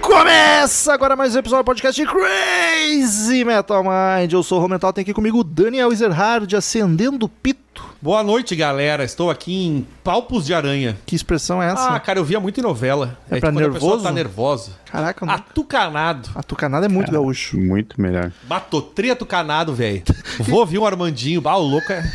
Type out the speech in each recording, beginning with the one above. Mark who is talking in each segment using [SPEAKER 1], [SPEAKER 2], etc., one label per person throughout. [SPEAKER 1] Começa agora mais um episódio do podcast de Crazy Metal Mind. Eu sou o Romental, tem aqui comigo o Daniel Ezerhard acendendo o pito.
[SPEAKER 2] Boa noite, galera. Estou aqui em Palpos de Aranha.
[SPEAKER 1] Que expressão é essa?
[SPEAKER 2] Ah, cara, eu via muito em novela. Tá
[SPEAKER 1] É pra
[SPEAKER 2] quando a pessoa
[SPEAKER 1] nervoso?
[SPEAKER 2] tá nervosa.
[SPEAKER 1] Caraca, mano.
[SPEAKER 2] Atucanado.
[SPEAKER 1] Atucanada é muito gaúcho.
[SPEAKER 3] Muito melhor.
[SPEAKER 2] Batotri atucanado, velho. Vou ouvir um Armandinho. Ah, o louco é...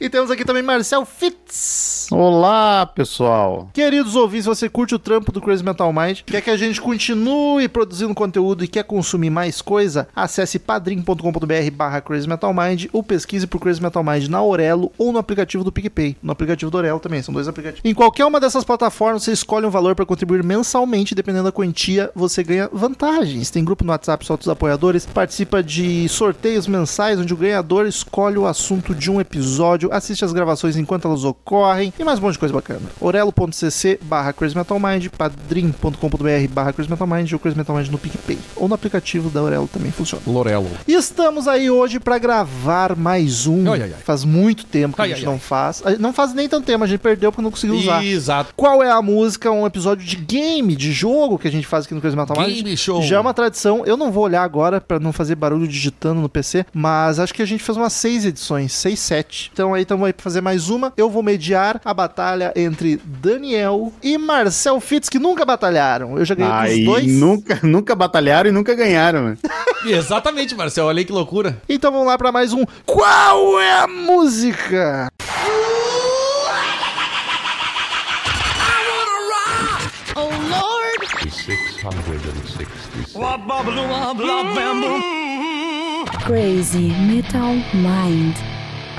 [SPEAKER 1] E temos aqui também Marcel Fitz.
[SPEAKER 3] Olá, pessoal.
[SPEAKER 1] Queridos ouvintes, se você curte o trampo do Crazy Metal Mind, quer que a gente continue produzindo conteúdo e quer consumir mais coisa, acesse padrim.com.br barra Crazy Metal Mind ou pesquise por Crazy Metal Mind na Orelo ou no aplicativo do PicPay. No aplicativo do Orelo também, são dois aplicativos. Em qualquer uma dessas plataformas, você escolhe um valor para contribuir mensalmente, dependendo da quantia, você ganha vantagens. Tem grupo no WhatsApp só dos apoiadores, participa de sorteios mensais, onde o ganhador escolhe o assunto de um episódio, assiste as gravações enquanto elas ocorrem e mais um monte de coisa bacana. orelo.cc barra Crazy Metal Mind, padrim.com.br barra Crazy Metal Mind ou Crazy Metal Mind no PicPay. Ou no aplicativo da Orelo também funciona.
[SPEAKER 2] Lorelo.
[SPEAKER 1] E estamos aí hoje para gravar mais um.
[SPEAKER 2] Ai, ai, ai.
[SPEAKER 1] Faz muito tempo que
[SPEAKER 2] Ai,
[SPEAKER 1] a gente
[SPEAKER 2] ai,
[SPEAKER 1] não faz. A- Não faz nem tanto tempo, a gente perdeu porque não conseguiu usar.
[SPEAKER 2] Exato.
[SPEAKER 1] Qual é a música? Um episódio de game, de jogo que a gente faz aqui no Crazy Metal Mind.
[SPEAKER 2] Game show.
[SPEAKER 1] Já é uma tradição. Eu não vou olhar agora pra não fazer barulho digitando no PC, mas acho que a gente fez umas seis edições, seis, sete. Então aí estamos aí pra fazer mais uma. Eu vou mediar a batalha entre Daniel e Marcel Fitz, que nunca batalharam. Eu já ganhei dos
[SPEAKER 3] Aí
[SPEAKER 1] dois.
[SPEAKER 3] nunca, nunca batalharam e nunca ganharam. né?
[SPEAKER 2] Exatamente, Marcel. Olha aí que loucura.
[SPEAKER 1] Então vamos lá pra mais um Qual é a música?
[SPEAKER 4] Crazy Metal Mind.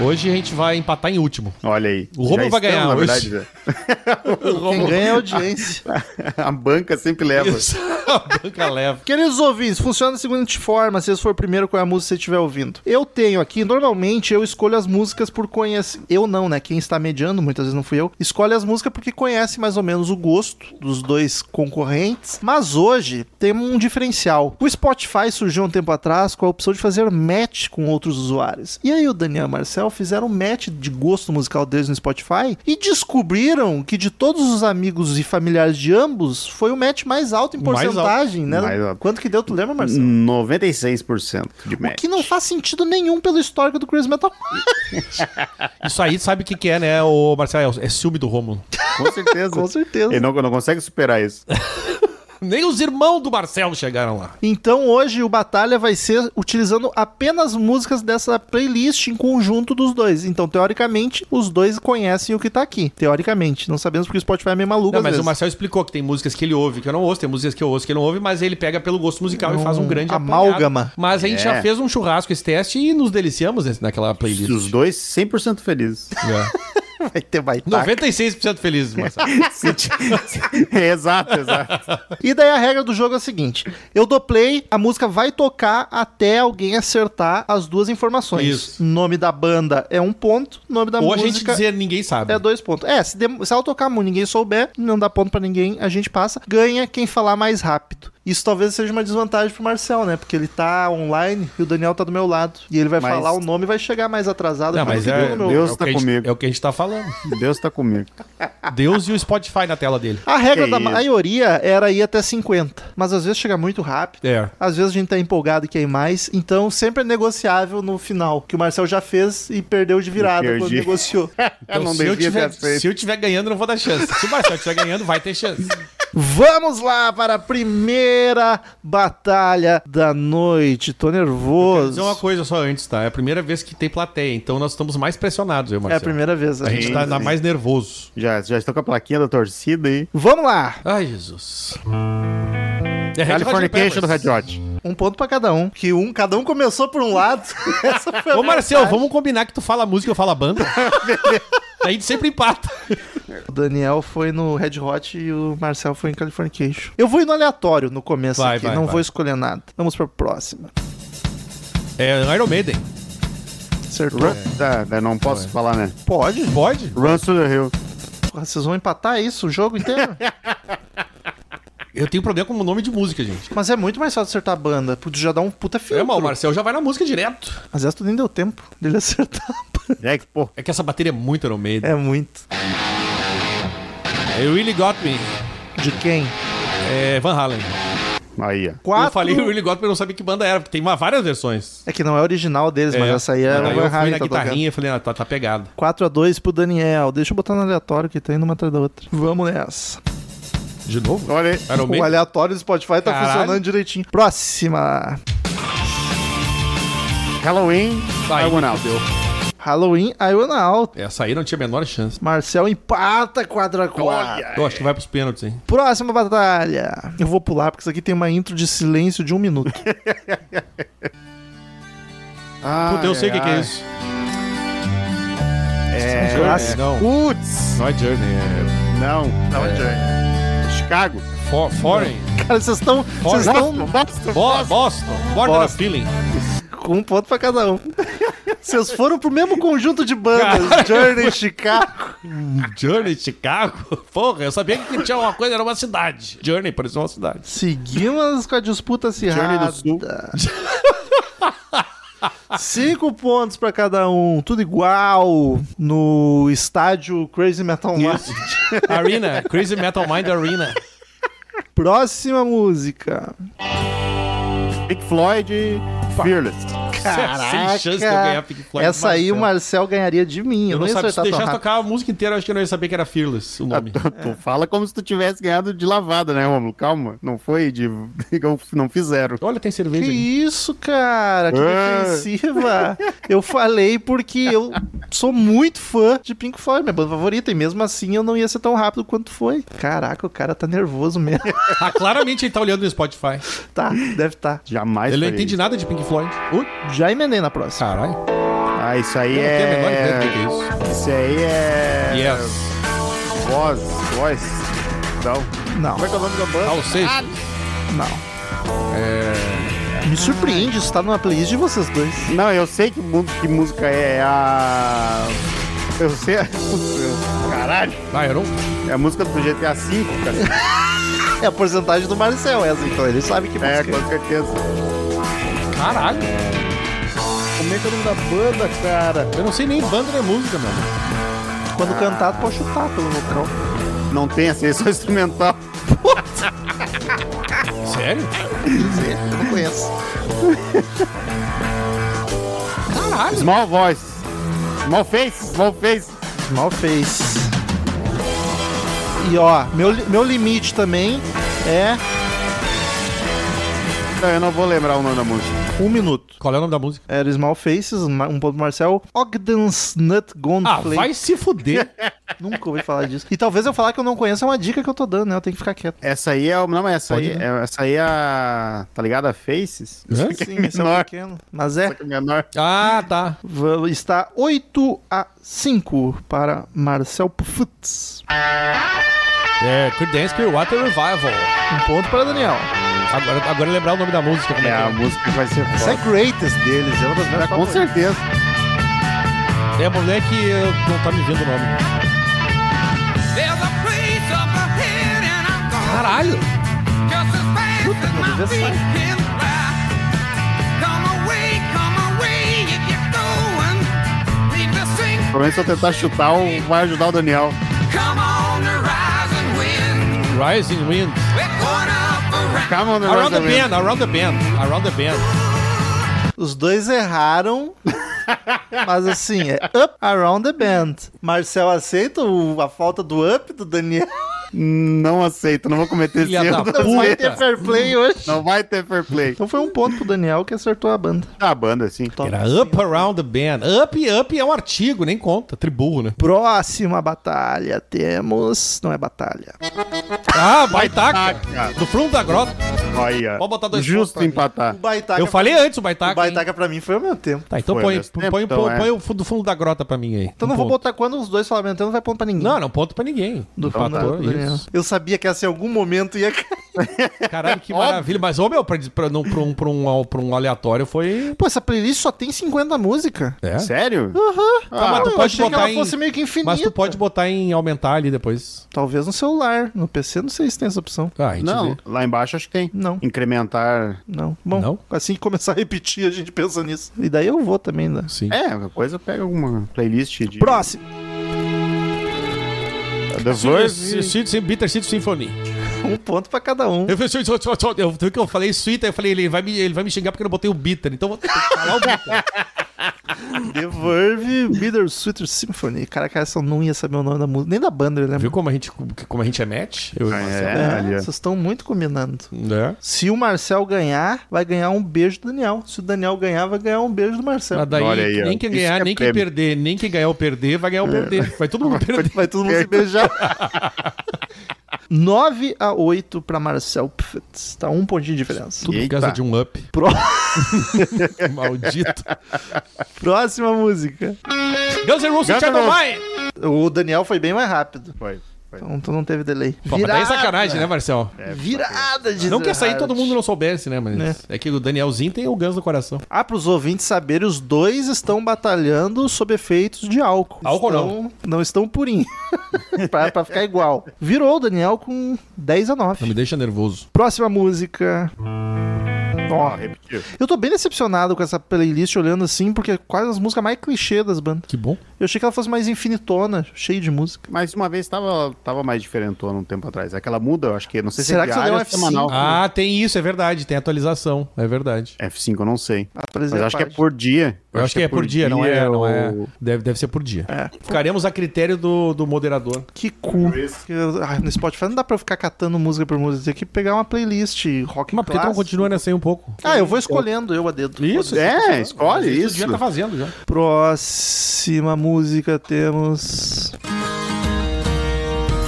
[SPEAKER 2] Hoje a gente vai empatar em último.
[SPEAKER 3] Olha aí.
[SPEAKER 2] O Romulo
[SPEAKER 3] Já
[SPEAKER 2] vai ganhar
[SPEAKER 3] estamos, na
[SPEAKER 2] hoje.
[SPEAKER 3] verdade,
[SPEAKER 1] Quem ganha é a audiência.
[SPEAKER 3] já. A banca sempre leva.
[SPEAKER 2] Isso. A banca leva.
[SPEAKER 1] Queridos ouvintes, funciona da seguinte forma, se esse for o primeiro qual é a música que você estiver ouvindo. Eu tenho aqui, normalmente eu escolho as músicas por conhecer. Eu não, né? Quem está mediando, muitas vezes não fui eu, escolhe as músicas porque conhece mais ou menos o gosto dos dois concorrentes. Mas hoje tem um diferencial. O Spotify surgiu há um tempo atrás com a opção de fazer match com outros usuários. E aí o Daniel e o Marcel fizeram um match de gosto musical deles no Spotify e descobriram que de todos os amigos e familiares de ambos, foi o match mais alto em
[SPEAKER 2] Mais alto.
[SPEAKER 1] porcentagem porcentagem, né?
[SPEAKER 3] Mais alto.
[SPEAKER 1] Quanto que deu, tu lembra,
[SPEAKER 2] Hum.
[SPEAKER 1] Marcelo?
[SPEAKER 3] 96% de
[SPEAKER 1] O
[SPEAKER 3] média.
[SPEAKER 1] que não faz sentido nenhum pelo histórico do Crazy Metal.
[SPEAKER 2] Isso aí sabe o que, que é, né, o Marcel? É ciúme do Romulo.
[SPEAKER 3] Com certeza.
[SPEAKER 1] Com certeza.
[SPEAKER 3] Ele não, não consegue superar isso.
[SPEAKER 2] É Nem os irmãos do Marcel chegaram lá.
[SPEAKER 1] Então hoje o Batalha vai ser utilizando apenas músicas dessa playlist em conjunto dos dois. Então, teoricamente, os dois conhecem o que tá aqui. Teoricamente. Não sabemos porque o Spotify é meio maluco
[SPEAKER 2] Não,
[SPEAKER 1] às
[SPEAKER 2] mas o
[SPEAKER 1] vezes.
[SPEAKER 2] Marcel explicou que tem músicas que ele ouve que eu não ouço, tem músicas que eu ouço que ele não ouve, mas ele pega pelo gosto musical e faz um grande apanhado.
[SPEAKER 1] amálgama.
[SPEAKER 2] Mas a gente
[SPEAKER 3] É.
[SPEAKER 2] já fez um churrasco esse teste e nos deliciamos nesse- naquela playlist.
[SPEAKER 3] Os dois 100% felizes.
[SPEAKER 2] É.
[SPEAKER 1] Vai ter vai tá.
[SPEAKER 2] 96% felizes, Marcel.
[SPEAKER 3] Se ti- é, exato, exato.
[SPEAKER 1] E daí a regra do jogo é a seguinte: eu dou play, a música vai tocar até alguém acertar as duas informações.
[SPEAKER 2] Isso.
[SPEAKER 1] Nome da banda é um ponto, nome da
[SPEAKER 2] Ou a
[SPEAKER 1] música
[SPEAKER 2] gente dizer ninguém sabe.
[SPEAKER 1] É dois pontos. É, se, dem- se ela tocar muito, ninguém souber, não dá ponto pra ninguém, a gente passa. Ganha quem falar mais rápido. Isso talvez seja uma desvantagem pro Marcel, né? Porque ele tá online e o Daniel tá do meu lado. E ele vai
[SPEAKER 3] Mas-
[SPEAKER 1] falar o nome e vai chegar mais atrasado.
[SPEAKER 2] Não,
[SPEAKER 1] porque
[SPEAKER 2] mas
[SPEAKER 1] ele
[SPEAKER 2] é,
[SPEAKER 1] viu no meu-
[SPEAKER 3] Deus
[SPEAKER 2] é o
[SPEAKER 3] tá
[SPEAKER 2] que a gente-
[SPEAKER 3] comigo.
[SPEAKER 2] é o que a gente tá falando.
[SPEAKER 3] Deus tá comigo.
[SPEAKER 2] Deus e o Spotify na tela dele.
[SPEAKER 1] A regra
[SPEAKER 3] Que
[SPEAKER 1] da
[SPEAKER 3] isso.
[SPEAKER 1] maioria era ir até 50. Mas às vezes chega muito rápido.
[SPEAKER 2] É.
[SPEAKER 1] Às vezes a gente tá empolgado e quer ir mais. Então sempre é negociável no final. Que o Marcel já fez e perdeu de virada
[SPEAKER 3] Perdi.
[SPEAKER 1] quando negociou.
[SPEAKER 3] Eu É, não
[SPEAKER 2] Então, se, eu
[SPEAKER 3] devia
[SPEAKER 2] tiver,
[SPEAKER 3] ter feito.
[SPEAKER 2] se eu tiver ganhando, eu não vou dar chance. Se o Marcel estiver ganhando, vai ter chance.
[SPEAKER 1] Vamos lá para a primeira batalha da noite. Tô
[SPEAKER 2] Quero dizer uma
[SPEAKER 1] nervoso.
[SPEAKER 2] coisa só antes, tá? É a primeira vez que tem plateia, então nós estamos mais pressionados, eu,
[SPEAKER 1] É
[SPEAKER 2] Marcel.
[SPEAKER 1] a primeira vez.
[SPEAKER 2] A gente tá, tá mais nervoso.
[SPEAKER 3] Já, já estão com a plaquinha da torcida aí.
[SPEAKER 1] Vamos lá.
[SPEAKER 2] Ai, Jesus. É Red Hot Chili
[SPEAKER 3] Californication do
[SPEAKER 2] Peppers.
[SPEAKER 3] Red Hot.
[SPEAKER 1] Um ponto pra cada um. Que um, cada um começou por um lado. Essa foi a
[SPEAKER 2] Ô, Marcel,
[SPEAKER 1] vantagem.
[SPEAKER 2] vamos combinar que tu fala a música e eu falo a banda? a gente sempre empata.
[SPEAKER 1] O Daniel foi no Red Hot e o Marcel foi em Californication. Eu vou ir no aleatório no começo
[SPEAKER 2] Vai,
[SPEAKER 1] aqui.
[SPEAKER 2] vai,
[SPEAKER 1] não
[SPEAKER 2] vai.
[SPEAKER 1] vou escolher nada. Vamos pra próxima.
[SPEAKER 2] É Iron Maiden. É.
[SPEAKER 1] Acertou?
[SPEAKER 3] Run, tá, tá, não posso falar, né?
[SPEAKER 1] Pode.
[SPEAKER 2] Pode?
[SPEAKER 3] Run to the Hill.
[SPEAKER 1] Porra, Vocês vão empatar isso o jogo inteiro?
[SPEAKER 2] Eu tenho problema com o nome de música, gente.
[SPEAKER 1] Mas é muito mais fácil acertar a banda. Podia já dar um puta
[SPEAKER 2] É,
[SPEAKER 1] filme.
[SPEAKER 2] mas o Marcel já vai na música direto.
[SPEAKER 1] Mas essa tu nem deu tempo dele acertar a banda.
[SPEAKER 3] É que, pô,
[SPEAKER 2] É que essa bateria é muito Iron Maiden.
[SPEAKER 1] É muito.
[SPEAKER 2] É. You Really Got Me.
[SPEAKER 1] De quem?
[SPEAKER 2] É Van Halen.
[SPEAKER 3] Aí, ó.
[SPEAKER 1] Quatro...
[SPEAKER 2] Eu falei o Really God porque eu não sabia que banda era, porque tem uma, várias versões.
[SPEAKER 1] É que não é original deles, mas essa aí é
[SPEAKER 2] Aí eu fui na
[SPEAKER 1] tá tocando.
[SPEAKER 2] guitarrinha e falei, ah, tá, tá pegado.
[SPEAKER 1] 4x2 pro Daniel. Deixa eu botar no aleatório que tá indo uma atrás da outra. Vamos nessa.
[SPEAKER 2] De novo?
[SPEAKER 3] Olha aí.
[SPEAKER 2] Iron
[SPEAKER 1] O
[SPEAKER 2] Maiden?
[SPEAKER 1] aleatório do Spotify tá
[SPEAKER 2] Caralho.
[SPEAKER 1] funcionando direitinho. Próxima.
[SPEAKER 3] Halloween,
[SPEAKER 2] Aí,
[SPEAKER 3] Diagonal.
[SPEAKER 2] fudeu.
[SPEAKER 1] Halloween, I Went Out.
[SPEAKER 2] Essa aí não tinha a menor chance.
[SPEAKER 1] Marcel empata 4x4.
[SPEAKER 2] Eu acho que vai pros pênaltis, hein?
[SPEAKER 1] Próxima batalha. Eu vou pular, porque isso aqui tem uma intro de silêncio de um minuto.
[SPEAKER 3] Ah,
[SPEAKER 2] Puta, eu sei o que, que é isso.
[SPEAKER 3] É,
[SPEAKER 1] Clássico.
[SPEAKER 2] não.
[SPEAKER 3] Putz!
[SPEAKER 2] Não é Journey, é
[SPEAKER 3] Não, não é Chicago.
[SPEAKER 2] For- Foreign.
[SPEAKER 1] Cara, vocês estão vocês
[SPEAKER 3] Boston,
[SPEAKER 1] estão
[SPEAKER 3] Boston,
[SPEAKER 2] Bo- Boston. Border of Feeling.
[SPEAKER 1] com um ponto pra cada um. Vocês foram pro mesmo conjunto de bandas. Journey, Chicago.
[SPEAKER 2] Journey, Chicago. Porra, eu sabia que tinha uma coisa, era uma cidade. Journey parecia uma cidade.
[SPEAKER 1] Seguimos com a disputa
[SPEAKER 3] Journey
[SPEAKER 1] acirrada.
[SPEAKER 3] do Sul.
[SPEAKER 1] Cinco pontos pra cada um, tudo igual no estádio Crazy Metal Mind.
[SPEAKER 2] Arena. Crazy Metal Mind Arena.
[SPEAKER 1] Próxima música.
[SPEAKER 3] Pink Floyd, Fearless.
[SPEAKER 2] é Sem chance de eu ganhar Pink Floyd.
[SPEAKER 1] Essa aí
[SPEAKER 2] Marcel.
[SPEAKER 1] o Marcel ganharia de mim. Eu,
[SPEAKER 2] Eu
[SPEAKER 1] não
[SPEAKER 2] não
[SPEAKER 1] ia
[SPEAKER 2] sabia se
[SPEAKER 1] acertar tá tão
[SPEAKER 2] deixasse
[SPEAKER 1] rápido.
[SPEAKER 2] tocar a música inteira, eu acho que eu não ia saber que era Fearless o nome.
[SPEAKER 3] Tu, tu fala como se tu tivesse ganhado de lavada, né, Romulo? Calma, não foi de... eu não fizeram.
[SPEAKER 2] Olha, tem cerveja
[SPEAKER 1] Que
[SPEAKER 2] aí.
[SPEAKER 1] isso, cara? Que
[SPEAKER 3] É.
[SPEAKER 1] defensiva. Eu falei porque eu sou muito fã de Pink Floyd, minha banda favorita, e mesmo assim eu não ia ser tão rápido quanto foi. Caraca, o cara tá nervoso mesmo.
[SPEAKER 2] Ah, claramente ele tá olhando no Spotify.
[SPEAKER 1] tá, deve tá.
[SPEAKER 3] Jamais
[SPEAKER 2] Ele não
[SPEAKER 3] faria
[SPEAKER 2] entende
[SPEAKER 3] isso.
[SPEAKER 2] nada de Pink Floyd. Ui,
[SPEAKER 1] Já emendei na próxima.
[SPEAKER 2] caralho.
[SPEAKER 3] Ah, isso aí
[SPEAKER 2] Eu não tenho a menor ideia do que que é
[SPEAKER 3] é...
[SPEAKER 2] isso.
[SPEAKER 3] Isso aí é...
[SPEAKER 2] Yes.
[SPEAKER 3] Voz, voz. Não.
[SPEAKER 1] Não,
[SPEAKER 3] Como é que é o nome da banda?
[SPEAKER 2] Alcei.
[SPEAKER 1] não. Me surpreende, isso tá numa playlist de vocês dois.
[SPEAKER 3] Não, eu sei que, mu- que música é é a... Eu sei... a- Putz, eu- Caralho.
[SPEAKER 2] Ah, eu não.
[SPEAKER 3] É a música do GTA V, cara.
[SPEAKER 1] É a porcentagem do Marcel essa, então ele sabe que
[SPEAKER 3] É,
[SPEAKER 1] música
[SPEAKER 3] com certeza.
[SPEAKER 2] Caralho.
[SPEAKER 3] Como é que é o nome da banda, cara?
[SPEAKER 2] Eu não sei nem banda nem música, meu.
[SPEAKER 1] Quando cantar, tu pode chutar pelo vocal.
[SPEAKER 3] Não tem, assim, é só instrumental.
[SPEAKER 2] Sério?
[SPEAKER 1] Dizer, eu não conheço.
[SPEAKER 2] Caralho.
[SPEAKER 3] Small voice. Small face, small face.
[SPEAKER 1] Mal fez. E ó, meu, li- meu limite também é
[SPEAKER 3] Não, eu não vou lembrar o nome da música.
[SPEAKER 1] um minuto.
[SPEAKER 2] Qual é o nome da música?
[SPEAKER 1] Era Small Faces, ma- um ponto do Marcel. Ogden's Nut Gone
[SPEAKER 2] Ah,
[SPEAKER 1] Play.
[SPEAKER 2] vai se fuder.
[SPEAKER 1] Nunca ouvi falar disso. E talvez eu falar que eu não conheço é uma dica que eu tô dando, né? Eu tenho que ficar quieto.
[SPEAKER 3] Essa aí é. o- Não, mas essa
[SPEAKER 2] Pode
[SPEAKER 3] aí, é, essa aí é a. Tá ligado? A Faces?
[SPEAKER 2] Hã?
[SPEAKER 3] Isso aqui
[SPEAKER 1] Sim, esse é um
[SPEAKER 3] menor.
[SPEAKER 1] pequeno. Mas é,
[SPEAKER 3] Essa aqui é menor.
[SPEAKER 2] Ah, tá.
[SPEAKER 1] va- está 8 a 5 para Marcel Pufutz.
[SPEAKER 2] É, Creedence Clearwater Revival.
[SPEAKER 1] Um ponto para Daniel.
[SPEAKER 2] Agora, agora é lembrar o nome da música. Como
[SPEAKER 3] É, a
[SPEAKER 2] é,
[SPEAKER 3] música vai ser
[SPEAKER 1] Essa é
[SPEAKER 3] foda.
[SPEAKER 1] a greatest deles, é uma das minhas
[SPEAKER 3] É, com
[SPEAKER 1] favoritas.
[SPEAKER 3] certeza.
[SPEAKER 2] que é. é moleque, eu- não tá me vendo o nome.
[SPEAKER 5] There's a place up ahead and I'm going
[SPEAKER 2] Caralho.
[SPEAKER 5] just as fast as my
[SPEAKER 1] meu Deus,
[SPEAKER 5] feet can fly. Come away, come away if you're going. Need to sink.
[SPEAKER 3] Pelo menos se eu tentar chutar, o- vai ajudar o Daniel.
[SPEAKER 5] Come on the rising wind.
[SPEAKER 2] Rising Wind.
[SPEAKER 5] We're going up around.
[SPEAKER 3] Calma, Daniel.
[SPEAKER 2] Around the Band, Around the Band, Around the Band.
[SPEAKER 1] Os dois erraram. Mas assim, é up around the band. Marcel aceita o- a falta do up do Daniel.
[SPEAKER 3] Não aceito, não vou cometer esse
[SPEAKER 2] Filha da
[SPEAKER 3] erro.
[SPEAKER 2] puta.
[SPEAKER 1] Não vai ter É fair play hoje.
[SPEAKER 3] Não vai ter fair play.
[SPEAKER 1] Então foi um ponto pro Daniel que acertou a banda.
[SPEAKER 3] Da banda, assim.
[SPEAKER 2] Era Up Around the Band. Up, up é um artigo, nem conta. Triburro, né?
[SPEAKER 1] Próxima batalha temos. Não é batalha.
[SPEAKER 2] Ah, baitaca.
[SPEAKER 3] Baitaca.
[SPEAKER 2] Do fundo da grota.
[SPEAKER 3] Olha.
[SPEAKER 2] Pode botar dois pontos
[SPEAKER 3] então, Justo
[SPEAKER 2] pra mim.
[SPEAKER 3] empatar.
[SPEAKER 1] Baitaca.
[SPEAKER 2] Eu falei antes o baitaca.
[SPEAKER 1] O Baitaca pra mim foi ao mesmo tempo.
[SPEAKER 2] hein? Tá, então
[SPEAKER 3] Foi
[SPEAKER 2] põe,
[SPEAKER 3] nesse tempo,
[SPEAKER 2] põe,
[SPEAKER 3] então,
[SPEAKER 2] põe,
[SPEAKER 3] é.
[SPEAKER 2] põe o fundo do fundo da grota pra mim aí.
[SPEAKER 1] Então não vou botar quando os dois falarem, então não vai ponto pra ninguém.
[SPEAKER 2] Não, não ponto pra ninguém. Então tá,
[SPEAKER 1] Do
[SPEAKER 2] Empatou,
[SPEAKER 1] Fernando, do Daniel.
[SPEAKER 2] isso.
[SPEAKER 1] Então tá, Eu sabia que essa em algum momento ia cair.
[SPEAKER 2] Caralho, que maravilha. Mas, ô meu, pra, pra, não, pra, um, pra, um, pra um aleatório foi.
[SPEAKER 1] Pô, essa playlist só tem 50 músicas.
[SPEAKER 2] É.
[SPEAKER 3] Sério?
[SPEAKER 2] Tá, mas
[SPEAKER 3] Ah,
[SPEAKER 2] tu
[SPEAKER 1] eu
[SPEAKER 2] pode
[SPEAKER 1] achei que
[SPEAKER 2] botar
[SPEAKER 1] ela
[SPEAKER 2] em.
[SPEAKER 1] fosse meio que infinita.
[SPEAKER 2] Mas tu pode botar em aumentar ali depois.
[SPEAKER 1] Talvez no celular. No PC, não sei se tem essa opção.
[SPEAKER 2] Ah, a gente
[SPEAKER 3] Não,
[SPEAKER 2] vê.
[SPEAKER 3] lá embaixo acho que tem.
[SPEAKER 1] Não.
[SPEAKER 3] Incrementar.
[SPEAKER 1] Não. Bom,
[SPEAKER 2] Não?
[SPEAKER 1] assim que começar a repetir, a gente pensa nisso. E daí eu vou também, né?
[SPEAKER 2] Sim.
[SPEAKER 3] É, a coisa pega alguma playlist de.
[SPEAKER 1] Próximo.
[SPEAKER 3] The Verve.
[SPEAKER 2] Sim, Bitter City Symphony.
[SPEAKER 1] Um ponto pra cada um.
[SPEAKER 2] Eu falei, tchau, tchau, tchau. Eu, eu falei suíta, eu falei, ele vai, me, ele vai me xingar porque eu não botei o Bitter. Então eu vou ter que falar o Bitter.
[SPEAKER 1] The Verve Bittersweet Symphony. Cara, cara, eu não ia saber o nome da música, nem da banda, eu lembro.
[SPEAKER 2] Viu como a gente, como a gente é match? Eu e o Marcelo.
[SPEAKER 1] É,
[SPEAKER 3] Olha.
[SPEAKER 1] vocês estão muito combinando.
[SPEAKER 2] Né?
[SPEAKER 1] Se o Marcel ganhar, vai ganhar um beijo do Daniel. Se o Daniel ganhar, vai ganhar um beijo do
[SPEAKER 2] Mas
[SPEAKER 1] Marcel.
[SPEAKER 2] daí,
[SPEAKER 3] Olha aí, ó.
[SPEAKER 2] nem quem
[SPEAKER 3] Isso
[SPEAKER 2] ganhar,
[SPEAKER 3] que é
[SPEAKER 2] nem quem
[SPEAKER 3] prêmio. É.
[SPEAKER 2] perder, nem quem ganhar ou perder, vai ganhar ou perder. Vai todo mundo perder.
[SPEAKER 1] Vai todo mundo se beijar. 9 a 8 pra Marcel Pfitz. Tá um pontinho de diferença.
[SPEAKER 2] Tudo por causa de um up.
[SPEAKER 1] Pró-
[SPEAKER 2] Maldito.
[SPEAKER 1] Próxima música.
[SPEAKER 2] Guns N' Roses
[SPEAKER 3] Guns N'
[SPEAKER 2] Shadow
[SPEAKER 3] Roses.
[SPEAKER 2] Mine.
[SPEAKER 1] O Daniel foi bem mais rápido.
[SPEAKER 3] Foi, foi.
[SPEAKER 1] Então tu não teve delay.
[SPEAKER 2] Pô, mas daí é sacanagem, né, Marcel?
[SPEAKER 1] Virada de
[SPEAKER 2] Não que essa aí
[SPEAKER 1] Zerhard.
[SPEAKER 2] todo mundo não soubesse, né, mano? É. que o Danielzinho tem o Guns no coração.
[SPEAKER 1] Ah, pros ouvintes saberem, os dois estão batalhando sob efeitos de álcool.
[SPEAKER 2] Álcool
[SPEAKER 1] estão, não. Não estão purinho. pra, pra ficar igual. Virou o Daniel com 10 a 9.
[SPEAKER 2] Não me deixa nervoso.
[SPEAKER 1] Próxima música.
[SPEAKER 3] Ó, repetiu.
[SPEAKER 1] Eu tô bem decepcionado com essa playlist olhando assim, porque é quase as músicas mais clichê das bandas.
[SPEAKER 2] Que bom.
[SPEAKER 1] Eu achei que ela fosse mais infinitona, cheia de música.
[SPEAKER 3] Mas uma vez tava, tava mais diferentona um tempo atrás. Aquela muda, eu acho que, não sei se
[SPEAKER 1] Será
[SPEAKER 3] é
[SPEAKER 1] que só
[SPEAKER 3] diária
[SPEAKER 1] deu
[SPEAKER 3] ou
[SPEAKER 1] F5?
[SPEAKER 3] semanal.
[SPEAKER 2] Ah, tem isso, é verdade. Tem atualização, é verdade.
[SPEAKER 3] F5 eu não sei.
[SPEAKER 1] Mas
[SPEAKER 3] Mas eu acho que é por dia.
[SPEAKER 2] Eu acho, que, é por dia, É. não é? Não é
[SPEAKER 3] ou-
[SPEAKER 2] deve, deve ser por dia. Ficaremos a critério do, do moderador.
[SPEAKER 1] Que cu. Que- ah, no Spotify não dá pra eu ficar catando música por música. Tem que pegar uma playlist rock
[SPEAKER 2] Mas por que tu não
[SPEAKER 1] clássico.
[SPEAKER 2] continua nessa aí um pouco?
[SPEAKER 1] Ah, eu vou escolhendo, eu a dedo.
[SPEAKER 2] Isso,
[SPEAKER 3] É, escolhe
[SPEAKER 2] Tu
[SPEAKER 3] isso.
[SPEAKER 2] já tá fazendo já.
[SPEAKER 1] Próxima música temos.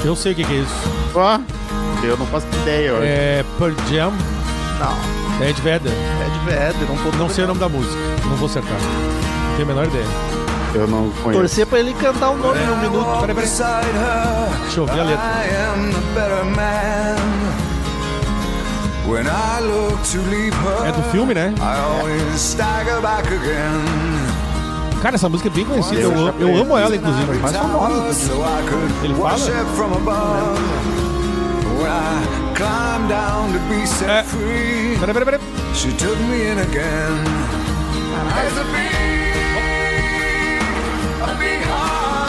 [SPEAKER 2] Eu sei o que, que é isso.
[SPEAKER 3] Ó, eu não faço ideia. eu-
[SPEAKER 2] É Pearl Jam,
[SPEAKER 1] Não,
[SPEAKER 2] Ed Vedder.
[SPEAKER 1] é de Vedder, não tô
[SPEAKER 2] Não sei o nome da música, não vou acertar. Não tenho a menor ideia.
[SPEAKER 3] Eu não conheço.
[SPEAKER 1] Torcer pra ele cantar o nome no um minuto.
[SPEAKER 2] Peraí, peraí.
[SPEAKER 6] Beside her,
[SPEAKER 2] Deixa eu ver a letra.
[SPEAKER 6] I am the better man. When I look to leave her,
[SPEAKER 2] É do filme, né?
[SPEAKER 6] I always stagger back again.
[SPEAKER 2] Cara, essa música é bem conhecida. Eu,
[SPEAKER 3] Eu já
[SPEAKER 2] eu
[SPEAKER 3] conheço.
[SPEAKER 2] amo ela, inclusive.
[SPEAKER 6] Every
[SPEAKER 2] Mas faz
[SPEAKER 6] tower, so I
[SPEAKER 2] Ele
[SPEAKER 6] could
[SPEAKER 2] fala?
[SPEAKER 6] watch it from above. When I climbed down to be
[SPEAKER 2] É.
[SPEAKER 6] set free,
[SPEAKER 2] Peraí, peraí, peraí.
[SPEAKER 6] she took me in again. As a bee, a bee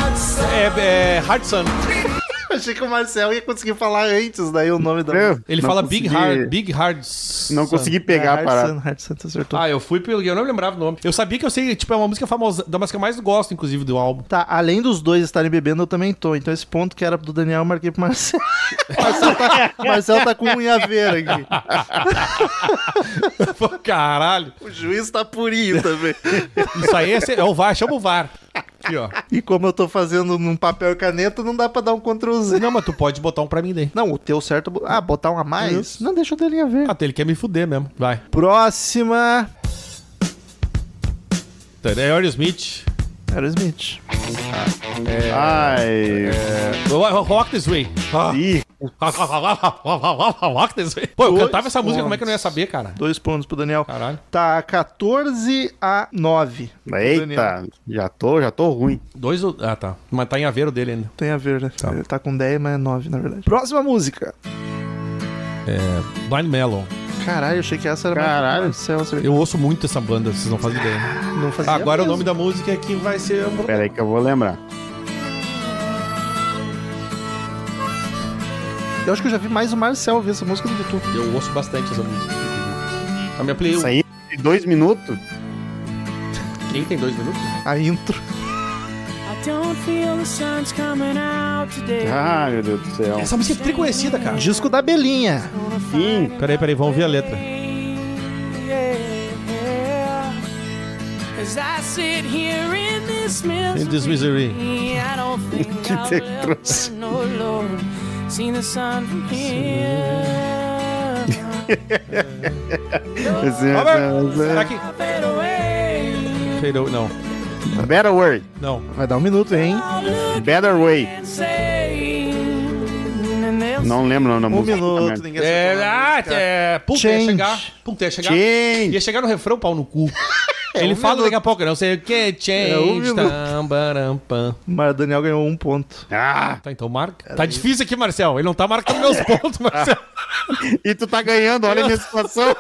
[SPEAKER 6] heart set
[SPEAKER 2] É, é Hard Sun.
[SPEAKER 1] Achei que o Marcel ia conseguir falar antes daí o nome da.
[SPEAKER 3] Eu
[SPEAKER 2] Ele
[SPEAKER 3] não
[SPEAKER 2] fala Big
[SPEAKER 3] consegui-
[SPEAKER 2] Hard, Big Hard Sun.
[SPEAKER 3] Não consegui pegar a
[SPEAKER 1] Hard
[SPEAKER 3] parada.
[SPEAKER 1] Sun, Hard Sun, É, tu acertou.
[SPEAKER 2] Ah, eu fui pelo. Eu não me lembrava o nome. Eu sabia que eu sei, tipo, é uma música famosa, da música que eu mais gosto, inclusive, do álbum.
[SPEAKER 1] Tá, além dos dois estarem bebendo, eu também tô. Então esse ponto que era do Daniel eu marquei pro Marcel. Marcel, tá, Marcel tá com unhaveira aqui.
[SPEAKER 2] Caralho.
[SPEAKER 1] O juiz tá purinho também.
[SPEAKER 2] Isso aí é, ser- é o VAR, chama o VAR. Aqui, ó.
[SPEAKER 1] E como eu tô fazendo num papel e caneta, não dá pra dar um Ctrl Z.
[SPEAKER 2] Não, mas tu pode botar um pra mim daí.
[SPEAKER 1] Não, o teu certo. Ah, botar um a mais? Não, deixa o Delinha ver.
[SPEAKER 2] Até ele quer me fuder mesmo. Vai.
[SPEAKER 1] Próxima.
[SPEAKER 2] Tá, É Aerosmith.
[SPEAKER 1] Aerosmith.
[SPEAKER 3] Ai,
[SPEAKER 2] Rock This Way. Ah.
[SPEAKER 3] ih,
[SPEAKER 2] Rock This Way. Pô, eu
[SPEAKER 1] Dois
[SPEAKER 2] cantava essa música, como é que eu não ia
[SPEAKER 1] pontos.
[SPEAKER 2] saber, cara?
[SPEAKER 1] Dois pontos pro Daniel.
[SPEAKER 2] Caralho.
[SPEAKER 1] Tá 14 a 9.
[SPEAKER 2] É.
[SPEAKER 3] eita, já tô, já tô ruim.
[SPEAKER 2] Dois. ou- Ah, tá. Mas tá em aveiro dele ainda.
[SPEAKER 1] Tem a ver, né? Ele tá com 10, mas é 9, na verdade. Próxima música.
[SPEAKER 2] Blind Melon.
[SPEAKER 1] Caralho, eu achei que essa era
[SPEAKER 3] Caralho.
[SPEAKER 1] Marcel, você
[SPEAKER 2] Eu ouço muito essa banda, vocês não fazem ideia. Ah,
[SPEAKER 1] não fazia
[SPEAKER 2] Agora o
[SPEAKER 1] mesmo.
[SPEAKER 2] nome da música é que vai ser.
[SPEAKER 3] Pera aí que eu vou lembrar.
[SPEAKER 1] Eu acho que eu já vi mais o Marcel ouvir essa música do que tu.
[SPEAKER 2] Eu ouço bastante essa música. A minha play.
[SPEAKER 3] Isso aí, de dois minutos?
[SPEAKER 2] Quem tem dois minutos?
[SPEAKER 1] A intro.
[SPEAKER 7] I don't feel the sun's coming out today.
[SPEAKER 3] Ah, meu Deus do céu.
[SPEAKER 2] Essa música é triconhecida, cara.
[SPEAKER 1] Disco da Belinha.
[SPEAKER 3] Sim,
[SPEAKER 2] Peraí, peraí, vamos ver a letra.
[SPEAKER 7] Yeah. As I sit here in this misery,
[SPEAKER 2] In this misery.
[SPEAKER 7] I don't think
[SPEAKER 3] Que
[SPEAKER 7] I'll ever
[SPEAKER 3] destroço.
[SPEAKER 7] know, Lord, seen the sun from here.
[SPEAKER 2] é
[SPEAKER 3] esse- é-
[SPEAKER 2] Será
[SPEAKER 3] esse-
[SPEAKER 2] que.
[SPEAKER 7] Fade away.
[SPEAKER 2] Fade away- Não,
[SPEAKER 3] esse- Better Way,
[SPEAKER 2] não.
[SPEAKER 1] Vai dar um minuto, hein?
[SPEAKER 7] I'll look
[SPEAKER 3] Better Way.
[SPEAKER 7] and say, and they'll
[SPEAKER 3] Não lembro o nome da
[SPEAKER 1] Um
[SPEAKER 3] música.
[SPEAKER 1] minuto, ninguém
[SPEAKER 2] É,
[SPEAKER 1] acertou a
[SPEAKER 2] ah,
[SPEAKER 1] música.
[SPEAKER 2] é. Puta, ia
[SPEAKER 1] Change.
[SPEAKER 2] chegar. Puta, ia chegar.
[SPEAKER 3] Gente,
[SPEAKER 2] Ia chegar no refrão, pau no cu. Ele
[SPEAKER 1] um
[SPEAKER 2] fala
[SPEAKER 1] minuto.
[SPEAKER 2] daqui a pouco, não sei o que.
[SPEAKER 1] um
[SPEAKER 2] Change.
[SPEAKER 1] minuto.
[SPEAKER 2] tam, baram, pam.
[SPEAKER 1] Mas o Daniel ganhou um ponto.
[SPEAKER 3] ah,
[SPEAKER 2] Tá, então marca. Tá difícil aqui, Marcel. Ele não tá marcando meus pontos, Marcel.
[SPEAKER 3] e tu tá ganhando, olha a minha situação.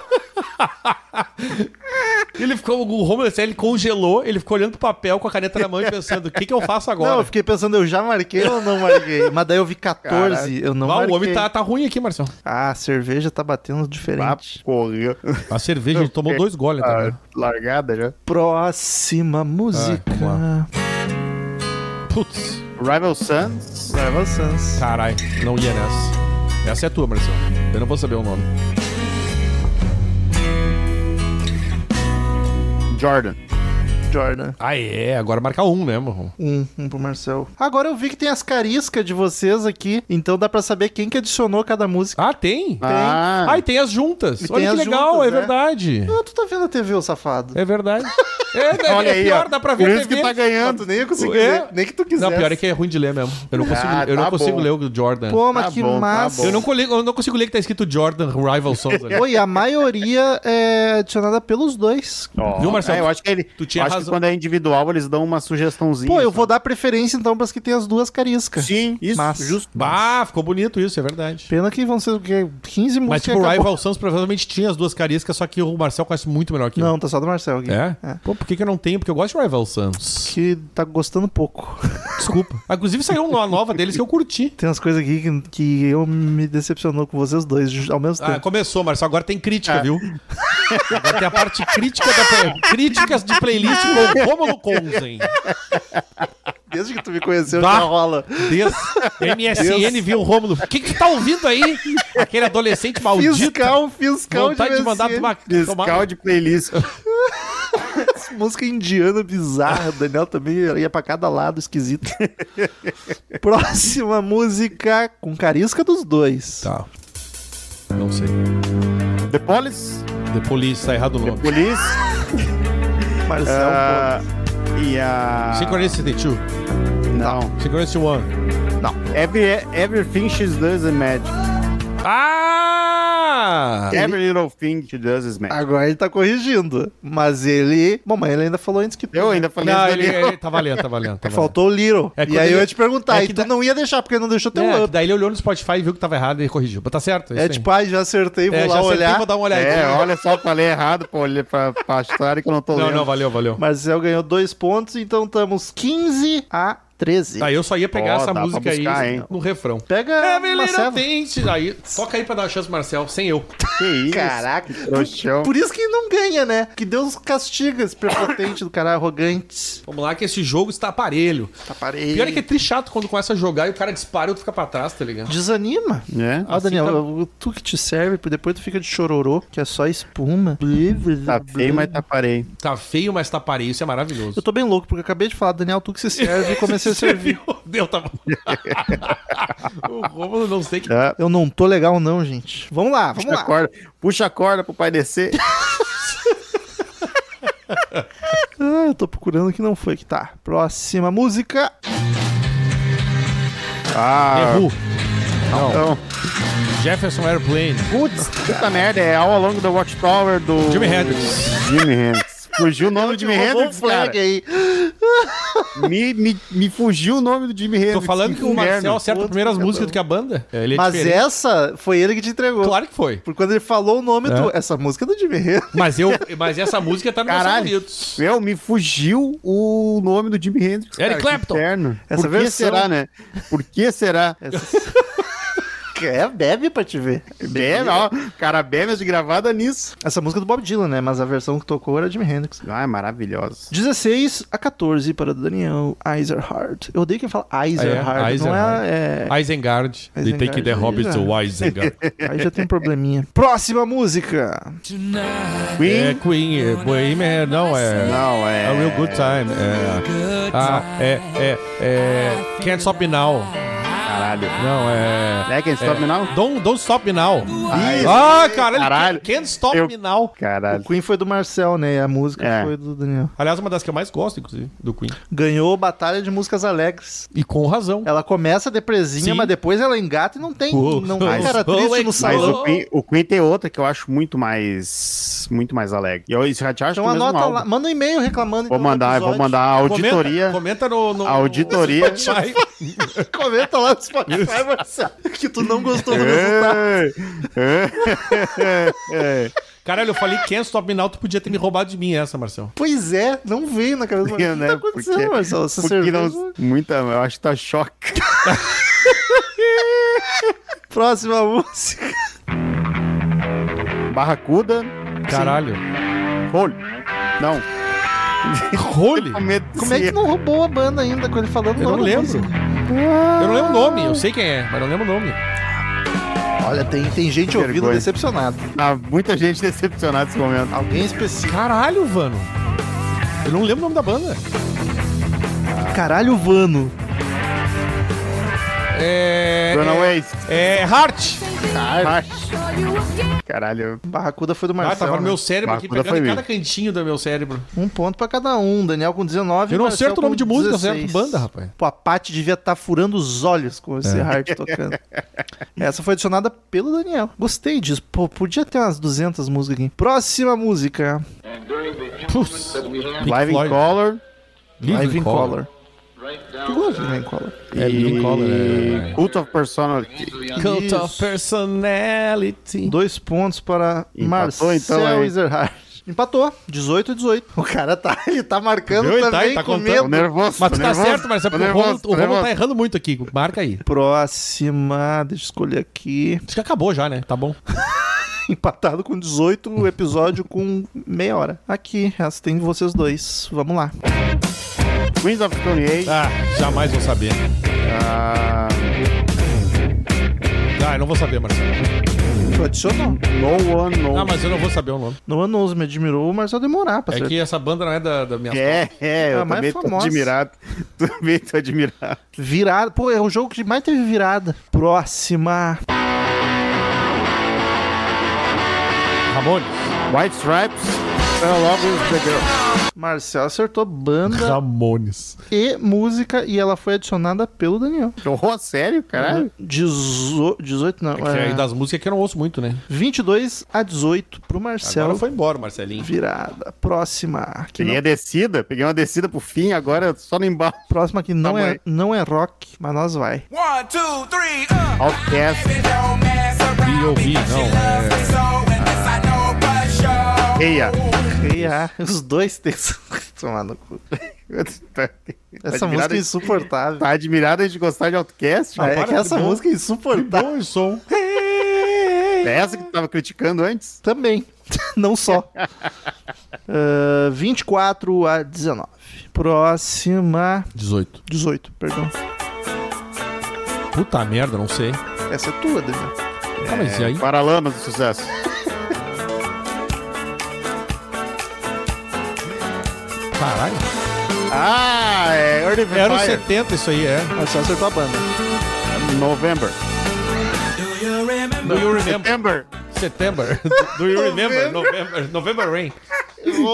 [SPEAKER 2] Ele ficou, o Romulo assim, ele congelou, ele ficou olhando pro papel com a caneta na mão e pensando, o que que eu faço
[SPEAKER 1] Não,
[SPEAKER 2] agora?
[SPEAKER 1] eu fiquei pensando, eu já marquei ou não marquei? Mas daí eu vi 14, eu não
[SPEAKER 2] Ah,
[SPEAKER 1] marquei.
[SPEAKER 2] o homem tá, tá ruim aqui, Marcelo.
[SPEAKER 1] Ah, a cerveja tá batendo diferente.
[SPEAKER 3] Ah, Correu.
[SPEAKER 2] A cerveja, ele tomou dois goles, tá
[SPEAKER 3] Ah,
[SPEAKER 2] ligado?
[SPEAKER 3] largada já.
[SPEAKER 1] Próxima música. Ah, é.
[SPEAKER 2] Putz,
[SPEAKER 3] Rival Sons.
[SPEAKER 1] Rival Sons.
[SPEAKER 2] caralho, não ia nessa. Essa é tua, Marcelo. Eu não vou saber o nome.
[SPEAKER 3] Jordan.
[SPEAKER 1] Jordan.
[SPEAKER 2] Ah, é, agora marca um, né, mano?
[SPEAKER 1] Um, um pro Marcel. Agora eu vi que tem as cariscas de vocês aqui, então dá pra saber quem que adicionou cada música.
[SPEAKER 2] Ah, tem?
[SPEAKER 3] Ah,
[SPEAKER 2] Ah, e tem as juntas.
[SPEAKER 1] E
[SPEAKER 2] Olha
[SPEAKER 1] tem
[SPEAKER 2] que
[SPEAKER 1] as
[SPEAKER 2] legal,
[SPEAKER 1] juntas,
[SPEAKER 2] é
[SPEAKER 1] né?
[SPEAKER 2] verdade.
[SPEAKER 1] Ah, tu tá vendo a TV, ô safado.
[SPEAKER 2] É verdade. É,
[SPEAKER 3] olha
[SPEAKER 2] é
[SPEAKER 3] aí,
[SPEAKER 2] pior,
[SPEAKER 3] ó.
[SPEAKER 2] dá pra ver
[SPEAKER 3] Por
[SPEAKER 2] a
[SPEAKER 3] isso que
[SPEAKER 2] TV.
[SPEAKER 3] tá ganhando, nem eu consegui
[SPEAKER 2] É.
[SPEAKER 3] ler, nem que tu quiser.
[SPEAKER 2] Não, pior é que é ruim de ler mesmo. Eu não consigo,
[SPEAKER 3] Ah,
[SPEAKER 2] eu não
[SPEAKER 3] tá
[SPEAKER 2] consigo
[SPEAKER 3] bom.
[SPEAKER 2] ler o Jordan.
[SPEAKER 1] Pô, mas
[SPEAKER 3] Tá
[SPEAKER 1] que
[SPEAKER 3] bom, tá
[SPEAKER 1] massa.
[SPEAKER 3] bom.
[SPEAKER 2] eu, não consigo, eu não consigo ler que tá escrito Jordan Rival Sons ali.
[SPEAKER 1] Oi, a maioria é adicionada pelos dois.
[SPEAKER 2] Viu, Marcelo?
[SPEAKER 3] É, eu acho que ele.
[SPEAKER 2] Tu tinha
[SPEAKER 3] acho
[SPEAKER 2] razão.
[SPEAKER 3] que quando é individual, eles dão uma sugestãozinha. assim.
[SPEAKER 1] Pô, eu
[SPEAKER 3] sabe?
[SPEAKER 1] vou dar preferência então pras que tem as duas cariscas.
[SPEAKER 3] Sim, isso,
[SPEAKER 1] Massa.
[SPEAKER 3] justo.
[SPEAKER 2] Bah, ficou bonito isso, é verdade.
[SPEAKER 1] Pena que vão ser o quê? 15 músicas.
[SPEAKER 2] Mas tipo,
[SPEAKER 1] e acabou.
[SPEAKER 2] Rival Sons provavelmente tinha as duas cariscas, só que o Marcel conhece muito melhor que eu.
[SPEAKER 1] Não, tá só do Marcel aqui.
[SPEAKER 2] É?
[SPEAKER 1] É.
[SPEAKER 2] Pô, por que, que eu não tenho? Porque eu gosto de Rival Sons.
[SPEAKER 1] Que tá gostando pouco.
[SPEAKER 2] Desculpa. Ah, Inclusive saiu uma nova deles que eu curti.
[SPEAKER 1] Tem umas coisas aqui que, que eu me decepcionou com vocês dois ju- ao mesmo
[SPEAKER 2] Ah,
[SPEAKER 1] tempo.
[SPEAKER 2] começou, Marcelo. Agora tem
[SPEAKER 3] Ah.
[SPEAKER 2] crítica, viu? Agora tem a parte crítica da play- críticas de playlist com o Rômulo Conzen.
[SPEAKER 1] Desde que tu me conheceu,
[SPEAKER 2] Bah.
[SPEAKER 1] já rola.
[SPEAKER 2] Deus. MSN viu o Rômulo. O que, que tu tá ouvindo aí? Aquele adolescente maldito.
[SPEAKER 1] Fiscal, fiscal
[SPEAKER 2] Vontade de mandar pra
[SPEAKER 1] vencer.
[SPEAKER 2] uma
[SPEAKER 3] Fiscal de playlist.
[SPEAKER 1] Música indiana bizarra. O Daniel também ia pra cada lado esquisito. Próxima música com carisca dos dois.
[SPEAKER 2] Tá. Não sei.
[SPEAKER 3] The Police.
[SPEAKER 2] The Police, tá errado o nome.
[SPEAKER 3] Police.
[SPEAKER 1] Marcel.
[SPEAKER 3] ah, e a.
[SPEAKER 2] Synchronicity 2.
[SPEAKER 3] Não.
[SPEAKER 2] Synchronicity 1.
[SPEAKER 3] Every, everything she does is magic.
[SPEAKER 2] Ah!
[SPEAKER 3] Every little thing she does is magic.
[SPEAKER 1] Agora ele tá corrigindo. Mas ele. Bom, mas ele ainda falou antes que. tu,
[SPEAKER 3] Eu
[SPEAKER 1] né?
[SPEAKER 3] ainda falei
[SPEAKER 2] Não,
[SPEAKER 3] isso
[SPEAKER 2] ele,
[SPEAKER 3] Daniel.
[SPEAKER 2] ele tá valendo, tá valendo. Tá valendo.
[SPEAKER 1] Faltou o Little.
[SPEAKER 2] É
[SPEAKER 1] e
[SPEAKER 2] quando
[SPEAKER 1] aí eu
[SPEAKER 2] ele-
[SPEAKER 1] ia te perguntar.
[SPEAKER 2] é
[SPEAKER 1] e
[SPEAKER 2] que
[SPEAKER 1] tu
[SPEAKER 2] dá-
[SPEAKER 1] não ia deixar, porque não deixou teu
[SPEAKER 2] É,
[SPEAKER 1] um up.
[SPEAKER 2] daí ele olhou no Spotify e viu que tava errado e corrigiu. Mas tá certo. isso
[SPEAKER 1] É
[SPEAKER 2] aí.
[SPEAKER 1] tipo, ah, já acertei, vou
[SPEAKER 2] É,
[SPEAKER 1] lá
[SPEAKER 2] já acertei,
[SPEAKER 1] olhar.
[SPEAKER 2] vou dar uma olhada.
[SPEAKER 3] É, olha só, eu falei errado pra, olhar- pra, pra acharem que eu não tô
[SPEAKER 2] não,
[SPEAKER 3] lendo.
[SPEAKER 2] não, valeu, valeu.
[SPEAKER 1] Marcel ganhou dois pontos, então estamos 15 a 13.
[SPEAKER 2] Aí É, eu só ia pegar
[SPEAKER 3] Ó,
[SPEAKER 2] essa
[SPEAKER 3] dá pra
[SPEAKER 2] música
[SPEAKER 3] buscar,
[SPEAKER 2] aí
[SPEAKER 3] hein?
[SPEAKER 2] no refrão.
[SPEAKER 1] Pega uma
[SPEAKER 2] Evelina
[SPEAKER 1] ceva.
[SPEAKER 2] Tente. Aí, toca aí pra dar uma chance, Marcel, sem eu.
[SPEAKER 3] Que isso?
[SPEAKER 1] Caraca,
[SPEAKER 3] Trouxão.
[SPEAKER 1] Por isso que não ganha, né? Que Deus castiga esse prepotente do cara arrogante.
[SPEAKER 2] Vamos lá, que esse jogo está aparelho.
[SPEAKER 1] Tá parei.
[SPEAKER 2] Pior é que é trichato quando começa a jogar e o cara dispara e o outro fica pra trás, tá ligado?
[SPEAKER 1] Desanima.
[SPEAKER 3] Né?
[SPEAKER 1] Ó, Daniel, eu- tu que te serve, porque depois tu fica de chororô, que é só espuma. Blá, blá,
[SPEAKER 3] Tá
[SPEAKER 1] blá.
[SPEAKER 3] feio, mas tá parei.
[SPEAKER 2] Tá feio, mas tá parelho. Isso é maravilhoso.
[SPEAKER 1] Eu tô bem louco, porque eu acabei de falar, Daniel, tu que se serve, e comecei a servir.
[SPEAKER 2] Deu, tá bom. o Rômulo não sei que.
[SPEAKER 3] Tá.
[SPEAKER 1] Eu não tô legal, não, gente. Vamos lá, vamos
[SPEAKER 3] Puxa a
[SPEAKER 1] lá.
[SPEAKER 3] corda, puxa a corda pro pai descer.
[SPEAKER 1] Ah, eu tô procurando que não foi que tá. Próxima música.
[SPEAKER 3] Ah,
[SPEAKER 2] Errou.
[SPEAKER 3] então.
[SPEAKER 2] Jefferson Airplane.
[SPEAKER 3] Putz, puta merda, é All Along the Watchtower do.
[SPEAKER 2] Jimi Hendrix.
[SPEAKER 3] Jimi Hendrix. Fugiu o nome do Jimi
[SPEAKER 1] Roubou um
[SPEAKER 3] Hendrix,
[SPEAKER 1] flag
[SPEAKER 3] cara.
[SPEAKER 1] aí.
[SPEAKER 3] Me, me, me fugiu o nome do Jimi Hendrix.
[SPEAKER 2] Tô falando que o Marcel
[SPEAKER 3] inferno.
[SPEAKER 2] acerta primeiro as músicas do que a banda. É, Ele é
[SPEAKER 1] Mas
[SPEAKER 2] diferente.
[SPEAKER 1] essa foi ele que te entregou.
[SPEAKER 2] Claro que foi.
[SPEAKER 1] Porque quando ele falou o nome do. Essa música é do Jimmy Hendrix.
[SPEAKER 2] Mas, eu, mas essa música tá no meus
[SPEAKER 3] Caralho.
[SPEAKER 2] favoritos.
[SPEAKER 3] Meu, me fugiu o nome do Jimi
[SPEAKER 2] Eric
[SPEAKER 3] Hendrix. cara, que
[SPEAKER 2] Clapton.
[SPEAKER 3] inferno.
[SPEAKER 1] Essa
[SPEAKER 3] Por que
[SPEAKER 1] versão-
[SPEAKER 3] será, né? Por que será?
[SPEAKER 1] É, bebe pra te ver.
[SPEAKER 3] É Bebe, ó. Cara, bebe de gravada nisso.
[SPEAKER 1] Essa música é do Bob Dylan, né? Mas a versão que tocou era Jimi Hendrix.
[SPEAKER 3] Ah, é maravilhoso.
[SPEAKER 1] 16 a 14 para o Daniel Eiserhard. Eu odeio quem fala
[SPEAKER 2] Ah, é,
[SPEAKER 1] Eiserhard, não
[SPEAKER 2] Eisenhard.
[SPEAKER 1] é, é-
[SPEAKER 2] Isengard. They
[SPEAKER 1] Isengard.
[SPEAKER 2] take the hobbits to Isengard.
[SPEAKER 1] Aí já tem um probleminha. Próxima música.
[SPEAKER 7] Tonight,
[SPEAKER 2] É
[SPEAKER 3] Queen.
[SPEAKER 2] Queen, é Bohemian, não, é...
[SPEAKER 3] Não, é.
[SPEAKER 2] A Real Good Time, é...
[SPEAKER 7] good
[SPEAKER 2] Ah,
[SPEAKER 7] time.
[SPEAKER 2] é, é, é... Can't Stop Me Now.
[SPEAKER 3] Caralho.
[SPEAKER 2] Não, é...
[SPEAKER 3] É que stop me now?
[SPEAKER 2] Don't, don't Stop Me Now.
[SPEAKER 3] Isso.
[SPEAKER 2] Ah, caralho,
[SPEAKER 3] Caralho.
[SPEAKER 2] Can't Stop
[SPEAKER 3] Eu-
[SPEAKER 2] Me Now.
[SPEAKER 1] O
[SPEAKER 3] Caralho.
[SPEAKER 1] Queen foi do Marcel, né? E a música
[SPEAKER 3] É.
[SPEAKER 1] foi do Daniel.
[SPEAKER 2] Aliás, uma das que eu mais gosto, inclusive, do Queen.
[SPEAKER 1] Ganhou Batalha de Músicas Alegres.
[SPEAKER 2] E com razão.
[SPEAKER 1] Ela começa depresinha,
[SPEAKER 2] Sim.
[SPEAKER 1] mas depois ela engata e não tem.
[SPEAKER 2] Uou.
[SPEAKER 1] Não Então tem
[SPEAKER 2] Mas-
[SPEAKER 1] cara
[SPEAKER 2] Uou,
[SPEAKER 1] triste no
[SPEAKER 2] mas
[SPEAKER 3] Mas
[SPEAKER 1] salão.
[SPEAKER 3] o Queen, o Queen tem outra que eu acho muito mais. Muito mais alegre. E eu isso já te acho
[SPEAKER 1] Então
[SPEAKER 3] que é o mesmo
[SPEAKER 1] anota
[SPEAKER 3] álbum.
[SPEAKER 1] lá. Manda um e-mail reclamando. então,
[SPEAKER 3] Vou
[SPEAKER 1] do
[SPEAKER 3] mandar, vou
[SPEAKER 1] episódio.
[SPEAKER 3] mandar a
[SPEAKER 2] Comenta-
[SPEAKER 3] auditoria.
[SPEAKER 2] Comenta no... no
[SPEAKER 3] A auditoria.
[SPEAKER 2] Spotify.
[SPEAKER 1] Comenta lá no Spotify,
[SPEAKER 3] né,
[SPEAKER 1] Marcelo, que tu não gostou do resultado.
[SPEAKER 3] É, é, é.
[SPEAKER 2] Caralho, eu falei Can't Stop Me Now, tu podia ter me roubado de mim essa, Marcel.
[SPEAKER 1] Pois é, não veio na cabeça. Mas O que
[SPEAKER 3] né?
[SPEAKER 1] tá acontecendo,
[SPEAKER 3] Porque-
[SPEAKER 1] Marcelo? Essa
[SPEAKER 3] porque não-
[SPEAKER 1] cerveja-
[SPEAKER 3] muita, eu acho que tá choque.
[SPEAKER 1] Próxima música.
[SPEAKER 3] Barracuda,
[SPEAKER 2] Caralho.
[SPEAKER 3] rolho. Não,
[SPEAKER 2] Role?
[SPEAKER 3] com medo de
[SPEAKER 1] Como é que
[SPEAKER 3] ser.
[SPEAKER 1] não roubou a banda ainda com ele falando
[SPEAKER 2] Eu não
[SPEAKER 1] nome da
[SPEAKER 2] lembro.
[SPEAKER 1] música?
[SPEAKER 2] Eu não lembro o nome, eu sei quem é, mas não lembro o nome.
[SPEAKER 1] Olha, tem, tem gente ouvindo
[SPEAKER 3] vergonha.
[SPEAKER 1] decepcionada.
[SPEAKER 3] Tá muita gente decepcionada nesse momento.
[SPEAKER 1] Alguém específico.
[SPEAKER 2] Caralho, Vano. Eu não lembro o nome da banda.
[SPEAKER 1] Caralho, Vano.
[SPEAKER 2] É.
[SPEAKER 3] Dona Waze.
[SPEAKER 2] É. Heart.
[SPEAKER 3] Mas- Caralho.
[SPEAKER 1] Barracuda foi do
[SPEAKER 2] Ah,
[SPEAKER 1] Marcelo.
[SPEAKER 2] tava no
[SPEAKER 1] né?
[SPEAKER 2] meu cérebro aqui,
[SPEAKER 3] Barracuda
[SPEAKER 2] pegando em
[SPEAKER 3] é, foi
[SPEAKER 2] cada cantinho do meu cérebro.
[SPEAKER 1] Um ponto pra cada um. Daniel com 19.
[SPEAKER 2] Eu não
[SPEAKER 1] Marcel
[SPEAKER 2] acerto o nome
[SPEAKER 1] com
[SPEAKER 2] de música, eu
[SPEAKER 1] 16.
[SPEAKER 2] acerto banda, rapaz. É.
[SPEAKER 1] Pô, a Paty devia estar furando os olhos com esse heart tocando. Essa foi adicionada pelo Daniel. Gostei disso. Pô, podia ter umas 200 músicas aqui. Próxima música.
[SPEAKER 2] Putz. Pink
[SPEAKER 3] Live in
[SPEAKER 2] Floyd.
[SPEAKER 3] Color
[SPEAKER 1] Live in
[SPEAKER 2] Color.
[SPEAKER 1] Color. Eu gosto de Live in Color.
[SPEAKER 3] e
[SPEAKER 2] É, Live in Color, é.
[SPEAKER 3] Cult of Personality.
[SPEAKER 2] Cult of
[SPEAKER 1] Isso.
[SPEAKER 2] Personality.
[SPEAKER 1] Dois pontos para
[SPEAKER 3] Empatou,
[SPEAKER 1] Marcel
[SPEAKER 3] então, hein?
[SPEAKER 1] Ezerhard. Empatou. 18 a 18. O cara tá, ele tá marcando
[SPEAKER 2] Viu? Ele tá-
[SPEAKER 1] também
[SPEAKER 2] ele tá
[SPEAKER 1] com
[SPEAKER 2] contando.
[SPEAKER 3] Tô
[SPEAKER 1] medo.
[SPEAKER 3] nervoso.
[SPEAKER 2] Mas
[SPEAKER 3] tô
[SPEAKER 2] tu tá
[SPEAKER 3] nervoso,
[SPEAKER 2] certo, Marcelo,
[SPEAKER 3] tô
[SPEAKER 2] porque o
[SPEAKER 3] nervoso,
[SPEAKER 2] Romulo,
[SPEAKER 3] tô
[SPEAKER 2] o Romulo tá
[SPEAKER 3] nervoso.
[SPEAKER 2] errando muito aqui. Marca aí.
[SPEAKER 1] Próxima, deixa eu escolher aqui.
[SPEAKER 2] Acho que acabou já, né? Tá bom.
[SPEAKER 1] Empatado com 18, o episódio com meia hora. Aqui, essa tem vocês dois. Vamos lá.
[SPEAKER 2] tá-
[SPEAKER 3] Queens of Stone Age.
[SPEAKER 2] Ah, jamais vou saber. Tá.
[SPEAKER 3] ah,
[SPEAKER 2] Ah, eu não vou saber, Marcelo.
[SPEAKER 1] Tu adicionou.
[SPEAKER 3] no One No.
[SPEAKER 2] Ah, mas eu não vou saber o nome.
[SPEAKER 1] No Anoso me admirou, mas só demorar pra
[SPEAKER 2] É
[SPEAKER 1] ser.
[SPEAKER 2] que essa banda não é da, da minha.
[SPEAKER 3] Tá É, é,
[SPEAKER 1] É a
[SPEAKER 3] eu
[SPEAKER 1] mais
[SPEAKER 3] também tô
[SPEAKER 1] famosa.
[SPEAKER 3] admirado. Também tô admirado.
[SPEAKER 1] Virada. Pô, é o jogo que mais teve virada. Próxima.
[SPEAKER 2] Ramones.
[SPEAKER 3] White Stripes, Fell Love with the Girl.
[SPEAKER 1] Marcel acertou banda
[SPEAKER 2] Ramones.
[SPEAKER 1] e música e ela foi adicionada pelo Daniel.
[SPEAKER 3] Oh, sério,
[SPEAKER 2] Uhum.
[SPEAKER 3] caralho?
[SPEAKER 1] Dezo- 18, não.
[SPEAKER 2] É que
[SPEAKER 1] é,
[SPEAKER 2] aí das músicas que eu não ouço muito, né?
[SPEAKER 1] 22 a 18 pro
[SPEAKER 2] Agora
[SPEAKER 1] Marcel.
[SPEAKER 2] foi embora, Marcelinho.
[SPEAKER 1] Virada. Próxima. Que
[SPEAKER 3] Peguei
[SPEAKER 1] não,
[SPEAKER 3] a descida, peguei uma descida pro fim, agora só no embalo.
[SPEAKER 1] próxima que
[SPEAKER 2] Tá
[SPEAKER 1] não
[SPEAKER 3] Calma
[SPEAKER 1] é,
[SPEAKER 3] aí.
[SPEAKER 1] não é rock, mas nós vai.
[SPEAKER 5] One, two, three, uh.
[SPEAKER 3] Outcast,
[SPEAKER 2] B.O.B., não, é-
[SPEAKER 3] Eia.
[SPEAKER 1] E ah, os dois textos. Tomar no cu. Essa
[SPEAKER 3] Tá
[SPEAKER 1] música
[SPEAKER 3] admirado
[SPEAKER 1] é
[SPEAKER 3] de-
[SPEAKER 1] insuportável.
[SPEAKER 3] Tá admirado a gente gostar de Outcast?
[SPEAKER 1] Ah, é
[SPEAKER 2] tá para,
[SPEAKER 1] que essa
[SPEAKER 2] que bom.
[SPEAKER 1] música é
[SPEAKER 3] Tá.
[SPEAKER 1] insuportável
[SPEAKER 2] Bom um som.
[SPEAKER 3] É essa que tu tava criticando antes?
[SPEAKER 1] também. Não só. Ah, 24 a 19. Próxima.
[SPEAKER 2] 18.
[SPEAKER 1] 18, perdão.
[SPEAKER 2] Puta merda, não sei.
[SPEAKER 1] Essa é tua, Daniel.
[SPEAKER 2] Ah, mas e aí?
[SPEAKER 3] Paralamas do sucesso.
[SPEAKER 2] Caralho.
[SPEAKER 3] Ah, é Earth and
[SPEAKER 2] Era os
[SPEAKER 3] Fire,
[SPEAKER 2] 70 isso aí, é.
[SPEAKER 1] Marcel acertou a banda.
[SPEAKER 3] November.
[SPEAKER 2] Do you remember?
[SPEAKER 3] November.
[SPEAKER 2] September. Do you remember? November. November Rain.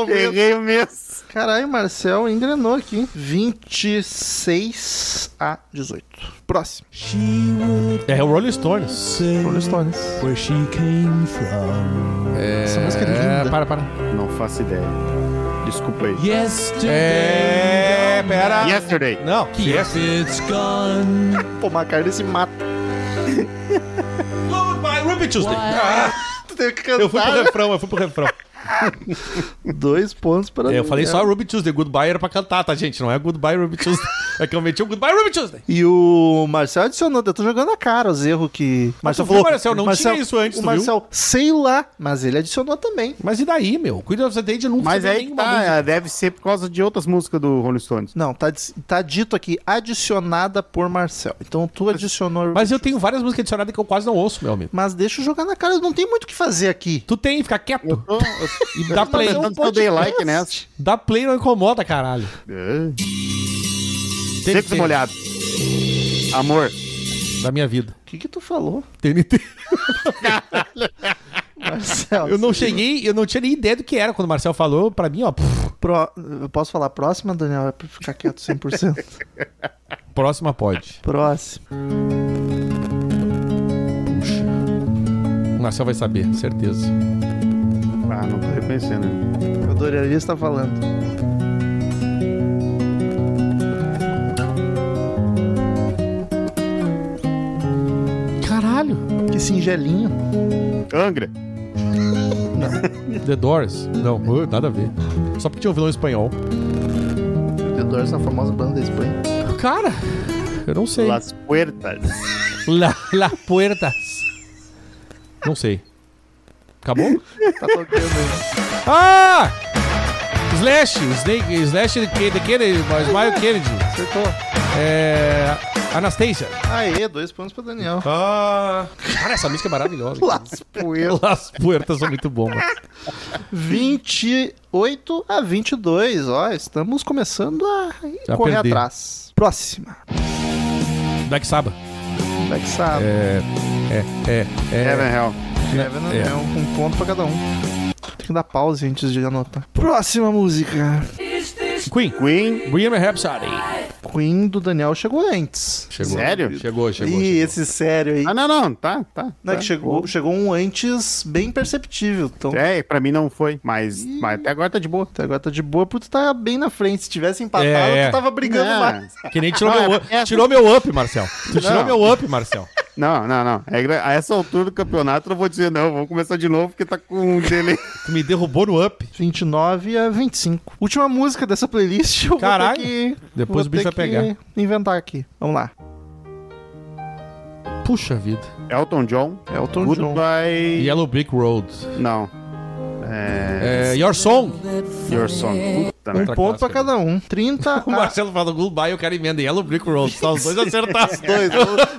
[SPEAKER 3] Errei o mês.
[SPEAKER 1] Caralho, Marcel engrenou aqui. hein? 26 a 18. Próximo.
[SPEAKER 2] É o Rolling Stones.
[SPEAKER 1] Rolling Stones. Essa música é linda.
[SPEAKER 2] para, para.
[SPEAKER 3] Não faço ideia. Desculpa aí.
[SPEAKER 2] É, pera.
[SPEAKER 3] Yesterday.
[SPEAKER 2] Não, que yes.
[SPEAKER 1] Pô, Macarne se mata.
[SPEAKER 2] My Ruby Tuesday. Ah,
[SPEAKER 1] Tu teve que
[SPEAKER 2] eu fui pro
[SPEAKER 1] cantar. né?
[SPEAKER 2] refrão, eu fui pro refrão.
[SPEAKER 1] Dois pontos para
[SPEAKER 2] É, eu
[SPEAKER 1] Daniel.
[SPEAKER 2] falei só Ruby Tuesday. Goodbye era pra cantar, tá, gente? Não é Goodbye Ruby Tuesday. É que eu meti o Goodbye Ruby Tuesday.
[SPEAKER 1] E o Marcel adicionou, eu tô jogando a cara os erros que. Marcel
[SPEAKER 2] tu viu, Marcel? Não tinha isso antes,
[SPEAKER 1] O
[SPEAKER 2] tu viu?
[SPEAKER 1] Marcel, sei lá, mas ele adicionou também.
[SPEAKER 2] Mas e daí, meu? Cuida of the Dead nunca
[SPEAKER 3] Mas
[SPEAKER 1] é
[SPEAKER 2] teve
[SPEAKER 3] aí que
[SPEAKER 2] nenhuma
[SPEAKER 3] tá,
[SPEAKER 2] música.
[SPEAKER 3] ela deve ser por causa de outras músicas do Rolling Stones.
[SPEAKER 1] Não, tá, dis- tá dito aqui, adicionada por Marcel. Então tu adicionou. Mas,
[SPEAKER 2] Mas eu tenho várias músicas adicionadas que eu quase não ouço, meu amigo.
[SPEAKER 1] deixa eu jogar na cara, não tem muito o que fazer aqui.
[SPEAKER 2] Tu tem, fica quieto.
[SPEAKER 3] Tô-
[SPEAKER 2] E dá play. É um
[SPEAKER 3] Eu não dei like nessa.
[SPEAKER 2] Dá play não incomoda, caralho. Tem
[SPEAKER 3] Sempre molhado. Amor.
[SPEAKER 2] Da minha vida.
[SPEAKER 1] O que que tu falou?
[SPEAKER 2] TNT.
[SPEAKER 1] Marcel.
[SPEAKER 2] Eu não cheguei, eu não tinha nem ideia do que era quando o Marcel falou pra mim, ó. pff,
[SPEAKER 1] Pro- Eu posso falar a próxima, Daniel? É pra ficar quieto 100%.
[SPEAKER 2] Próxima pode.
[SPEAKER 1] próxima.
[SPEAKER 2] Puxa. O Marcel vai saber, certeza.
[SPEAKER 3] Ah, não tô reconhecendo.
[SPEAKER 1] Eu adoraria estar falando.
[SPEAKER 2] Caralho.
[SPEAKER 1] Que singelinho.
[SPEAKER 3] Angra.
[SPEAKER 2] The Doors? Não, uh, nada a ver. Só porque tinha um vilão espanhol.
[SPEAKER 1] The Doors é a famosa banda da Espanha.
[SPEAKER 2] Cara, eu não sei.
[SPEAKER 3] Las Puertas.
[SPEAKER 2] La, la Puertas. Não sei. Acabou?
[SPEAKER 1] Tá tocando.
[SPEAKER 2] Ah! Slash, Snake, Slash de Ken- de Kennedy, mas Mario Kennedy.
[SPEAKER 1] Acertou.
[SPEAKER 2] É. Anastasia.
[SPEAKER 1] Aê, dois pontos pro Daniel.
[SPEAKER 2] Ah! Cara, essa música é maravilhosa.
[SPEAKER 1] Las Puertas.
[SPEAKER 2] Las Puertas são muito bom, mano.
[SPEAKER 1] 28 a 22. Ó, estamos começando a
[SPEAKER 2] Já
[SPEAKER 1] correr
[SPEAKER 2] perdi.
[SPEAKER 1] atrás. Próxima.
[SPEAKER 2] Black Sabbath.
[SPEAKER 1] Black Sabbath.
[SPEAKER 2] É. É, é,
[SPEAKER 3] É,
[SPEAKER 2] é.
[SPEAKER 3] na real.
[SPEAKER 1] Kevin
[SPEAKER 2] é.
[SPEAKER 1] é um um ponto pra cada um. Tem que dar pause antes de anotar. Próxima música.
[SPEAKER 2] Queen.
[SPEAKER 3] Queen.
[SPEAKER 2] Brian Rhapsody.
[SPEAKER 1] Queen do Daniel chegou antes.
[SPEAKER 2] Chegou.
[SPEAKER 3] Sério?
[SPEAKER 2] Chegou, chegou.
[SPEAKER 1] Ih,
[SPEAKER 2] chegou.
[SPEAKER 1] esse sério aí.
[SPEAKER 3] Ah, não, não. Tá, tá.
[SPEAKER 1] Não, é
[SPEAKER 3] tá.
[SPEAKER 1] que chegou, chegou um antes bem perceptível. Então,
[SPEAKER 3] É, pra mim não foi. Mas, mas até agora tá de boa.
[SPEAKER 1] até agora tá de boa, porque tu tá bem na frente. Se tivesse empatado,
[SPEAKER 2] É, é.
[SPEAKER 1] tu tava brigando
[SPEAKER 3] Não.
[SPEAKER 1] mais.
[SPEAKER 2] Que nem tirou
[SPEAKER 3] Não,
[SPEAKER 2] meu
[SPEAKER 3] é
[SPEAKER 2] up.
[SPEAKER 3] porque essa-
[SPEAKER 2] Tirou meu up, Marcel. Tu tirou
[SPEAKER 3] Não.
[SPEAKER 2] meu up, Marcel.
[SPEAKER 3] Não, não, não. É que a essa altura do campeonato eu não vou dizer não. Vamos começar de novo porque tá com um delay.
[SPEAKER 2] Tu me derrubou no up.
[SPEAKER 1] 29 a 25. Última música dessa playlist. Eu
[SPEAKER 2] Caralho.
[SPEAKER 1] Vou ter que,
[SPEAKER 2] Depois
[SPEAKER 1] vou
[SPEAKER 2] o bicho
[SPEAKER 1] ter
[SPEAKER 2] vai
[SPEAKER 1] que Inventar aqui. Vamos lá.
[SPEAKER 2] Puxa vida.
[SPEAKER 3] Elton John.
[SPEAKER 1] Elton John.
[SPEAKER 3] Goodbye.
[SPEAKER 2] Yellow Brick Road.
[SPEAKER 3] Não. É.
[SPEAKER 2] É, your Song.
[SPEAKER 3] Your Song. Puta, né?
[SPEAKER 1] Um ponto pra
[SPEAKER 2] clássica,
[SPEAKER 1] cada um. 30
[SPEAKER 2] O
[SPEAKER 1] a
[SPEAKER 2] Marcelo fala goodbye e o cara emenda Yellow Brick Road. Só os dois acertaram.
[SPEAKER 1] dois.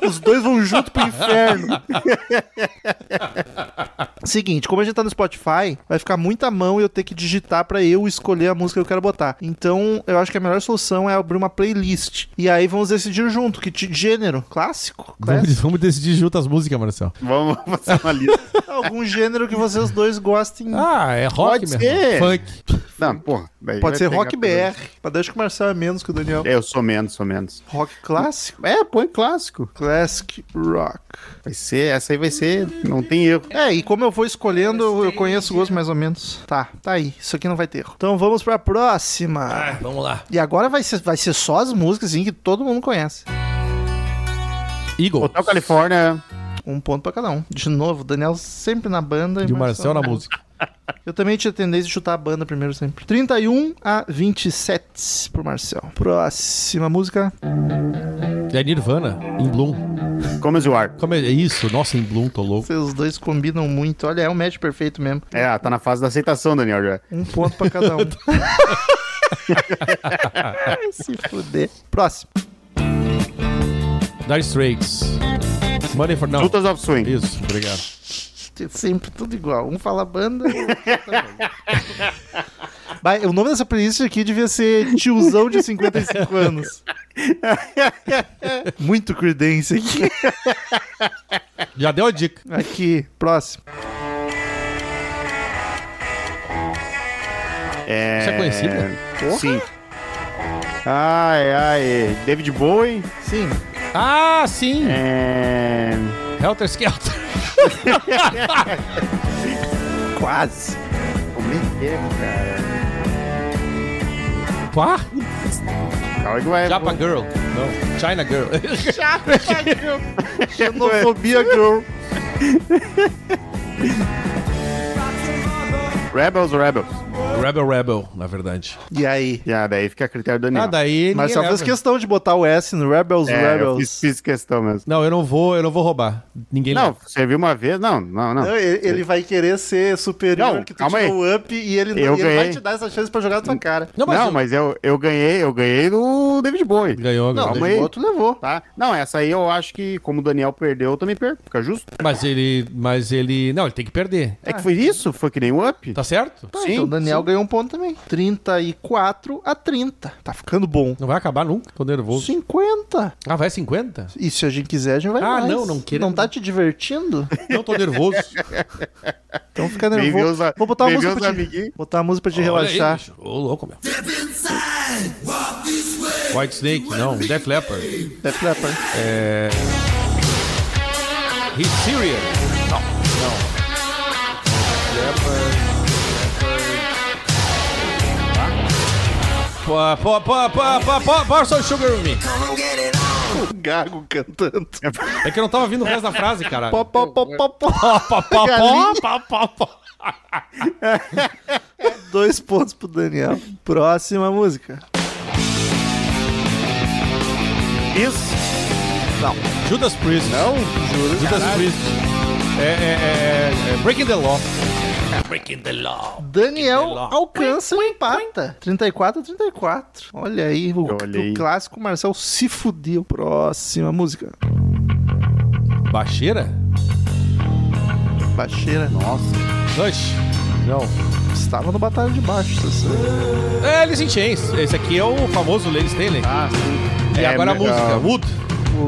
[SPEAKER 1] o- Os dois vão junto pro inferno. Seguinte, como a gente tá no Spotify, vai ficar muita mão e eu ter que digitar pra eu escolher a música que eu quero botar. Então, eu acho que a melhor solução é abrir uma playlist. E aí vamos decidir junto que ti- gênero clássico,
[SPEAKER 2] Vamos,
[SPEAKER 1] clássico.
[SPEAKER 2] vamos decidir junto as músicas, Marcel.
[SPEAKER 3] Vamos fazer uma lista.
[SPEAKER 1] algum gênero que vocês dois gostem.
[SPEAKER 2] Ah, é rock
[SPEAKER 3] Pode
[SPEAKER 2] mesmo.
[SPEAKER 3] ser.
[SPEAKER 2] Funk.
[SPEAKER 3] Não, porra. daí
[SPEAKER 1] Pode
[SPEAKER 3] vai
[SPEAKER 1] ser
[SPEAKER 3] pegar
[SPEAKER 1] rock
[SPEAKER 3] tudo.
[SPEAKER 1] BR, mas deixa que o Marcel é menos que o Daniel.
[SPEAKER 3] Eu sou menos, sou menos.
[SPEAKER 1] Rock clássico,
[SPEAKER 3] É, põe clássico.
[SPEAKER 1] classic rock.
[SPEAKER 3] Vai ser, essa aí vai ser, não tem erro.
[SPEAKER 1] É, e como eu vou escolhendo, eu- eu conheço o gosto mais ou menos. Tá, tá aí. Isso aqui não vai ter erro. Então vamos pra próxima.
[SPEAKER 2] Vamos lá.
[SPEAKER 1] E agora vai ser, vai ser só as músicas assim, que todo mundo conhece.
[SPEAKER 2] Eagle.
[SPEAKER 3] Hotel Califórnia,
[SPEAKER 1] Um ponto pra cada um. De novo, o Daniel sempre na banda.
[SPEAKER 2] E o Marcel na música.
[SPEAKER 1] Eu também tinha tendência de chutar a banda primeiro sempre. 31 a 27 pro Marcel. Próxima música.
[SPEAKER 2] É Nirvana, em Bloom.
[SPEAKER 3] Como You Are.
[SPEAKER 2] Como é é isso? Nossa, em Bloom, tô louco.
[SPEAKER 1] Vocês dois combinam muito. Olha, é um match perfeito mesmo.
[SPEAKER 3] É, tá na fase da aceitação, Daniel. É, já.
[SPEAKER 1] Um ponto pra cada um. Se fuder. Próximo.
[SPEAKER 2] Dire Straits. Money for Now.
[SPEAKER 3] Frutas of
[SPEAKER 1] assim.
[SPEAKER 3] Swing.
[SPEAKER 2] Isso, obrigado.
[SPEAKER 1] Sempre tudo igual. Um fala banda. o outro também. Mas o nome dessa playlist aqui devia ser Tiozão de 55 anos. Muito credência aqui.
[SPEAKER 2] Já deu a dica.
[SPEAKER 1] Aqui, próximo.
[SPEAKER 3] É...
[SPEAKER 2] Isso é conhecido?
[SPEAKER 3] Sim. Ai, ai. David Bowie.
[SPEAKER 1] Sim.
[SPEAKER 2] Ah, sim!
[SPEAKER 3] É...
[SPEAKER 2] Helter Skelter.
[SPEAKER 1] Quase.
[SPEAKER 3] Como é que é, cara?
[SPEAKER 2] Quá?
[SPEAKER 3] Calma que vai...
[SPEAKER 2] Japa Girl. Não. China Girl.
[SPEAKER 1] Xenofobia Girl.
[SPEAKER 3] Rebels, Rebels.
[SPEAKER 2] Rebel Rebel, na verdade.
[SPEAKER 1] E aí?
[SPEAKER 3] Já, daí fica a critério do Daniel.
[SPEAKER 2] Ah, daí.
[SPEAKER 1] Mas só
[SPEAKER 2] ninguém
[SPEAKER 1] fez
[SPEAKER 2] leva.
[SPEAKER 1] questão de botar o S no Rebels
[SPEAKER 3] é, eu
[SPEAKER 1] Rebels.
[SPEAKER 3] fiz, fiz questão mesmo.
[SPEAKER 2] Não, eu não vou, eu não vou roubar. Ninguém
[SPEAKER 3] Não,
[SPEAKER 2] leva.
[SPEAKER 3] você viu uma vez? Não, não, não.
[SPEAKER 1] Não, ele, ele vai querer ser superior
[SPEAKER 3] Não,
[SPEAKER 1] que tu
[SPEAKER 3] calma aí.
[SPEAKER 1] tirou o up e ele,
[SPEAKER 3] Eu
[SPEAKER 1] e ele vai
[SPEAKER 3] ganhei.
[SPEAKER 1] te dar essa chance pra jogar na tua cara.
[SPEAKER 2] Não,
[SPEAKER 3] não, mas eu, eu ganhei, eu ganhei do David Bowie.
[SPEAKER 1] Não,
[SPEAKER 2] Ganhou, ganhou.
[SPEAKER 3] calma
[SPEAKER 1] o
[SPEAKER 3] aí.
[SPEAKER 1] outro levou.
[SPEAKER 3] Tá? Não, essa aí eu acho que, como o Daniel perdeu, eu também perco, fica justo.
[SPEAKER 2] Mas ele. Mas ele. Não, ele tem que perder.
[SPEAKER 3] É que foi isso? Foi que nem o Up?
[SPEAKER 2] Tá certo?
[SPEAKER 1] Tá, então o Daniel ganhou um ponto também. 34 a 30. Tá ficando bom.
[SPEAKER 2] Não vai acabar nunca. Tô nervoso.
[SPEAKER 1] 50.
[SPEAKER 2] Ah, vai 50?
[SPEAKER 1] E se a gente quiser, a gente vai
[SPEAKER 2] Ah,
[SPEAKER 1] mais.
[SPEAKER 2] não, não queremos.
[SPEAKER 1] Não tá te divertindo?
[SPEAKER 2] Não tô nervoso.
[SPEAKER 1] Então fica
[SPEAKER 3] Vem ver
[SPEAKER 1] nervoso.
[SPEAKER 3] os a-
[SPEAKER 1] Vou botar uma
[SPEAKER 3] vem ver
[SPEAKER 1] música
[SPEAKER 3] os
[SPEAKER 1] pra te...
[SPEAKER 3] amiguinhos.
[SPEAKER 1] Botar uma música pra te
[SPEAKER 2] Olha
[SPEAKER 1] relaxar.
[SPEAKER 2] aí, bicho. Ô, louco, meu. White Snake, não. Death Leopard.
[SPEAKER 1] Def Leppard.
[SPEAKER 2] Heat Syria. Não, não. Leopard. Leopard. Pá, pá, pá, pá, pá, pá, pá, so sugar with me.
[SPEAKER 6] Come and get it on.
[SPEAKER 1] o gago cantando.
[SPEAKER 2] É que eu não tava ouvindo o resto da frase, cara.
[SPEAKER 1] Pó, pó, pó, pó, pó.
[SPEAKER 2] Pó, pó, pó,
[SPEAKER 1] Galinha.
[SPEAKER 2] pó, pó, pó.
[SPEAKER 1] Dois pontos pro Daniel. Próxima música.
[SPEAKER 3] Isso.
[SPEAKER 2] Judas Priest.
[SPEAKER 3] Não, juro.
[SPEAKER 2] Judas Priest. É, é, é, é Breaking the Law.
[SPEAKER 1] Daniel
[SPEAKER 2] Beleza.
[SPEAKER 1] alcança e empata. 34 a 34. Olha aí, o,
[SPEAKER 3] Eu olhei.
[SPEAKER 1] o clássico Marcel se fudeu. Próxima música.
[SPEAKER 2] Baixeira?
[SPEAKER 1] Baixeira. Nossa.
[SPEAKER 2] Rush. Não.
[SPEAKER 1] Estava no Batalha de Baixo. tá você sabe.
[SPEAKER 2] É, Alice in Chains. Esse aqui é o famoso Lady Stanley.
[SPEAKER 3] Ah, sim.
[SPEAKER 2] e agora a
[SPEAKER 3] me-
[SPEAKER 2] música,
[SPEAKER 3] ah,
[SPEAKER 2] Wood.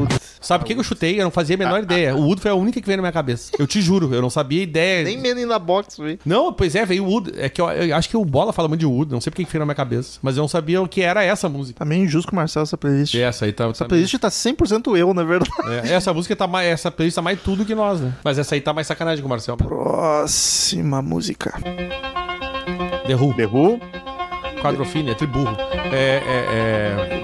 [SPEAKER 1] Putz.
[SPEAKER 2] Sabe o que que eu chutei? Eu não fazia a
[SPEAKER 1] Ah,
[SPEAKER 2] menor ideia. O Wood foi a única que veio na minha cabeça. Eu te juro, eu não sabia ideia.
[SPEAKER 1] Nem menos na box, velho.
[SPEAKER 2] Não, pois é, veio o Wood. É que eu, eu acho que o Bola fala muito de Wood, não sei porque que veio na minha cabeça. Mas eu não sabia o que era essa música.
[SPEAKER 1] Tá meio injusto com o Marcel essa playlist.
[SPEAKER 3] É,
[SPEAKER 2] E essa aí tá. tá
[SPEAKER 1] Essa playlist tá 100% eu, na verdade.
[SPEAKER 2] é, essa música tá mais. Essa playlist tá mais tudo que nós, né? Mas essa aí tá mais sacanagem com o Marcel.
[SPEAKER 1] Próxima música.
[SPEAKER 2] The Who,
[SPEAKER 3] The Who,
[SPEAKER 2] Quadrofine, é triburro. É, é,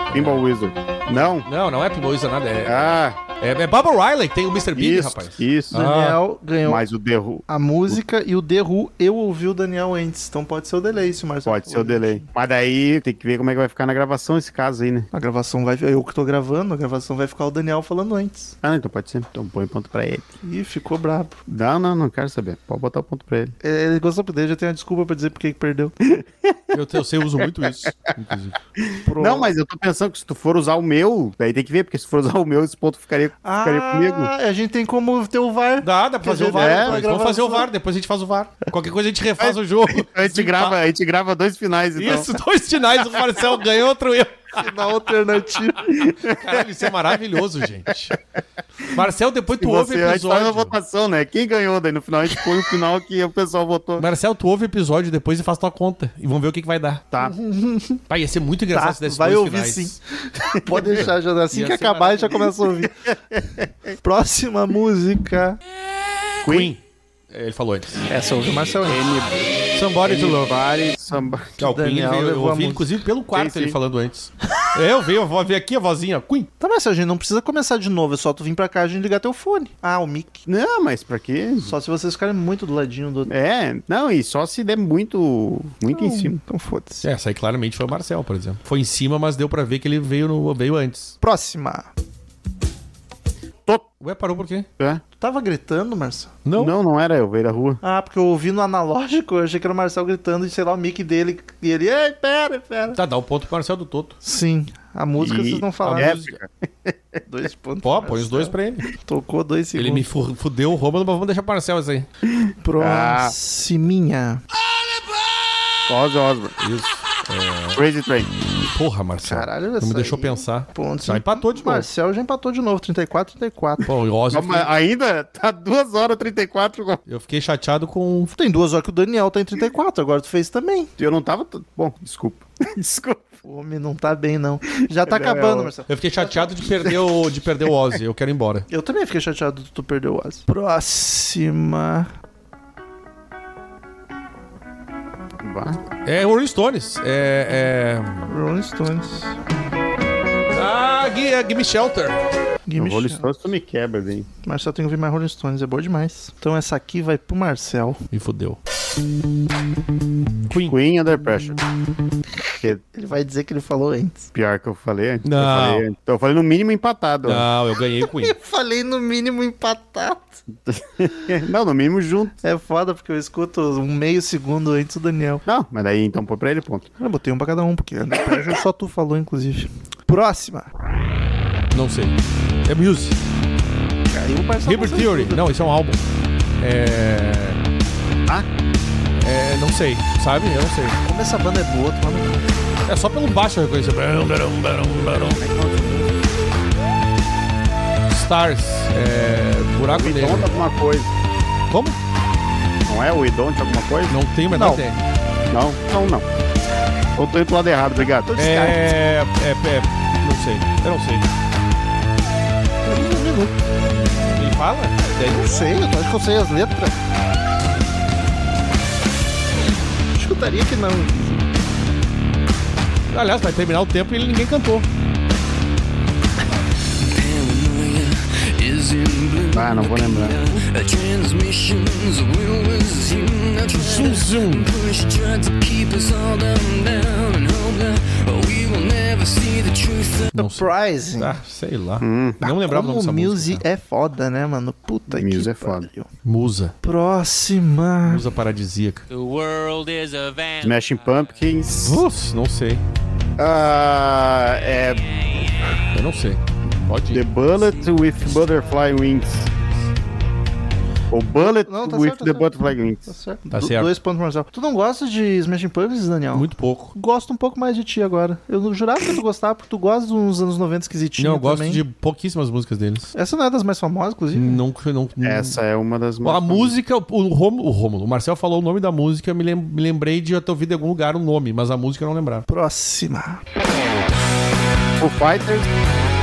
[SPEAKER 2] é.
[SPEAKER 3] Pinball Wizard. Não.
[SPEAKER 2] Não, não é Pinball, isso é nada. É,
[SPEAKER 3] Ah,
[SPEAKER 2] é, é Bubba Riley, que tem o Mr. Big,
[SPEAKER 3] isso,
[SPEAKER 2] rapaz.
[SPEAKER 3] isso.
[SPEAKER 2] Ah.
[SPEAKER 1] Daniel ganhou
[SPEAKER 3] Mas o The Who,
[SPEAKER 1] a música e o The Who, eu ouvi o Daniel antes. Então pode ser o delay, se o Marcel.
[SPEAKER 3] pode ser o delay. Mas daí tem que ver como é que vai ficar na gravação esse caso aí, né?
[SPEAKER 1] A gravação vai. Eu que tô gravando, a gravação vai ficar o Daniel falando antes.
[SPEAKER 3] Ah, não, então pode ser. Então põe ponto pra ele.
[SPEAKER 1] Ih, ficou brabo.
[SPEAKER 3] Não, não, não quero saber. Pode botar o ponto pra ele.
[SPEAKER 1] É, Ele gostou dele, já tem uma desculpa pra dizer por que que perdeu.
[SPEAKER 2] Eu, eu sei, eu uso muito isso, inclusive.
[SPEAKER 1] Pro-
[SPEAKER 3] Não, mas eu tô pensando que se tu for usar o meu, daí tem que ver, porque se for usar o meu, esse ponto ficaria,
[SPEAKER 1] Ah,
[SPEAKER 3] ficaria comigo.
[SPEAKER 1] a gente tem como ter o VAR.
[SPEAKER 2] Dá, dá pra fazer
[SPEAKER 1] Quer
[SPEAKER 2] o VAR.
[SPEAKER 1] dizer, é,
[SPEAKER 2] depois.
[SPEAKER 1] pra
[SPEAKER 2] Vamos fazer o
[SPEAKER 1] gravação.
[SPEAKER 2] VAR, depois a gente faz o VAR. Qualquer coisa a gente refaz o jogo.
[SPEAKER 3] Então A gente, grava, a gente grava dois finais, então.
[SPEAKER 2] tá. Isso, dois sinais, o Marcel ganhou outro eu.
[SPEAKER 1] Na alternativa.
[SPEAKER 2] Caralho, isso é maravilhoso, gente. Marcel, depois
[SPEAKER 3] E
[SPEAKER 2] tu ouve o
[SPEAKER 3] você, a gente faz a
[SPEAKER 2] episódio.
[SPEAKER 3] votação, né? Quem ganhou daí no final, a gente põe o final que o pessoal votou.
[SPEAKER 2] Marcel, tu ouve o episódio depois e faz tua conta. E vamos ver o que, que vai dar.
[SPEAKER 3] Tá.
[SPEAKER 2] Vai, ia ser muito engraçado
[SPEAKER 1] Tá,
[SPEAKER 2] se desse
[SPEAKER 1] vai
[SPEAKER 2] dois
[SPEAKER 1] ouvir
[SPEAKER 2] finais.
[SPEAKER 1] sim. Pode deixar, já assim
[SPEAKER 2] Ia
[SPEAKER 1] que
[SPEAKER 2] ser
[SPEAKER 1] acabar, a gente já começa a ouvir. Próxima música.
[SPEAKER 2] Queen. É, Ele falou antes.
[SPEAKER 1] Essa ouve o Marcel.
[SPEAKER 2] Somebody to love.
[SPEAKER 3] Pare, samba.
[SPEAKER 2] Que é o Queen, ele
[SPEAKER 1] Daniel
[SPEAKER 2] veio- eu
[SPEAKER 1] levou a
[SPEAKER 2] ouvi,
[SPEAKER 1] música.
[SPEAKER 2] inclusive, pelo quarto
[SPEAKER 3] Sim,
[SPEAKER 2] ele
[SPEAKER 3] sim.
[SPEAKER 2] falando antes. É, eu vi, eu vou ver aqui a vozinha. Queen.
[SPEAKER 1] Tá, Marcel, a gente não precisa começar de novo, é só tu vir pra cá e a gente ligar teu fone. Ah, o mic.
[SPEAKER 3] Não, mas pra quê?
[SPEAKER 1] Só se vocês ficarem muito do ladinho do outro.
[SPEAKER 3] É, não, e só se der muito, muito em cima.
[SPEAKER 1] Então foda-se.
[SPEAKER 2] É, Essa aí claramente foi o Marcel, por exemplo. Foi em cima, mas deu pra ver que ele veio, no, veio antes.
[SPEAKER 1] Próxima.
[SPEAKER 2] Ué, parou por quê?
[SPEAKER 3] É.
[SPEAKER 1] Tu tava gritando, Marcel?
[SPEAKER 2] Não.
[SPEAKER 3] Não, não era eu, veio da rua.
[SPEAKER 1] Ah, porque eu ouvi no analógico, eu achei que era o Marcel gritando e sei lá o mic dele. E ele, ei, pera, pera.
[SPEAKER 2] Tá, dá o ponto pro Marcel do Toto.
[SPEAKER 1] Sim, a música
[SPEAKER 3] E-
[SPEAKER 1] vocês não
[SPEAKER 2] A
[SPEAKER 1] falaram. É,
[SPEAKER 2] música-
[SPEAKER 1] Dois pontos.
[SPEAKER 2] É, Pô, põe os
[SPEAKER 1] Marcel.
[SPEAKER 2] dois pra ele.
[SPEAKER 1] Tocou dois
[SPEAKER 2] Ele
[SPEAKER 1] segundos.
[SPEAKER 2] me fu- fudeu o Rômulo, mas vamos deixar pro Marcel isso aí.
[SPEAKER 1] Proximinha.
[SPEAKER 3] Ozzy Osbourne.
[SPEAKER 2] Isso.
[SPEAKER 3] Crazy Train.
[SPEAKER 2] Porra, Marcel.
[SPEAKER 1] Caralho,
[SPEAKER 2] Não
[SPEAKER 1] essa
[SPEAKER 2] me deixou
[SPEAKER 1] aí-
[SPEAKER 2] pensar.
[SPEAKER 1] Pontos.
[SPEAKER 2] Já Então empatou de novo.
[SPEAKER 1] Marcel já empatou de novo, 34, 34.
[SPEAKER 2] Pô, o Ozzy, eu
[SPEAKER 3] Mas
[SPEAKER 2] fiquei,
[SPEAKER 3] ainda tá 2 horas e 34. com-
[SPEAKER 2] eu fiquei chateado com... um
[SPEAKER 1] Tem duas horas que o Daniel tá em 34, agora tu fez também.
[SPEAKER 3] Eu não tava. t- Bom, desculpa. desculpa. é
[SPEAKER 1] O homem não tá bem, não. Já tá
[SPEAKER 3] Não,
[SPEAKER 1] acabando,
[SPEAKER 3] eu-
[SPEAKER 1] Marcel.
[SPEAKER 2] Eu fiquei chateado de perder o, de perder o Ozzy. Eu quero ir embora.
[SPEAKER 1] Eu também fiquei chateado de tu perder o Ozzy. Próxima.
[SPEAKER 3] Bah.
[SPEAKER 2] É Rolling Stones. É... é...
[SPEAKER 1] Rolling Stones.
[SPEAKER 2] Ah, Gui- Gimme Shelter.
[SPEAKER 1] Game
[SPEAKER 3] Rolling Stones, tu me quebra, bem.
[SPEAKER 1] Marcel tem que ouvir mais Rolling Stones, é boa demais. Então essa aqui vai pro Marcel.
[SPEAKER 2] Me fudeu.
[SPEAKER 3] Queen Under Pressure. Que é
[SPEAKER 1] Ele vai dizer que ele falou antes.
[SPEAKER 3] pior que eu falei antes.
[SPEAKER 2] Não.
[SPEAKER 3] Eu falei, antes. Então, eu falei no mínimo empatado. ó.
[SPEAKER 2] Não, eu ganhei o Queen.
[SPEAKER 1] falei no mínimo empatado.
[SPEAKER 3] não, no mínimo junto.
[SPEAKER 1] É foda porque eu escuto um meio segundo antes do Daniel.
[SPEAKER 3] Não, mas daí então põe pra ele, ponto.
[SPEAKER 1] Eu botei um pra cada um, porque Under Pressure só tu falou, inclusive. Próxima.
[SPEAKER 2] Não sei. É Muse.
[SPEAKER 1] Aí um o Marcel
[SPEAKER 2] Hybrid Theory. Não, isso é um álbum. É.
[SPEAKER 3] Ah?
[SPEAKER 2] É, não sei, sabe? Eu não sei.
[SPEAKER 1] Como essa banda é boa, tu fala.
[SPEAKER 2] É só pelo baixo eu reconheço. Brum, brum, brum, brum. Stars. É. Buraco
[SPEAKER 3] We
[SPEAKER 2] negro.
[SPEAKER 3] don't Então, alguma coisa.
[SPEAKER 2] Como?
[SPEAKER 3] Não é o We don't alguma coisa?
[SPEAKER 2] Não tenho a menor
[SPEAKER 1] Não.
[SPEAKER 2] ideia.
[SPEAKER 3] Não, Então não, não. Eu tô indo pro lado errado, obrigado.
[SPEAKER 1] Tô de-
[SPEAKER 2] É. É. é, Não sei. Eu não sei. Ele fala?
[SPEAKER 1] Não sei, eu acho que eu sei as letras. Chutaria que não.
[SPEAKER 2] Aliás, vai terminar o tempo e ele ninguém cantou.
[SPEAKER 3] Ah, não vou lembrar.
[SPEAKER 2] Zum, zum. Não sei.
[SPEAKER 1] Surprising.
[SPEAKER 2] Ah, sei lá. Não lembrava o
[SPEAKER 1] Como
[SPEAKER 2] nome dessa
[SPEAKER 1] o Muse
[SPEAKER 2] música.
[SPEAKER 1] é foda, né, mano? Puta
[SPEAKER 3] Muse
[SPEAKER 1] que
[SPEAKER 3] é foda.
[SPEAKER 1] pariu.
[SPEAKER 2] Musa.
[SPEAKER 1] Próxima.
[SPEAKER 2] Musa paradisíaca.
[SPEAKER 7] The world is a van.
[SPEAKER 3] Smashing Pumpkins.
[SPEAKER 2] Ups, não sei.
[SPEAKER 3] Ah, é
[SPEAKER 2] Eu não sei. Pode
[SPEAKER 3] The
[SPEAKER 2] ir.
[SPEAKER 3] Bullet with Butterfly Wings. Ou Bullet
[SPEAKER 1] Não, tá
[SPEAKER 3] with
[SPEAKER 1] certo, tá
[SPEAKER 3] the
[SPEAKER 1] certo.
[SPEAKER 3] Butterfly
[SPEAKER 1] Tá
[SPEAKER 3] Wings.
[SPEAKER 1] certo.
[SPEAKER 2] Tá
[SPEAKER 1] Do-
[SPEAKER 2] certo.
[SPEAKER 1] Dois pontos Marcel. Tu não gosta de Smashing Pumpkins, Daniel?
[SPEAKER 2] Muito pouco.
[SPEAKER 1] Gosto um pouco mais de ti agora. Eu não jurava que tu gostava, porque tu gosta de uns anos 90 esquisitinhos
[SPEAKER 2] Não, eu gosto
[SPEAKER 1] também.
[SPEAKER 2] de pouquíssimas músicas deles.
[SPEAKER 1] Essa não é das mais famosas, inclusive?
[SPEAKER 2] Não, não, não-
[SPEAKER 3] Essa é uma das
[SPEAKER 2] A
[SPEAKER 3] mais-
[SPEAKER 2] música, o Rômulo, o Rômulo, o Marcel falou o nome da música, eu me lem- me lembrei de eu ter ouvido em algum lugar o nome, mas a música eu não lembrava.
[SPEAKER 1] Próxima.
[SPEAKER 3] Foo Fighters,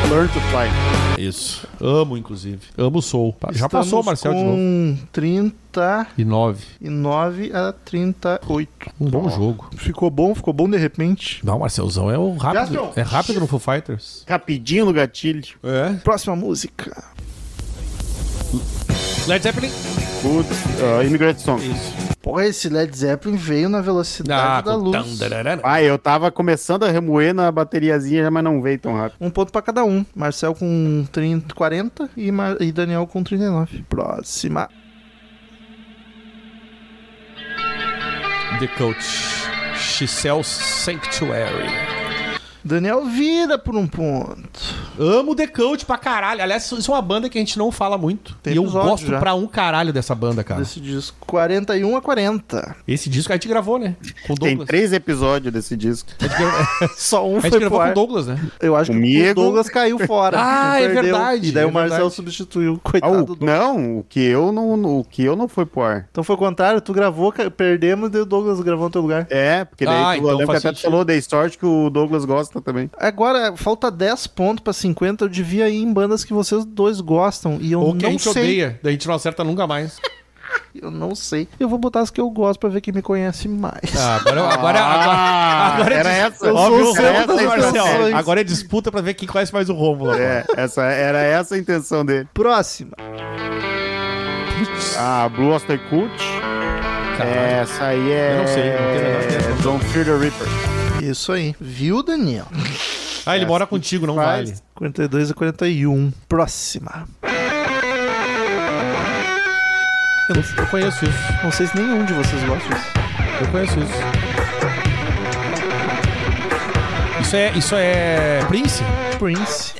[SPEAKER 3] Learn to Fly.
[SPEAKER 2] Isso. Amo, inclusive. Amo Soul. Já passou o Marcel de novo.
[SPEAKER 1] com de novo. 39
[SPEAKER 2] E 9.
[SPEAKER 1] a 38.
[SPEAKER 2] Um bom jogo.
[SPEAKER 1] Ficou bom, ficou bom de repente.
[SPEAKER 2] Não, o Marcelzão é o rápido.
[SPEAKER 1] Gaston.
[SPEAKER 2] É rápido no Foo Fighters.
[SPEAKER 3] Rapidinho no gatilho.
[SPEAKER 2] É.
[SPEAKER 1] Próxima música.
[SPEAKER 2] Led Zeppelin.
[SPEAKER 3] Good, ah, Immigrant Song.
[SPEAKER 2] Isso.
[SPEAKER 1] Porra, esse Led Zeppelin veio na velocidade
[SPEAKER 2] Ah,
[SPEAKER 1] da luz.
[SPEAKER 3] Ah, eu tava começando a remoer na bateriazinha, mas não veio tão rápido.
[SPEAKER 1] Um ponto pra cada um. Marcel com 30, 40 e, Mar- e Daniel com 39. Próxima.
[SPEAKER 2] The Coach. She sells Sanctuary.
[SPEAKER 1] Daniel vira por um ponto.
[SPEAKER 2] Amo The Coach pra caralho. Aliás, isso é uma banda que a gente não fala muito.
[SPEAKER 1] Tem
[SPEAKER 2] e eu
[SPEAKER 1] episódio
[SPEAKER 2] gosto
[SPEAKER 1] já.
[SPEAKER 2] pra um caralho dessa banda,
[SPEAKER 3] Tá.
[SPEAKER 2] cara.
[SPEAKER 1] Desse disco. 41 a 40.
[SPEAKER 2] Esse disco a gente gravou, né? Com o
[SPEAKER 3] Tem
[SPEAKER 2] Douglas.
[SPEAKER 3] três episódios desse disco.
[SPEAKER 2] A gente gravou,
[SPEAKER 1] Só um
[SPEAKER 2] a gente
[SPEAKER 1] foi pro
[SPEAKER 2] gravou com
[SPEAKER 1] ar.
[SPEAKER 2] o Douglas, né?
[SPEAKER 1] Eu acho que o
[SPEAKER 3] Comigo.
[SPEAKER 1] Douglas caiu fora.
[SPEAKER 2] Ah,
[SPEAKER 1] Ele
[SPEAKER 2] é verdade,
[SPEAKER 1] E daí
[SPEAKER 2] é
[SPEAKER 1] o Marcel
[SPEAKER 2] verdade.
[SPEAKER 1] substituiu.
[SPEAKER 3] Ah,
[SPEAKER 1] Coitado do
[SPEAKER 3] o,
[SPEAKER 1] Douglas.
[SPEAKER 3] não, o que eu não, o que eu não foi pro ar.
[SPEAKER 1] Então foi o contrário, tu gravou, ca- perdemos e o Douglas gravou no teu lugar.
[SPEAKER 3] É, porque daí
[SPEAKER 2] Ah,
[SPEAKER 3] tu
[SPEAKER 2] então
[SPEAKER 3] lembra que
[SPEAKER 2] faz
[SPEAKER 3] até tu
[SPEAKER 2] sentido.
[SPEAKER 3] falou da Storage que o Douglas gosta também.
[SPEAKER 1] Agora, falta 10 pontos pra 50. Eu devia ir em bandas que vocês dois gostam. E eu
[SPEAKER 2] Ou que a
[SPEAKER 1] não
[SPEAKER 2] gente
[SPEAKER 1] sei.
[SPEAKER 2] odeia, daí a gente não acerta nunca mais.
[SPEAKER 1] Eu não sei. Eu vou botar as que eu gosto pra ver quem me conhece mais.
[SPEAKER 2] Ah, agora, agora,
[SPEAKER 3] Ah,
[SPEAKER 2] agora, agora
[SPEAKER 3] era
[SPEAKER 2] é dis-
[SPEAKER 3] essa.
[SPEAKER 2] Óbvio,
[SPEAKER 1] Eu sou o
[SPEAKER 2] era
[SPEAKER 1] centro
[SPEAKER 2] essa,
[SPEAKER 1] das
[SPEAKER 2] Marcel.
[SPEAKER 1] atenções.
[SPEAKER 2] Agora é disputa pra ver quem conhece mais o Rômulo. agora.
[SPEAKER 3] É, essa, era essa a intenção dele.
[SPEAKER 1] Próxima.
[SPEAKER 3] Ah, Blue Oyster Cult.
[SPEAKER 2] Caralho.
[SPEAKER 3] Essa aí é.
[SPEAKER 2] Eu não sei, não tem nada a ver.
[SPEAKER 3] é Don't Fear the Reaper.
[SPEAKER 1] Isso aí. Viu, Daniel?
[SPEAKER 2] Ah, ele mora contigo, não
[SPEAKER 3] Faz.
[SPEAKER 2] vale.
[SPEAKER 1] 42 a 41. Próxima.
[SPEAKER 2] Eu, não- eu conheço isso.
[SPEAKER 1] Não sei se nenhum de vocês gosta disso.
[SPEAKER 2] Eu conheço isso. Isso é, isso é Prince?
[SPEAKER 1] Prince.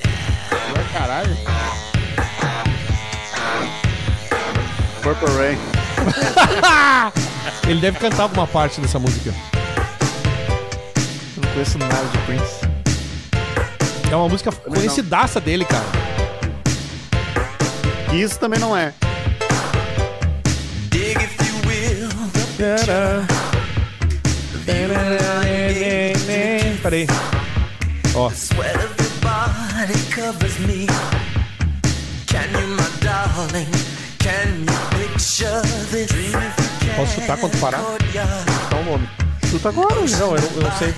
[SPEAKER 3] Caralho. Purple Rain.
[SPEAKER 2] Ele deve cantar alguma parte dessa música.
[SPEAKER 1] Eu não conheço nada de Prince.
[SPEAKER 2] É uma música conhecidaça dele, cara.
[SPEAKER 3] Isso também não é.
[SPEAKER 2] Peraí. Ó, posso chutar quando parar?
[SPEAKER 3] Só o nome.
[SPEAKER 1] Tu tá agora, né?
[SPEAKER 2] Não, eu, não- eu não sei.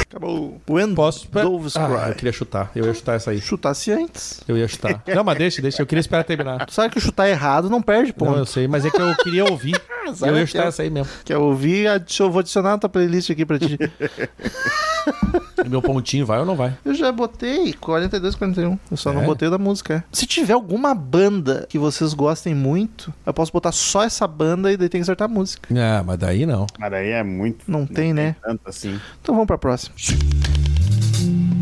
[SPEAKER 1] Acabou. When
[SPEAKER 2] Posso?
[SPEAKER 1] Doves
[SPEAKER 2] Ah, eu
[SPEAKER 1] Cry.
[SPEAKER 2] queria chutar. Eu ia chutar essa aí.
[SPEAKER 1] Chutasse antes.
[SPEAKER 2] Eu ia chutar. Não, mas deixa, deixa. Eu queria esperar terminar.
[SPEAKER 1] Tu sabe que chutar errado não perde
[SPEAKER 2] Bom, eu
[SPEAKER 1] ponto.
[SPEAKER 2] sei, mas é que eu queria ouvir.
[SPEAKER 1] Sabe
[SPEAKER 2] eu ia
[SPEAKER 1] que
[SPEAKER 2] chutar
[SPEAKER 1] é-
[SPEAKER 2] essa aí mesmo.
[SPEAKER 1] Quer ouvir? Adi- Eu vou adicionar na tua playlist aqui pra ti.
[SPEAKER 2] E meu pontinho vai ou não vai?
[SPEAKER 1] Eu já botei 42, 41. Eu só não
[SPEAKER 2] É?
[SPEAKER 1] botei o da música. é. Se tiver alguma banda que vocês gostem muito, eu posso botar só essa banda e daí tem que acertar a música.
[SPEAKER 2] Ah, mas daí não.
[SPEAKER 3] Mas daí é muito.
[SPEAKER 1] Não tem, né?
[SPEAKER 3] Tanto assim.
[SPEAKER 1] Então vamos pra próxima.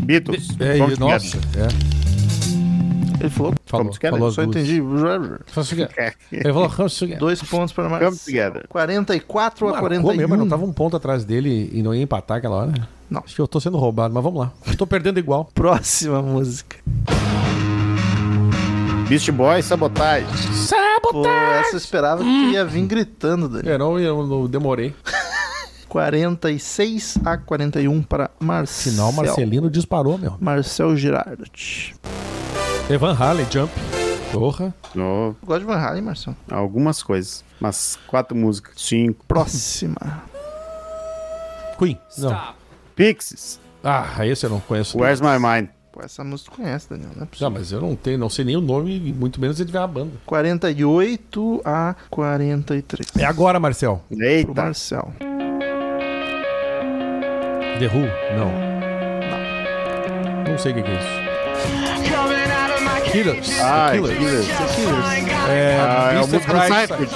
[SPEAKER 3] Beatles.
[SPEAKER 2] É,
[SPEAKER 3] Come
[SPEAKER 2] e- nossa.
[SPEAKER 3] Together.
[SPEAKER 2] É.
[SPEAKER 1] Ele falou.
[SPEAKER 2] Falou,
[SPEAKER 3] Como tu quer,
[SPEAKER 2] falou as
[SPEAKER 1] Só
[SPEAKER 2] duas.
[SPEAKER 1] entendi.
[SPEAKER 2] Só se- Ele falou, "Come together."
[SPEAKER 1] Dois pontos para
[SPEAKER 3] Come
[SPEAKER 1] mais.
[SPEAKER 3] together.
[SPEAKER 1] 44 a
[SPEAKER 2] Marcou mesmo, mas
[SPEAKER 1] 41.
[SPEAKER 2] não tava um ponto atrás dele e não ia empatar aquela hora.
[SPEAKER 1] Não.
[SPEAKER 2] Acho que eu tô sendo roubado, mas vamos lá. Eu tô perdendo igual.
[SPEAKER 1] Próxima música.
[SPEAKER 3] Beast Boy Sabotage.
[SPEAKER 1] Pô, essa eu esperava que ia vir gritando, Dani.
[SPEAKER 2] É, não, eu, eu demorei.
[SPEAKER 1] É. 46 a 41 para Marcel.
[SPEAKER 2] Final, Marcelino disparou, meu.
[SPEAKER 1] Marcel Girardi.
[SPEAKER 2] Evan Halley, jump. Porra.
[SPEAKER 3] Oh,
[SPEAKER 1] Gosto de Van Halen, Marcel.
[SPEAKER 3] algumas coisas. Mas quatro músicas. Cinco.
[SPEAKER 1] Próxima.
[SPEAKER 2] Queen. Não.
[SPEAKER 7] Stop.
[SPEAKER 3] Pixies.
[SPEAKER 2] Ah, esse eu não conheço.
[SPEAKER 3] Where's My Mind?
[SPEAKER 1] Pô, essa música tu conhece, Daniel, não é possível.
[SPEAKER 2] Ah, mas eu não tenho, não sei nem o nome, e muito menos ele tiver a banda.
[SPEAKER 1] 48 a 43.
[SPEAKER 2] É agora, Marcel.
[SPEAKER 1] Pro
[SPEAKER 3] Eita.
[SPEAKER 1] Marcel.
[SPEAKER 2] The Who? Não. Não sei o que que é isso. Killers.
[SPEAKER 3] Ah,
[SPEAKER 2] The
[SPEAKER 3] Killers.
[SPEAKER 2] Killers.
[SPEAKER 3] Killers.
[SPEAKER 2] É,
[SPEAKER 3] Ah,
[SPEAKER 2] Mr.
[SPEAKER 3] é a música do
[SPEAKER 2] Brightside.
[SPEAKER 3] Seinfeld.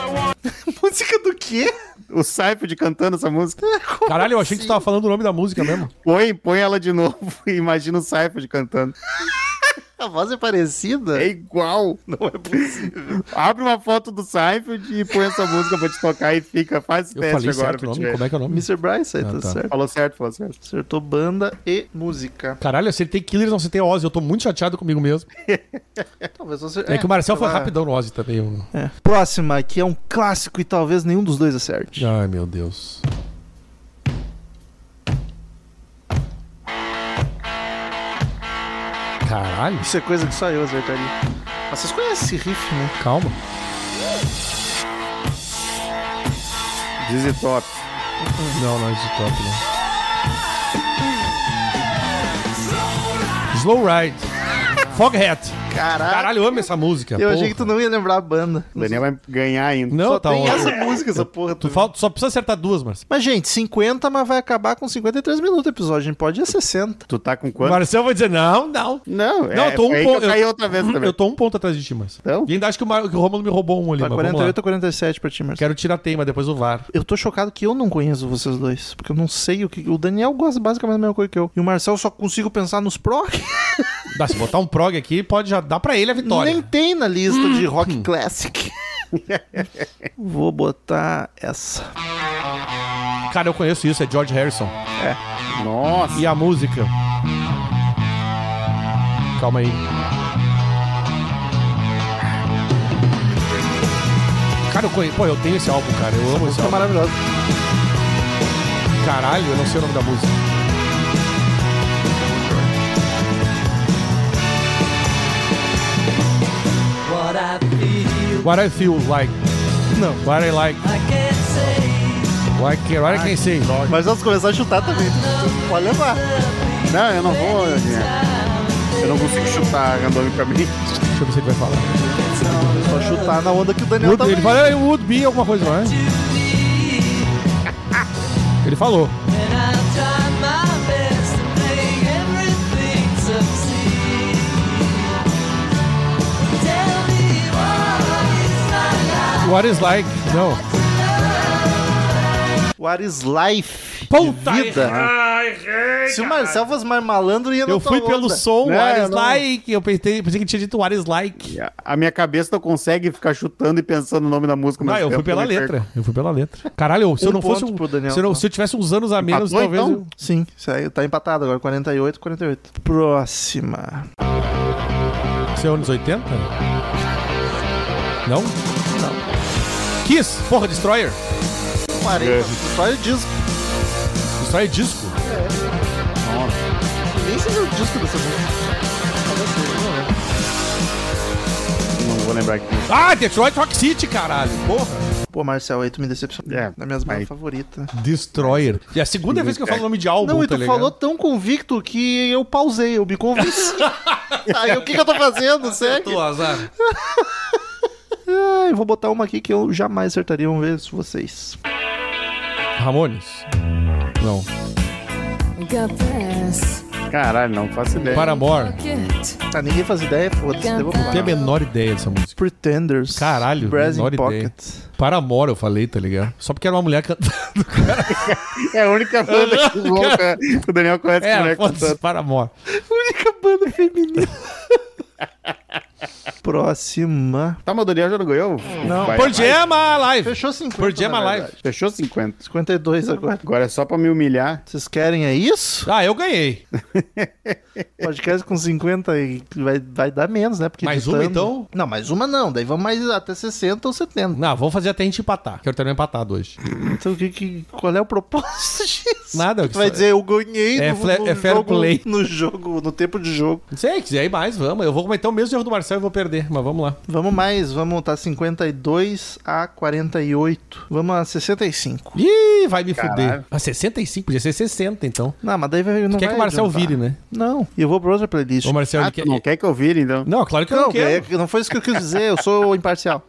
[SPEAKER 1] música do quê?
[SPEAKER 3] O Seinfeld cantando essa música.
[SPEAKER 2] Caralho, eu achei que tu tava falando o nome da música mesmo.
[SPEAKER 3] Põe, põe ela de novo e imagina o Seinfeld cantando.
[SPEAKER 1] A voz é parecida?
[SPEAKER 3] É igual. Não é possível. Abre uma foto do Seinfeld e põe essa música pra te tocar e fica. Faz o
[SPEAKER 2] Eu
[SPEAKER 3] teste
[SPEAKER 2] falei
[SPEAKER 3] agora
[SPEAKER 2] certo o
[SPEAKER 3] pra te
[SPEAKER 2] nome?
[SPEAKER 3] ver.
[SPEAKER 2] Como é que é o nome?
[SPEAKER 1] Mr. Bryce, aí
[SPEAKER 2] Ah,
[SPEAKER 1] tá,
[SPEAKER 2] tá.
[SPEAKER 1] certo.
[SPEAKER 3] Falou certo, falou certo.
[SPEAKER 1] Acertou banda e música.
[SPEAKER 2] Caralho, acertei Killers, não acertei Ozzy. Eu tô muito chateado comigo mesmo.
[SPEAKER 1] Talvez você.
[SPEAKER 2] É, que o Marcel
[SPEAKER 1] sei
[SPEAKER 2] foi
[SPEAKER 1] lá.
[SPEAKER 2] rapidão no Ozzy também. eu-
[SPEAKER 1] É. Próxima, que é um clássico e talvez nenhum dos dois acerte.
[SPEAKER 2] Ai, meu Deus. Caralho,
[SPEAKER 1] Isso é coisa que só eu acertaria. Mas vocês conhecem esse riff, né?
[SPEAKER 2] calma.
[SPEAKER 3] Dizzy Top.
[SPEAKER 2] Não, não é de top, não. Slow Ride. Foghat.
[SPEAKER 1] Caralho.
[SPEAKER 2] Caralho, eu amo essa música.
[SPEAKER 1] eu achei
[SPEAKER 2] É porra.
[SPEAKER 1] que tu não ia lembrar a banda.
[SPEAKER 3] O Daniel vai ganhar ainda.
[SPEAKER 2] Não,
[SPEAKER 1] Só
[SPEAKER 2] tá
[SPEAKER 1] tem
[SPEAKER 2] ótimo.
[SPEAKER 1] essa música, essa porra.
[SPEAKER 2] Tu, falta, tu só precisa acertar duas, Marcel.
[SPEAKER 1] Mas, gente, 50, mas vai acabar com 53 minutos o episódio. A gente pode ir a 60.
[SPEAKER 3] Tu tá com quanto?
[SPEAKER 2] Marcel vai dizer, não, não.
[SPEAKER 3] Não,
[SPEAKER 2] Não, eu tô um
[SPEAKER 3] foi aí que
[SPEAKER 2] ponto.
[SPEAKER 3] Eu caí outra vez também.
[SPEAKER 2] Eu tô um ponto atrás de ti, Marcel.
[SPEAKER 3] Então?
[SPEAKER 2] E ainda acho que o, Mar... que o Romulo me roubou um ali,
[SPEAKER 1] Tá
[SPEAKER 2] mas vamos lá.
[SPEAKER 1] 48 a 47 pra ti, Marcelo.
[SPEAKER 2] Quero tirar tema, depois o VAR.
[SPEAKER 1] Eu tô chocado que eu não conheço vocês dois. Porque eu não sei o que. O Daniel gosta basicamente da mesma coisa que eu. E o Marcel só consigo pensar nos prog.
[SPEAKER 2] Dá, se botar um prog aqui, pode já dar pra ele a vitória.
[SPEAKER 1] Nem tem na lista de
[SPEAKER 2] Hum.
[SPEAKER 1] rock classic. Vou botar essa.
[SPEAKER 2] Cara, eu conheço isso, é George Harrison.
[SPEAKER 3] Nossa.
[SPEAKER 2] E a música? Calma aí. Cara, eu conheço. Pô, eu tenho esse álbum, cara. Eu amo esse
[SPEAKER 1] Tá
[SPEAKER 2] álbum.
[SPEAKER 1] maravilhosa.
[SPEAKER 2] Caralho, eu não sei o nome da música.
[SPEAKER 8] What I feel,
[SPEAKER 2] What I feel like. Não. What I like.
[SPEAKER 8] I can't say.
[SPEAKER 2] What I, what I can say.
[SPEAKER 1] Mas vamos começar a chutar também. Pode levar.
[SPEAKER 3] Não, eu não vou, Daniel. Eu não consigo chutar randomicamente.
[SPEAKER 2] Deixa eu ver se ele vai falar.
[SPEAKER 1] Só chutar na onda que o Daniel tá
[SPEAKER 2] Would, ele fala, "I would be alguma coisa, não é? Ele falou.
[SPEAKER 8] And I'll try my best to make everything succeed. Tell me what is my life
[SPEAKER 2] What is like. Não.
[SPEAKER 1] What is life?
[SPEAKER 2] Puta
[SPEAKER 1] De vida. Se o Marcel fosse mais malandro, ia na
[SPEAKER 2] Eu
[SPEAKER 1] tua
[SPEAKER 2] fui pelo
[SPEAKER 1] onda.
[SPEAKER 2] som,
[SPEAKER 3] Né,
[SPEAKER 2] what is
[SPEAKER 3] não.
[SPEAKER 2] like. Eu pensei, pensei que tinha dito what is like.
[SPEAKER 3] E a- A minha cabeça não consegue ficar chutando e pensando no nome da música. ao
[SPEAKER 2] Não, Ah, eu
[SPEAKER 3] mesmo
[SPEAKER 2] fui
[SPEAKER 3] tempo, é
[SPEAKER 2] pela
[SPEAKER 3] me perco.
[SPEAKER 2] letra. Eu fui pela letra. Caralho, se eu
[SPEAKER 1] Um
[SPEAKER 2] não fosse
[SPEAKER 1] ponto
[SPEAKER 2] um,
[SPEAKER 1] pro Daniel,
[SPEAKER 2] se, eu não-
[SPEAKER 1] tá.
[SPEAKER 2] se eu tivesse uns anos a menos,
[SPEAKER 3] Empatou,
[SPEAKER 2] talvez
[SPEAKER 3] então?
[SPEAKER 1] Sim, isso aí tá empatado agora, 48, 48. Próxima.
[SPEAKER 2] eu... Se é anos 80? Não? Não. Kiss, porra, Destroyer.
[SPEAKER 1] 40. Só o disco.
[SPEAKER 2] Destroyer é disco.
[SPEAKER 1] Nem sei se é o disco dessa música.
[SPEAKER 3] Não vou lembrar aqui.
[SPEAKER 2] Ah, Detroit Rock City, caralho. Porra.
[SPEAKER 1] Pô, Marcel, aí tu me decepcionou.
[SPEAKER 3] É,
[SPEAKER 1] É, minha
[SPEAKER 3] aí-
[SPEAKER 1] bandas favorita.
[SPEAKER 2] Destroyer. E é a segunda vez que eu falo o nome de álbum,
[SPEAKER 1] Não, e
[SPEAKER 2] tá
[SPEAKER 1] tu
[SPEAKER 2] ligado?
[SPEAKER 1] falou tão convicto que eu pausei, eu me convenci. aí o que, que eu tô fazendo? Segue.
[SPEAKER 2] Tu, azar.
[SPEAKER 1] Ah, eu vou botar uma aqui que eu jamais acertaria, vamos ver se vocês.
[SPEAKER 2] Ramones. Não.
[SPEAKER 4] Got this.
[SPEAKER 3] Caralho, não faço
[SPEAKER 1] É.
[SPEAKER 3] ideia.
[SPEAKER 2] Paramore.
[SPEAKER 4] Get.
[SPEAKER 1] Ah, ninguém faz ideia, foda-se, eu vou
[SPEAKER 2] Não
[SPEAKER 1] pular.
[SPEAKER 2] tenho a menor ideia dessa música.
[SPEAKER 1] Pretenders.
[SPEAKER 2] Caralho,
[SPEAKER 1] Brass
[SPEAKER 2] menor
[SPEAKER 1] in
[SPEAKER 2] ideia.
[SPEAKER 1] Pocket.
[SPEAKER 2] Paramore, eu falei, tá ligado? Só porque era uma mulher cantando.
[SPEAKER 3] É a única banda que louca. O Daniel conhece que
[SPEAKER 2] É,
[SPEAKER 3] mulher
[SPEAKER 2] foda-se,
[SPEAKER 3] cantando.
[SPEAKER 2] Paramore.
[SPEAKER 1] Única banda feminina. Próxima.
[SPEAKER 3] Tá, mas o Daniel já não ganhou?
[SPEAKER 1] Não.
[SPEAKER 3] Vai,
[SPEAKER 2] Por
[SPEAKER 3] vai.
[SPEAKER 2] Gemma Live.
[SPEAKER 1] Fechou 50.
[SPEAKER 2] Por Jam
[SPEAKER 1] na
[SPEAKER 2] Alive.
[SPEAKER 1] verdade.
[SPEAKER 3] Fechou 50.
[SPEAKER 1] 52 agora.
[SPEAKER 3] Agora é só pra me humilhar.
[SPEAKER 1] Vocês querem é isso?
[SPEAKER 2] Ah, eu ganhei.
[SPEAKER 1] Podcast com 50 e vai, vai dar menos, né? Porque
[SPEAKER 2] Mais
[SPEAKER 1] editando-
[SPEAKER 2] uma, então?
[SPEAKER 1] Não, mais uma não. Daí vamos mais até 60 ou 70.
[SPEAKER 2] Não, vamos fazer até a gente empatar. Quero terminar empatado hoje.
[SPEAKER 1] Então o que, que, qual é o propósito disso?
[SPEAKER 2] Nada, eu
[SPEAKER 1] Tu vai
[SPEAKER 2] só-
[SPEAKER 1] dizer, eu ganhei
[SPEAKER 2] É
[SPEAKER 1] no,
[SPEAKER 2] fla-
[SPEAKER 1] no
[SPEAKER 2] é fair
[SPEAKER 1] jogo,
[SPEAKER 2] play.
[SPEAKER 1] no jogo, no tempo de jogo.
[SPEAKER 2] Não sei, quiser ir mais, vamos. Eu vou cometer o mesmo erro do Marcel e vou perder. mas vamos lá.
[SPEAKER 1] Vamos mais, vamos tá 52 a 48. Vamos a 65.
[SPEAKER 2] Ih, vai me fuder.
[SPEAKER 3] Caralho.
[SPEAKER 2] Ah, 65, podia ser 60, então.
[SPEAKER 1] Não, mas daí vai, não
[SPEAKER 2] Tu quer
[SPEAKER 1] vai
[SPEAKER 2] que o Marcel
[SPEAKER 1] adiantar.
[SPEAKER 2] vire, né?
[SPEAKER 1] Não, e eu vou pra outra playlist.
[SPEAKER 2] Ô, Marcel,
[SPEAKER 3] Ah,
[SPEAKER 2] Então, ele
[SPEAKER 3] tu
[SPEAKER 2] quer...
[SPEAKER 3] não quer que eu vire, então?
[SPEAKER 2] Não, claro que eu
[SPEAKER 1] Não,
[SPEAKER 2] não quero.
[SPEAKER 1] é- não foi isso que eu quis dizer, eu sou imparcial.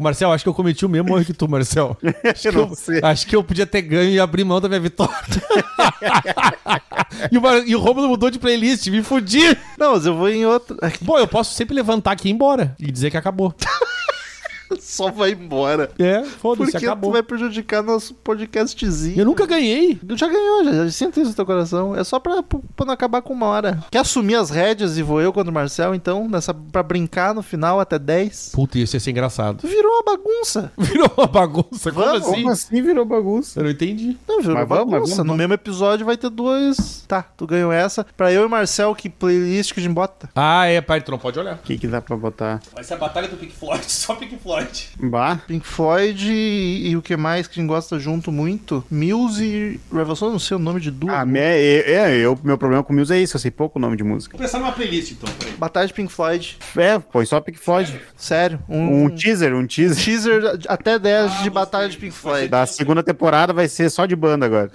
[SPEAKER 2] Marcel, acho que eu cometi o mesmo erro que tu, Marcel. Acho,
[SPEAKER 3] Eu
[SPEAKER 2] que
[SPEAKER 3] não
[SPEAKER 2] eu,
[SPEAKER 3] sei.
[SPEAKER 2] acho que eu podia ter ganho e abrir mão da minha vitória. e, o Mar... e o Romulo mudou de playlist, me fudi.
[SPEAKER 1] Não, mas eu vou em outra.
[SPEAKER 2] Bom, eu posso sempre levantar aqui e ir embora e dizer que acabou.
[SPEAKER 1] Só vai embora.
[SPEAKER 2] É,
[SPEAKER 1] Por
[SPEAKER 2] foda-se,
[SPEAKER 1] que tu
[SPEAKER 2] acabou.
[SPEAKER 1] vai prejudicar nosso podcastzinho?
[SPEAKER 2] Eu nunca ganhei.
[SPEAKER 1] Já ganhou, já, já sinto isso no teu coração. É só pra, pra não acabar com uma hora. Quer assumir as rédeas e vou eu contra o Marcel, então, nessa, pra brincar no final até 10?
[SPEAKER 2] Puta, isso ia ser assim, engraçado.
[SPEAKER 1] Virou uma bagunça.
[SPEAKER 2] Virou uma bagunça, como
[SPEAKER 1] Vamos,
[SPEAKER 2] assim?
[SPEAKER 3] Como assim virou bagunça?
[SPEAKER 2] Eu não entendi.
[SPEAKER 1] Não, virou
[SPEAKER 3] Mas
[SPEAKER 1] uma
[SPEAKER 3] vamos, mas
[SPEAKER 1] bagunça.
[SPEAKER 3] vamos,
[SPEAKER 1] No
[SPEAKER 3] vamos.
[SPEAKER 1] mesmo episódio vai ter dois. Tá, tu ganhou essa. Pra eu e Marcel, que playlist que a gente bota?
[SPEAKER 2] Ah, é, pai, tu não pode olhar.
[SPEAKER 3] O que, que dá pra botar?
[SPEAKER 2] Vai ser a batalha do Pink Floyd, só Pink Floyd.
[SPEAKER 3] Bah?
[SPEAKER 1] Pink Floyd e, e o que mais que a gente gosta junto muito? Mills e Revolução, não sei o nome de duas.
[SPEAKER 3] Ah, me- é, é, eu, meu problema com Mills é isso, eu sei pouco o nome de música.
[SPEAKER 2] Vou pensar numa playlist, então, peraí.
[SPEAKER 1] Batalha de Pink Floyd.
[SPEAKER 3] É, põe só Pink Floyd.
[SPEAKER 1] Sério.
[SPEAKER 2] Hum.
[SPEAKER 1] Um,
[SPEAKER 3] Um Ah, teaser, um teaser.
[SPEAKER 1] teaser de- até 10 de Batalha de Pink Floyd.
[SPEAKER 3] Da segunda temporada vai ser só de banda agora.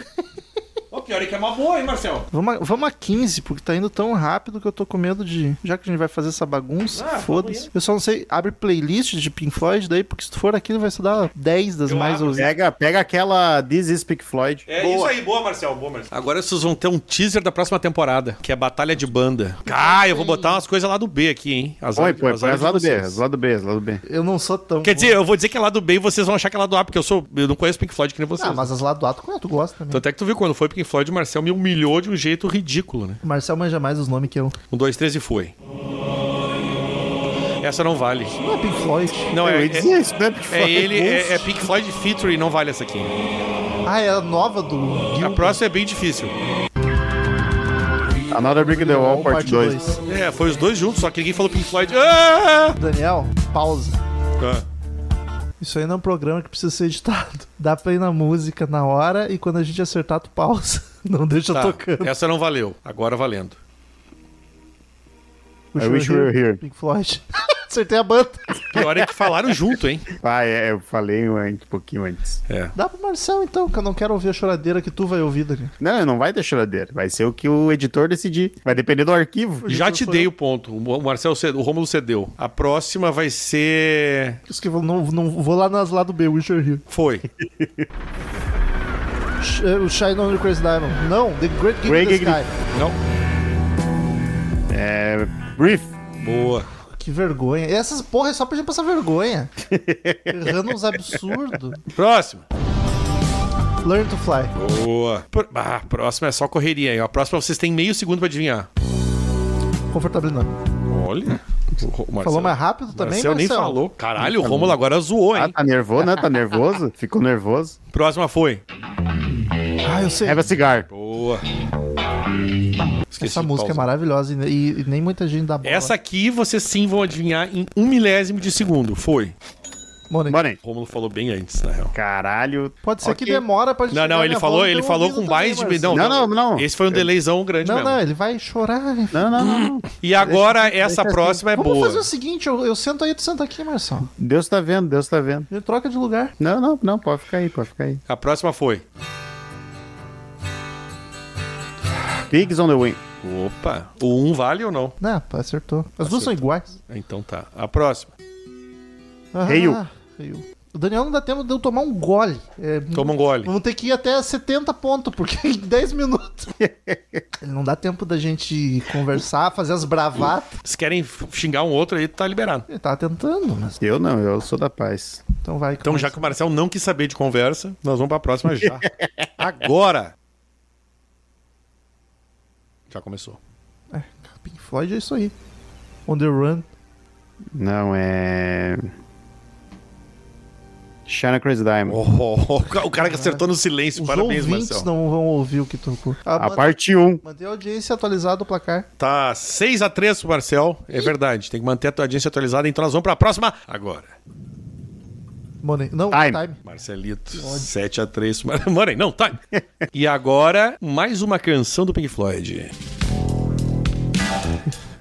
[SPEAKER 2] O pior é que é uma boa, hein, Marcel?
[SPEAKER 1] Vamos a, vamos a 15, porque tá indo tão rápido que eu tô com medo de. Já que a gente vai fazer essa bagunça,
[SPEAKER 2] Ah, vamos
[SPEAKER 1] foda-se. Eu só não sei, abre playlist de Pink Floyd daí, porque se tu for aqui, vai estudar 10 das
[SPEAKER 2] Eu
[SPEAKER 1] mais
[SPEAKER 2] abro,
[SPEAKER 1] ouvidas.
[SPEAKER 3] Pega, pega aquela This is Pink Floyd.
[SPEAKER 2] É isso aí, boa, Marcel, boa, Marcel. Agora vocês vão ter um teaser da próxima temporada, que é Batalha de Banda. Ah, eu vou botar umas coisas lá do B aqui, hein? As
[SPEAKER 3] Põe, põe, põe as lá do B, as lá do B, as lá do B.
[SPEAKER 1] Eu não sou tão.
[SPEAKER 2] Quer dizer, eu vou dizer que é lá do B e vocês vão achar que é lá do A, porque eu sou. Eu não conheço Pink Floyd que nem vocês.
[SPEAKER 1] Ah, mas as lá do ato, como é? Tu gosta também.
[SPEAKER 2] Tanto é que tu viu quando foi Pink Floyd, o Marcel me humilhou de um jeito ridículo, né?
[SPEAKER 1] O Marcel manja mais os nomes que eu.
[SPEAKER 2] Um, dois, três e foi. Essa não vale.
[SPEAKER 1] Não é Pink Floyd.
[SPEAKER 2] Não,
[SPEAKER 3] eu
[SPEAKER 2] é,
[SPEAKER 3] ia dizer isso, né? Pink
[SPEAKER 2] é, é
[SPEAKER 3] Floyd,
[SPEAKER 2] ele, é,
[SPEAKER 3] Bulls.
[SPEAKER 2] é Pink Floyd featuring, não vale essa aqui.
[SPEAKER 1] Ah, é a nova do
[SPEAKER 2] A
[SPEAKER 1] Gil.
[SPEAKER 2] próxima é bem difícil.
[SPEAKER 3] Another Brick in the Wall, parte 2.
[SPEAKER 1] dois.
[SPEAKER 2] É, foi os dois juntos, só que ninguém falou Pink Floyd. Ah!
[SPEAKER 1] Daniel, pausa.
[SPEAKER 2] Ah.
[SPEAKER 1] Isso aí não é um programa que precisa ser editado. Dá play na música na hora e quando a gente acertar, tu pausa. Não deixa
[SPEAKER 2] Tá,
[SPEAKER 1] tocando.
[SPEAKER 2] essa não valeu. Agora valendo.
[SPEAKER 3] I wish we were here.
[SPEAKER 1] Pink Floyd. Acertei a banda.
[SPEAKER 2] Pior é que falaram junto, hein?
[SPEAKER 3] Ah, é, eu falei um pouquinho antes.
[SPEAKER 2] É.
[SPEAKER 1] Dá pro Marcel então, que eu não quero ouvir a choradeira que tu vai ouvir, Daniel.
[SPEAKER 3] Não, não vai ter choradeira. Vai ser o que o editor decidir. Vai depender do arquivo.
[SPEAKER 2] Já te dei o ponto. O Marcelo, cedeu- o Romulo cedeu. A próxima vai ser.
[SPEAKER 1] Isso que eu não, não vou lá nas lá do B, Wish You're Here.
[SPEAKER 2] Foi.
[SPEAKER 1] Sh- eh, O Shine on the Crazy Diamond. Não, The Great Gig in
[SPEAKER 3] Great
[SPEAKER 1] the
[SPEAKER 3] Gig in the-
[SPEAKER 1] Sky.
[SPEAKER 2] Não.
[SPEAKER 3] É. Brief.
[SPEAKER 2] Boa.
[SPEAKER 1] Que vergonha. Essas porra é só pra gente passar vergonha. Errando uns absurdos.
[SPEAKER 2] Próxima.
[SPEAKER 1] Learn to Fly.
[SPEAKER 2] Boa. Pr- Ah, a próxima é só correria aí. ó. A próxima vocês têm meio segundo pra adivinhar.
[SPEAKER 1] Confortável não.
[SPEAKER 2] Olha. O Ro- o Marcelo-
[SPEAKER 1] Falou mais rápido também,
[SPEAKER 2] Marcelo nem
[SPEAKER 1] Marcel?
[SPEAKER 2] falou. Caralho, o Romulo agora zoou,
[SPEAKER 3] Ah,
[SPEAKER 2] hein?
[SPEAKER 3] tá nervoso, né? Tá nervoso? Ficou nervoso.
[SPEAKER 2] Próxima foi.
[SPEAKER 1] Ah, eu sei.
[SPEAKER 2] É
[SPEAKER 3] Have a cigar.
[SPEAKER 2] Boa. Esqueci
[SPEAKER 1] Essa
[SPEAKER 2] de
[SPEAKER 1] música é
[SPEAKER 2] pausar.
[SPEAKER 1] maravilhosa e, e- e nem muita gente dá bola.
[SPEAKER 2] Essa aqui vocês sim vão adivinhar em um milésimo de segundo. Foi.
[SPEAKER 1] Mona,
[SPEAKER 3] Bora aí.
[SPEAKER 2] O Romulo falou bem antes, na real.
[SPEAKER 3] Caralho.
[SPEAKER 1] Pode ser
[SPEAKER 3] Ok.
[SPEAKER 1] que demora pra gente
[SPEAKER 2] Não, não,
[SPEAKER 1] chegar
[SPEAKER 2] ele
[SPEAKER 1] na
[SPEAKER 2] falou,
[SPEAKER 1] volta,
[SPEAKER 2] ele
[SPEAKER 1] eu
[SPEAKER 2] falou
[SPEAKER 1] aviso
[SPEAKER 2] com
[SPEAKER 1] também,
[SPEAKER 2] mais de.
[SPEAKER 1] Marcel.
[SPEAKER 2] Não,
[SPEAKER 3] Não, não, não.
[SPEAKER 2] Esse foi um delayzão grande
[SPEAKER 1] Não,
[SPEAKER 2] mesmo.
[SPEAKER 1] não, ele vai chorar. hein?
[SPEAKER 3] Não, não, não. não.
[SPEAKER 2] E agora essa próxima é
[SPEAKER 1] assim. Vamos
[SPEAKER 2] boa.
[SPEAKER 1] fazer o seguinte, eu, eu sento aí, tu senta aqui, Marcel.
[SPEAKER 3] Deus tá vendo, Deus tá vendo.
[SPEAKER 1] A gente troca de lugar.
[SPEAKER 3] Não, não, não. Pode ficar aí, pode ficar aí.
[SPEAKER 2] A próxima foi.
[SPEAKER 3] Pigs on the Wing.
[SPEAKER 2] Opa, o um vale ou não?
[SPEAKER 1] Não, pá, acertou. As duas são iguais.
[SPEAKER 2] Então tá. A próxima.
[SPEAKER 1] Ah,
[SPEAKER 3] Hey, you.
[SPEAKER 1] hey, you. O Daniel não dá tempo de eu tomar um gole. É,
[SPEAKER 2] Toma um gole.
[SPEAKER 1] Vamos ter que ir até 70 pontos, porque em 10 minutos. não dá tempo da gente conversar, fazer as bravatas.
[SPEAKER 2] Se querem f- xingar um outro aí, tá liberado.
[SPEAKER 1] Ele tava tentando, mas
[SPEAKER 3] Eu não, eu sou da paz.
[SPEAKER 1] então vai.
[SPEAKER 2] Então, já que o Marcel não quis saber de conversa, nós vamos pra próxima já. Agora! Já começou.
[SPEAKER 1] Pink Floyd é isso aí. On the Run.
[SPEAKER 3] Não, é. China Crazy Diamond.
[SPEAKER 2] Oh, oh, oh, o cara que acertou no silêncio.
[SPEAKER 1] Os
[SPEAKER 2] Parabéns,
[SPEAKER 1] ouvintes
[SPEAKER 2] Marcel.
[SPEAKER 1] não vão ouvir o que tocou. Ah,
[SPEAKER 3] A
[SPEAKER 1] man-
[SPEAKER 3] parte 1.
[SPEAKER 1] Mantém a audiência atualizada do placar.
[SPEAKER 2] Tá 6x3 pro Marcel. É verdade. Tem que manter a tua audiência atualizada. Então, nós vamos pra próxima agora.
[SPEAKER 1] Money. Não,
[SPEAKER 3] Time.
[SPEAKER 1] time.
[SPEAKER 2] Marcelito, 7x3. Morem, não, tá. e agora, mais uma canção do Pink Floyd.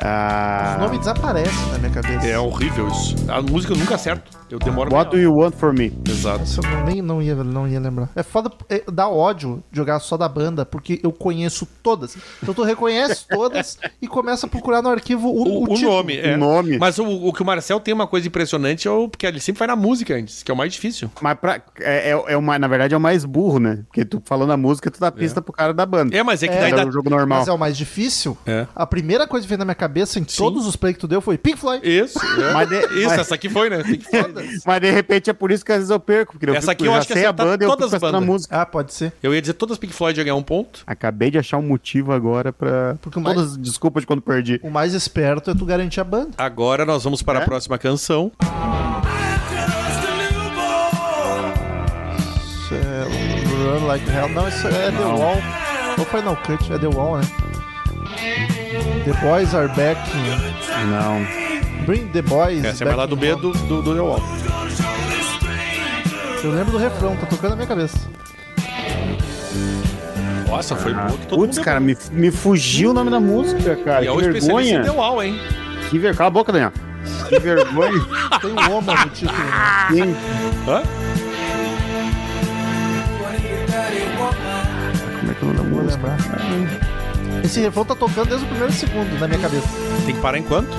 [SPEAKER 3] Ah,
[SPEAKER 1] Os nomes desaparecem na minha cabeça.
[SPEAKER 2] É horrível isso. A música eu nunca acerto. Eu demoro
[SPEAKER 3] What do
[SPEAKER 2] pra-
[SPEAKER 3] you want from me?
[SPEAKER 2] Exato.
[SPEAKER 1] Essa eu nem não ia, não ia lembrar. É foda, é, dá ódio jogar só da banda, porque eu conheço todas. Então tu reconhece todas e começa a procurar no arquivo o,
[SPEAKER 2] O,
[SPEAKER 1] o
[SPEAKER 2] o
[SPEAKER 1] título.
[SPEAKER 2] nome, é.
[SPEAKER 3] O nome.
[SPEAKER 2] Mas o, o que o Marcel tem uma coisa impressionante é o, porque ele sempre vai na música antes, que é o mais difícil.
[SPEAKER 3] Mas pra, é, é, é o mais- na verdade é o mais burro, né? Porque tu falando a música, tu dá pista pro cara da banda.
[SPEAKER 2] É, mas é que
[SPEAKER 1] É.
[SPEAKER 2] daí dá...
[SPEAKER 3] É o jogo normal.
[SPEAKER 1] Mas é o mais difícil.
[SPEAKER 2] É.
[SPEAKER 1] A primeira coisa que veio na minha cabeça em todos os play que tu deu foi Pink Floyd.
[SPEAKER 2] Isso, é.
[SPEAKER 3] Mas de-
[SPEAKER 2] isso
[SPEAKER 3] mas-
[SPEAKER 2] essa aqui foi, né? Tem que-
[SPEAKER 3] Mas de repente é por isso que às vezes eu perco. Porque eu,
[SPEAKER 2] Essa
[SPEAKER 3] fico-
[SPEAKER 2] aqui eu
[SPEAKER 3] já
[SPEAKER 2] acho que
[SPEAKER 3] sei a
[SPEAKER 2] acertar
[SPEAKER 3] banda e eu
[SPEAKER 2] todas
[SPEAKER 3] fico
[SPEAKER 2] as
[SPEAKER 3] pensando na
[SPEAKER 2] bandas.
[SPEAKER 3] música.
[SPEAKER 1] Ah, pode ser.
[SPEAKER 2] Eu ia dizer todas as Pink Floyd ia ganhar um ponto.
[SPEAKER 3] Acabei de achar um motivo agora pra.
[SPEAKER 1] Porque o
[SPEAKER 3] Todas as desculpas de quando perdi.
[SPEAKER 1] O mais esperto é tu garantir a banda.
[SPEAKER 2] Agora nós vamos para
[SPEAKER 3] É?
[SPEAKER 2] a próxima canção.
[SPEAKER 1] Isso é Run Like Hell. Não, isso é The Wall. Ou Final Cut, é The Wall, né? The Boys Are Back.
[SPEAKER 3] Não.
[SPEAKER 1] Bring the Boys.
[SPEAKER 2] Essa é mais lá
[SPEAKER 1] back
[SPEAKER 2] do
[SPEAKER 1] in
[SPEAKER 2] B
[SPEAKER 1] home.
[SPEAKER 2] do, do, do The Wall.
[SPEAKER 1] Eu lembro do refrão, tá tocando na minha cabeça.
[SPEAKER 2] Nossa, foi boa que todo
[SPEAKER 3] Putz,
[SPEAKER 2] mundo é
[SPEAKER 3] cara, me, me fugiu o nome da música, cara.
[SPEAKER 2] E é o
[SPEAKER 3] que
[SPEAKER 2] especialista um- em
[SPEAKER 3] vergonha.
[SPEAKER 2] The Wall, hein?
[SPEAKER 3] Que ver... Cala a boca, Daniel. Que vergonha.
[SPEAKER 1] Tem o Oma no título, né?
[SPEAKER 3] Sim.
[SPEAKER 2] Hã?
[SPEAKER 3] Como é que é o nome da
[SPEAKER 1] Vou
[SPEAKER 3] música?
[SPEAKER 1] lembrar. Esse refrão tá tocando desde o primeiro segundo na minha cabeça.
[SPEAKER 2] Tem que parar enquanto?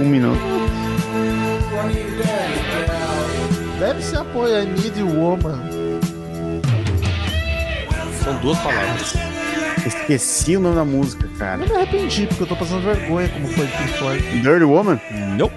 [SPEAKER 3] Um minuto.
[SPEAKER 1] Deve ser apoio, I Need You Woman.
[SPEAKER 2] São duas palavras.
[SPEAKER 3] Esqueci o nome da música, cara.
[SPEAKER 1] Eu me arrependi, porque eu tô passando vergonha como foi de Pink Floyd.
[SPEAKER 3] Dirty Woman?
[SPEAKER 2] Não.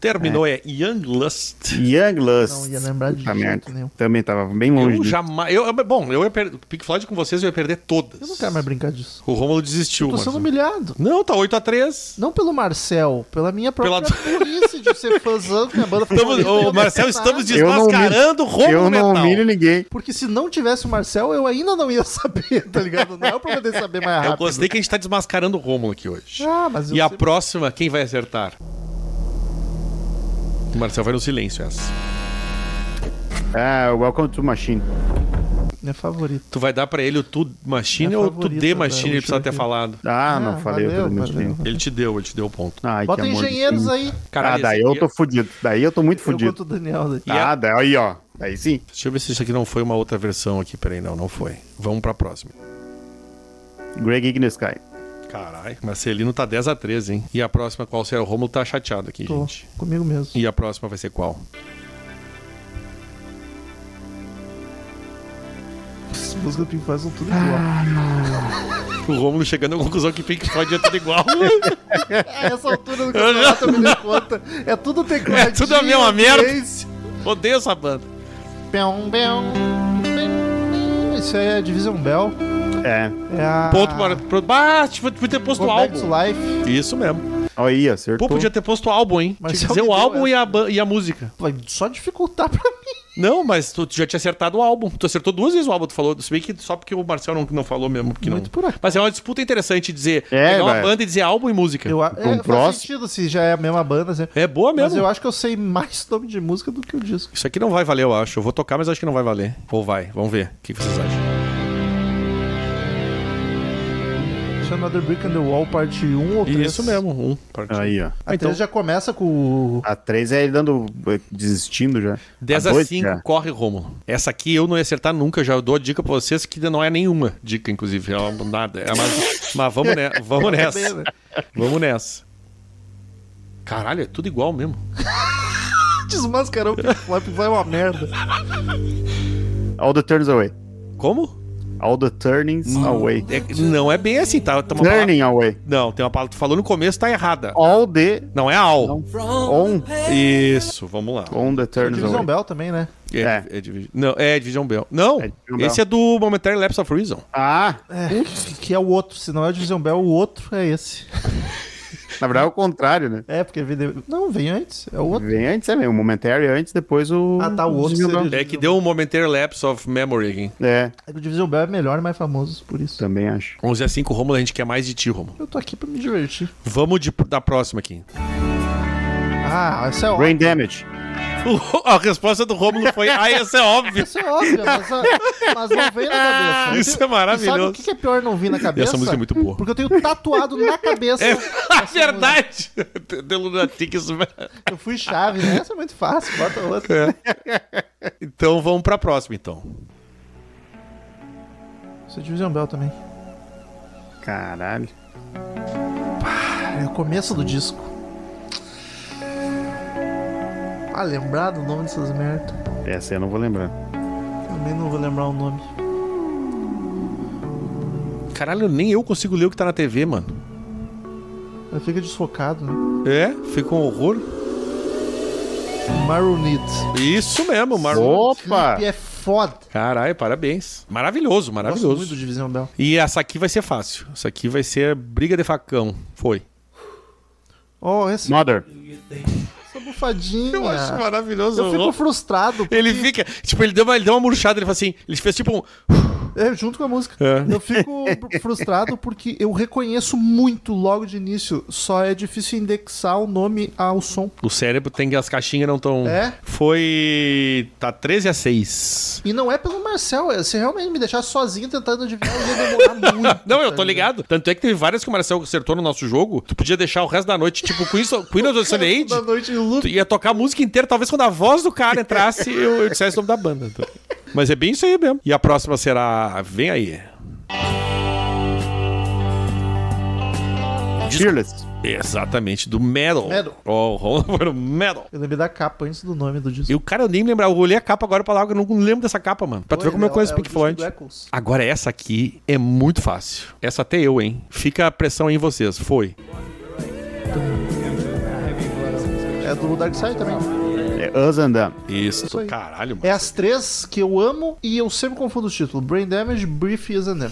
[SPEAKER 2] Terminou é, Young Lust.
[SPEAKER 3] Young Lust.
[SPEAKER 1] Não ia lembrar de
[SPEAKER 3] Puta
[SPEAKER 1] jeito
[SPEAKER 3] merda.
[SPEAKER 1] nenhum.
[SPEAKER 3] Também tava bem longe.
[SPEAKER 2] Eu
[SPEAKER 3] disso.
[SPEAKER 2] jamais. Eu, bom, eu ia perder. Pink Floyd com vocês, eu ia perder todas.
[SPEAKER 1] Eu não quero mais brincar disso.
[SPEAKER 2] O Romulo desistiu,
[SPEAKER 1] Tô sendo
[SPEAKER 2] mano.
[SPEAKER 1] humilhado.
[SPEAKER 2] Não, tá 8x3.
[SPEAKER 1] Não pelo Marcel, pela minha própria
[SPEAKER 2] Pela-
[SPEAKER 1] burrice de ser fãzão que a banda ficou
[SPEAKER 2] Estamos,
[SPEAKER 1] Eu
[SPEAKER 2] ô,
[SPEAKER 1] não
[SPEAKER 2] Marcel,
[SPEAKER 1] sei nada.
[SPEAKER 2] estamos
[SPEAKER 3] Eu não
[SPEAKER 2] desmascarando o Romulo
[SPEAKER 3] Eu não
[SPEAKER 2] Metal.
[SPEAKER 3] humilho ninguém.
[SPEAKER 1] Porque se não tivesse o Marcel, eu ainda não ia saber, tá ligado? Não é pra poder saber mais rápido.
[SPEAKER 2] Eu gostei que a gente tá desmascarando o Romulo aqui hoje.
[SPEAKER 1] Ah, mas eu
[SPEAKER 2] e a
[SPEAKER 1] sempre-
[SPEAKER 2] próxima, quem vai acertar? O Marcel vai no silêncio essa.
[SPEAKER 3] Ah, Welcome to Machine.
[SPEAKER 1] Minha favorita.
[SPEAKER 2] Tu vai dar pra ele o Tu Machine
[SPEAKER 1] Minha
[SPEAKER 2] ou Tu
[SPEAKER 1] favorita né?
[SPEAKER 2] de
[SPEAKER 1] da
[SPEAKER 2] Machine? Ele precisa ter
[SPEAKER 1] Machine.
[SPEAKER 2] falado.
[SPEAKER 3] Ah,
[SPEAKER 1] Ah,
[SPEAKER 3] não falei
[SPEAKER 1] valeu,
[SPEAKER 3] eu tô
[SPEAKER 1] valeu.
[SPEAKER 3] mentindo.
[SPEAKER 2] Ele te deu, ele te deu o ponto.
[SPEAKER 3] Ai,
[SPEAKER 1] Bota
[SPEAKER 3] que amor de
[SPEAKER 1] engenheiros
[SPEAKER 3] Deus.
[SPEAKER 1] aí.
[SPEAKER 3] Ah,
[SPEAKER 2] esse
[SPEAKER 3] daí eu
[SPEAKER 2] aqui- é-
[SPEAKER 3] tô fudido. Daí eu tô muito
[SPEAKER 1] Eu
[SPEAKER 3] fudido.
[SPEAKER 1] conto o Daniel daí.
[SPEAKER 2] E a-
[SPEAKER 3] Ah, daí aí, ó. Daí sim.
[SPEAKER 2] Deixa eu ver se isso aqui não foi uma outra versão aqui. Peraí, não, não foi. Vamos pra próxima.
[SPEAKER 3] Greg Ignis Sky.
[SPEAKER 2] Caralho. Marcelino tá 10 a 13, hein? E a próxima, qual será? O Romulo tá chateado aqui,
[SPEAKER 1] Tô
[SPEAKER 2] gente.
[SPEAKER 1] comigo mesmo.
[SPEAKER 2] E a próxima vai ser qual?
[SPEAKER 1] As músicas do Pink Floyd são tudo
[SPEAKER 2] Ah.
[SPEAKER 1] igual.
[SPEAKER 2] O Romulo chegando à conclusão que Pink Floyd é tudo igual.
[SPEAKER 1] A essa altura é do campeonato eu me dei conta. É tudo tecladinho.
[SPEAKER 2] É tudo a mesma merda.
[SPEAKER 1] três.
[SPEAKER 2] Odeio essa banda.
[SPEAKER 1] Peão, peão, peão. Isso aí é Division Bell.
[SPEAKER 3] É.
[SPEAKER 1] É a...
[SPEAKER 2] Ponto para... pro- Ah, tipo, podia ter posto o
[SPEAKER 1] Go Back to
[SPEAKER 2] álbum.
[SPEAKER 1] Life.
[SPEAKER 2] Isso mesmo.
[SPEAKER 3] Ó, Aí, acertou.
[SPEAKER 2] Pô, podia ter posto o álbum, hein?
[SPEAKER 1] Então. Mas
[SPEAKER 2] Tinha que
[SPEAKER 1] é o
[SPEAKER 2] dizer
[SPEAKER 1] que
[SPEAKER 2] o
[SPEAKER 1] deu
[SPEAKER 2] álbum
[SPEAKER 1] essa.
[SPEAKER 2] e a, ba- e a música.
[SPEAKER 1] Vai só dificultar pra mim.
[SPEAKER 2] Não, mas tu já tinha acertado o álbum. Tu acertou duas vezes o álbum, tu falou. Se bem que só porque o Marcel não, não falou mesmo. Porque
[SPEAKER 1] Muito
[SPEAKER 2] não...
[SPEAKER 1] por acaso.
[SPEAKER 2] Mas é uma disputa interessante dizer.
[SPEAKER 3] É,
[SPEAKER 2] pegar uma
[SPEAKER 3] vai.
[SPEAKER 2] banda e dizer álbum e música.
[SPEAKER 1] Eu, a-
[SPEAKER 3] Então,
[SPEAKER 1] é, faz
[SPEAKER 3] próximo.
[SPEAKER 1] sentido se já é a mesma banda. Assim.
[SPEAKER 2] É boa
[SPEAKER 1] Mas
[SPEAKER 2] mesmo.
[SPEAKER 1] eu acho que eu sei mais nome de música do que o disco.
[SPEAKER 2] Isso aqui não vai valer, eu acho. Eu vou tocar, mas acho que não vai valer. Ou vai. Vamos ver. O que vocês acham?
[SPEAKER 1] Tinha Another Brick and the Wall, parte 1 ou 3.
[SPEAKER 2] Isso mesmo. Um. Parte.
[SPEAKER 3] Aí, ó.
[SPEAKER 1] A
[SPEAKER 2] Então-
[SPEAKER 1] então... já começa com o...
[SPEAKER 3] A 3 é ele dando. desistindo já.
[SPEAKER 2] 10 a
[SPEAKER 3] dois é.
[SPEAKER 2] 5,
[SPEAKER 3] já.
[SPEAKER 2] corre Rômulo. Essa aqui eu não ia acertar nunca, eu já dou a dica pra vocês que não é nenhuma dica, inclusive. É uma- nada. É uma- mas vamos, ne- vamos
[SPEAKER 1] né?
[SPEAKER 2] nessa. Vamos nessa. Caralho, é tudo igual mesmo.
[SPEAKER 1] Desmascarou o Pink Floyd, Pink Floyd é uma merda.
[SPEAKER 3] All the turns away.
[SPEAKER 2] Como?
[SPEAKER 3] All the turnings away.
[SPEAKER 2] É- não é bem assim, tá? Tem uma palavra-
[SPEAKER 3] Turning away.
[SPEAKER 2] não, tem uma palavra que tu falou no começo, tá errada.
[SPEAKER 3] All the.
[SPEAKER 2] Não é ao.
[SPEAKER 3] On.
[SPEAKER 2] Isso, vamos lá.
[SPEAKER 3] On the turns
[SPEAKER 1] Division
[SPEAKER 3] away.
[SPEAKER 1] Bell também, né?
[SPEAKER 2] É, é Divi- não, é Division Bell. Não,
[SPEAKER 3] É Division Bell.
[SPEAKER 2] esse é do Momentary Lapse of Reason.
[SPEAKER 3] Ah,
[SPEAKER 1] É, que é o outro. Se não é o Division Bell, o outro é esse.
[SPEAKER 3] na verdade é o contrário, né?
[SPEAKER 1] É, porque vem de- Não, vem antes. É o outro.
[SPEAKER 3] Vem antes, é mesmo. Momentary antes, depois o.
[SPEAKER 1] Ah, tá, o outro seria-
[SPEAKER 2] É que deu um Momentary Lapse of Memory aqui.
[SPEAKER 3] É,
[SPEAKER 1] É que o Division Bell é melhor e mais famoso, por
[SPEAKER 2] Tá.
[SPEAKER 1] isso.
[SPEAKER 3] também acho.
[SPEAKER 2] 11 a 5, Romulo, a gente quer mais de ti, Romulo.
[SPEAKER 1] Eu tô aqui pra me divertir.
[SPEAKER 2] Vamos de, da próxima aqui.
[SPEAKER 1] Ah, essa é ótima.
[SPEAKER 3] Brain Damage.
[SPEAKER 2] O Ro- a resposta do Rômulo foi: Ah, isso é óbvio.
[SPEAKER 1] Isso é óbvio, mas, mas não veio na cabeça.
[SPEAKER 2] Isso é
[SPEAKER 1] E sabe
[SPEAKER 2] maravilhoso.
[SPEAKER 1] o que que é pior não vir na cabeça?
[SPEAKER 2] música é muito boa.
[SPEAKER 1] Porque eu tenho tatuado na cabeça.
[SPEAKER 2] É verdade. um The Lunatic is mad.
[SPEAKER 1] Eu fui chave, né? Essa é muito fácil, bota outra.
[SPEAKER 2] É. Então vamos pra próxima, então.
[SPEAKER 1] Isso é Division Bell também.
[SPEAKER 3] Caralho.
[SPEAKER 1] É o começo do disco. Ah, lembrar do nome dessas merda.
[SPEAKER 3] Essa eu não vou lembrar.
[SPEAKER 1] Também não vou lembrar o nome.
[SPEAKER 2] Caralho, nem eu consigo ler o que tá na TV, mano.
[SPEAKER 1] Ela fica desfocado, né?
[SPEAKER 2] É, fica um horror.
[SPEAKER 1] Maronit.
[SPEAKER 2] Isso mesmo, Marlon.
[SPEAKER 3] Opa!
[SPEAKER 1] E é foda.
[SPEAKER 2] Caralho, parabéns. Maravilhoso,
[SPEAKER 1] Gosto muito
[SPEAKER 2] maravilhoso.
[SPEAKER 1] do Division Bell.
[SPEAKER 2] E essa aqui vai ser fácil. Essa aqui vai ser briga de facão. Foi.
[SPEAKER 1] Oh, esse
[SPEAKER 3] Mother.
[SPEAKER 1] essa bufadinha. Eu,
[SPEAKER 2] maravilhoso.
[SPEAKER 1] fico frustrado. porque-
[SPEAKER 2] Ele fica. Tipo, ele deu uma, ele deu uma murchada, ele fala assim. Ele fez tipo um.
[SPEAKER 1] É, junto com a música.
[SPEAKER 2] É.
[SPEAKER 1] Eu fico frustrado porque eu reconheço muito logo de início. Só é difícil indexar o nome ao som.
[SPEAKER 2] O cérebro tem que as caixinhas não tão.
[SPEAKER 1] É?
[SPEAKER 2] Foi. Tá 13 a 6.
[SPEAKER 1] E não é pelo Marcel, é, se realmente me deixar sozinho tentando adivinhar, eu ia demorar muito.
[SPEAKER 2] Não, eu
[SPEAKER 1] tá
[SPEAKER 2] tô ligado. Tanto é que teve várias que o Marcel acertou no nosso jogo. Tu podia deixar o resto da noite, tipo, Queen, Queen of the Sun Age.
[SPEAKER 1] Da noite em loop.
[SPEAKER 2] Tu ia tocar a música inteira, talvez quando a voz do cara entrasse, eu, eu dissesse o nome da banda. Então. Mas é bem isso aí mesmo. E a próxima será. Vem aí.
[SPEAKER 3] Fearless.
[SPEAKER 2] Exatamente, do Metal.
[SPEAKER 1] Metal.
[SPEAKER 2] Ó, o Ron foi no Metal.
[SPEAKER 1] Eu lembrei da capa antes do nome do disco.
[SPEAKER 2] E o cara, eu nem lembrar. Eu olhei a capa agora pra lá, eu não lembro dessa capa, mano. Pra tu ver como eu conheço
[SPEAKER 1] é, o
[SPEAKER 2] o Pink
[SPEAKER 1] disco
[SPEAKER 2] Floyd.
[SPEAKER 1] do Eccles.
[SPEAKER 2] Agora, essa aqui é muito fácil. Essa até eu, hein? Fica a pressão aí em vocês. Foi.
[SPEAKER 1] É do Dark Side também.
[SPEAKER 3] É Us and Them.
[SPEAKER 2] Isso.
[SPEAKER 1] Isso aí.
[SPEAKER 2] Caralho, mano.
[SPEAKER 1] É as três que eu amo e eu sempre confundo os títulos. Brain Damage, Brief e Zanem.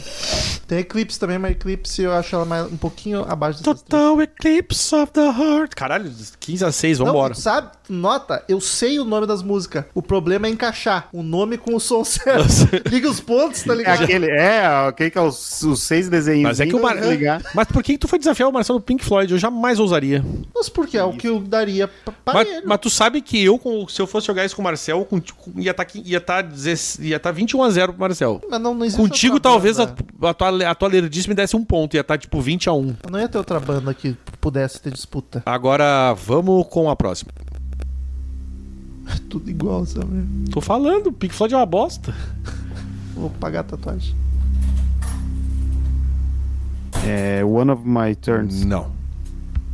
[SPEAKER 1] Tem Eclipse também, mas Eclipse eu acho ela mais, um pouquinho abaixo dessas três.
[SPEAKER 2] Total Eclipse of the Heart. Caralho, 15 a 6, vambora.
[SPEAKER 1] Não, tu sabe, tu nota, eu sei o nome das músicas. O problema é encaixar o nome com o som certo. Liga os pontos, tá
[SPEAKER 3] É
[SPEAKER 1] ligado?
[SPEAKER 3] aquele, é, aquele que é os, os seis desenhos.
[SPEAKER 2] Mas é que o Mar...
[SPEAKER 3] ligar.
[SPEAKER 2] Mas por que que tu foi desafiar o Marcelo Pink Floyd? Eu jamais ousaria.
[SPEAKER 1] Mas porque é o que eu daria pra- pra
[SPEAKER 2] Mas,
[SPEAKER 1] ele.
[SPEAKER 2] mas tu sabe que eu, com- se eu fosse jogar isso com o Marcel, com- com- ia estar ia tá, dezesse- ia tá 21 a 0 pro Marcel.
[SPEAKER 1] Mas não, não existe
[SPEAKER 2] Contigo,
[SPEAKER 1] outra
[SPEAKER 2] talvez a,
[SPEAKER 1] banda.
[SPEAKER 2] a tua, a tua lerdice me desse um ponto, ia estar tipo 20 a 1.
[SPEAKER 1] Não ia ter outra banda que pudesse ter disputa.
[SPEAKER 2] Agora vamos com a próxima.
[SPEAKER 1] É Tudo igual, sabe?
[SPEAKER 2] Tô falando, Pink Floyd é uma bosta.
[SPEAKER 1] Vou pagar a tatuagem.
[SPEAKER 3] É One of My Turns.
[SPEAKER 2] Não.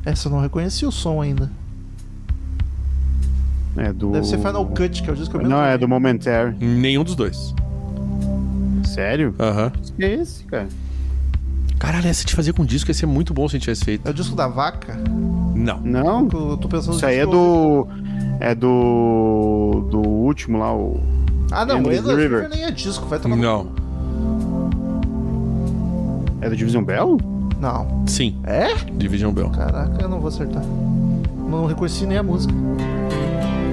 [SPEAKER 1] Essa eu não reconheci o som ainda.
[SPEAKER 3] É do.
[SPEAKER 1] Deve ser Final Cut, que é o disco que eu menos
[SPEAKER 3] Não, é
[SPEAKER 1] ouvi.
[SPEAKER 3] do Momentary.
[SPEAKER 2] Nenhum dos dois.
[SPEAKER 3] Sério?
[SPEAKER 2] Aham.
[SPEAKER 3] Que é esse, cara?
[SPEAKER 2] Caralho, essa de fazer com disco ia ser muito bom se a gente tivesse feito.
[SPEAKER 1] É o disco da vaca?
[SPEAKER 2] Não.
[SPEAKER 3] Não?
[SPEAKER 1] Eu tô pensando no
[SPEAKER 3] Isso aí é
[SPEAKER 1] disco que eu
[SPEAKER 3] do. É do. Do último lá, o.
[SPEAKER 1] ouvi. Ah, não,
[SPEAKER 3] Endless
[SPEAKER 1] Endless River.
[SPEAKER 3] River
[SPEAKER 1] nem é disco, vai tomar. no-
[SPEAKER 2] Não.
[SPEAKER 3] É do Division Bell?
[SPEAKER 1] Não.
[SPEAKER 2] Sim.
[SPEAKER 1] É?
[SPEAKER 2] Division Bell.
[SPEAKER 1] Caraca, eu não vou acertar. Não reconheci nem a música.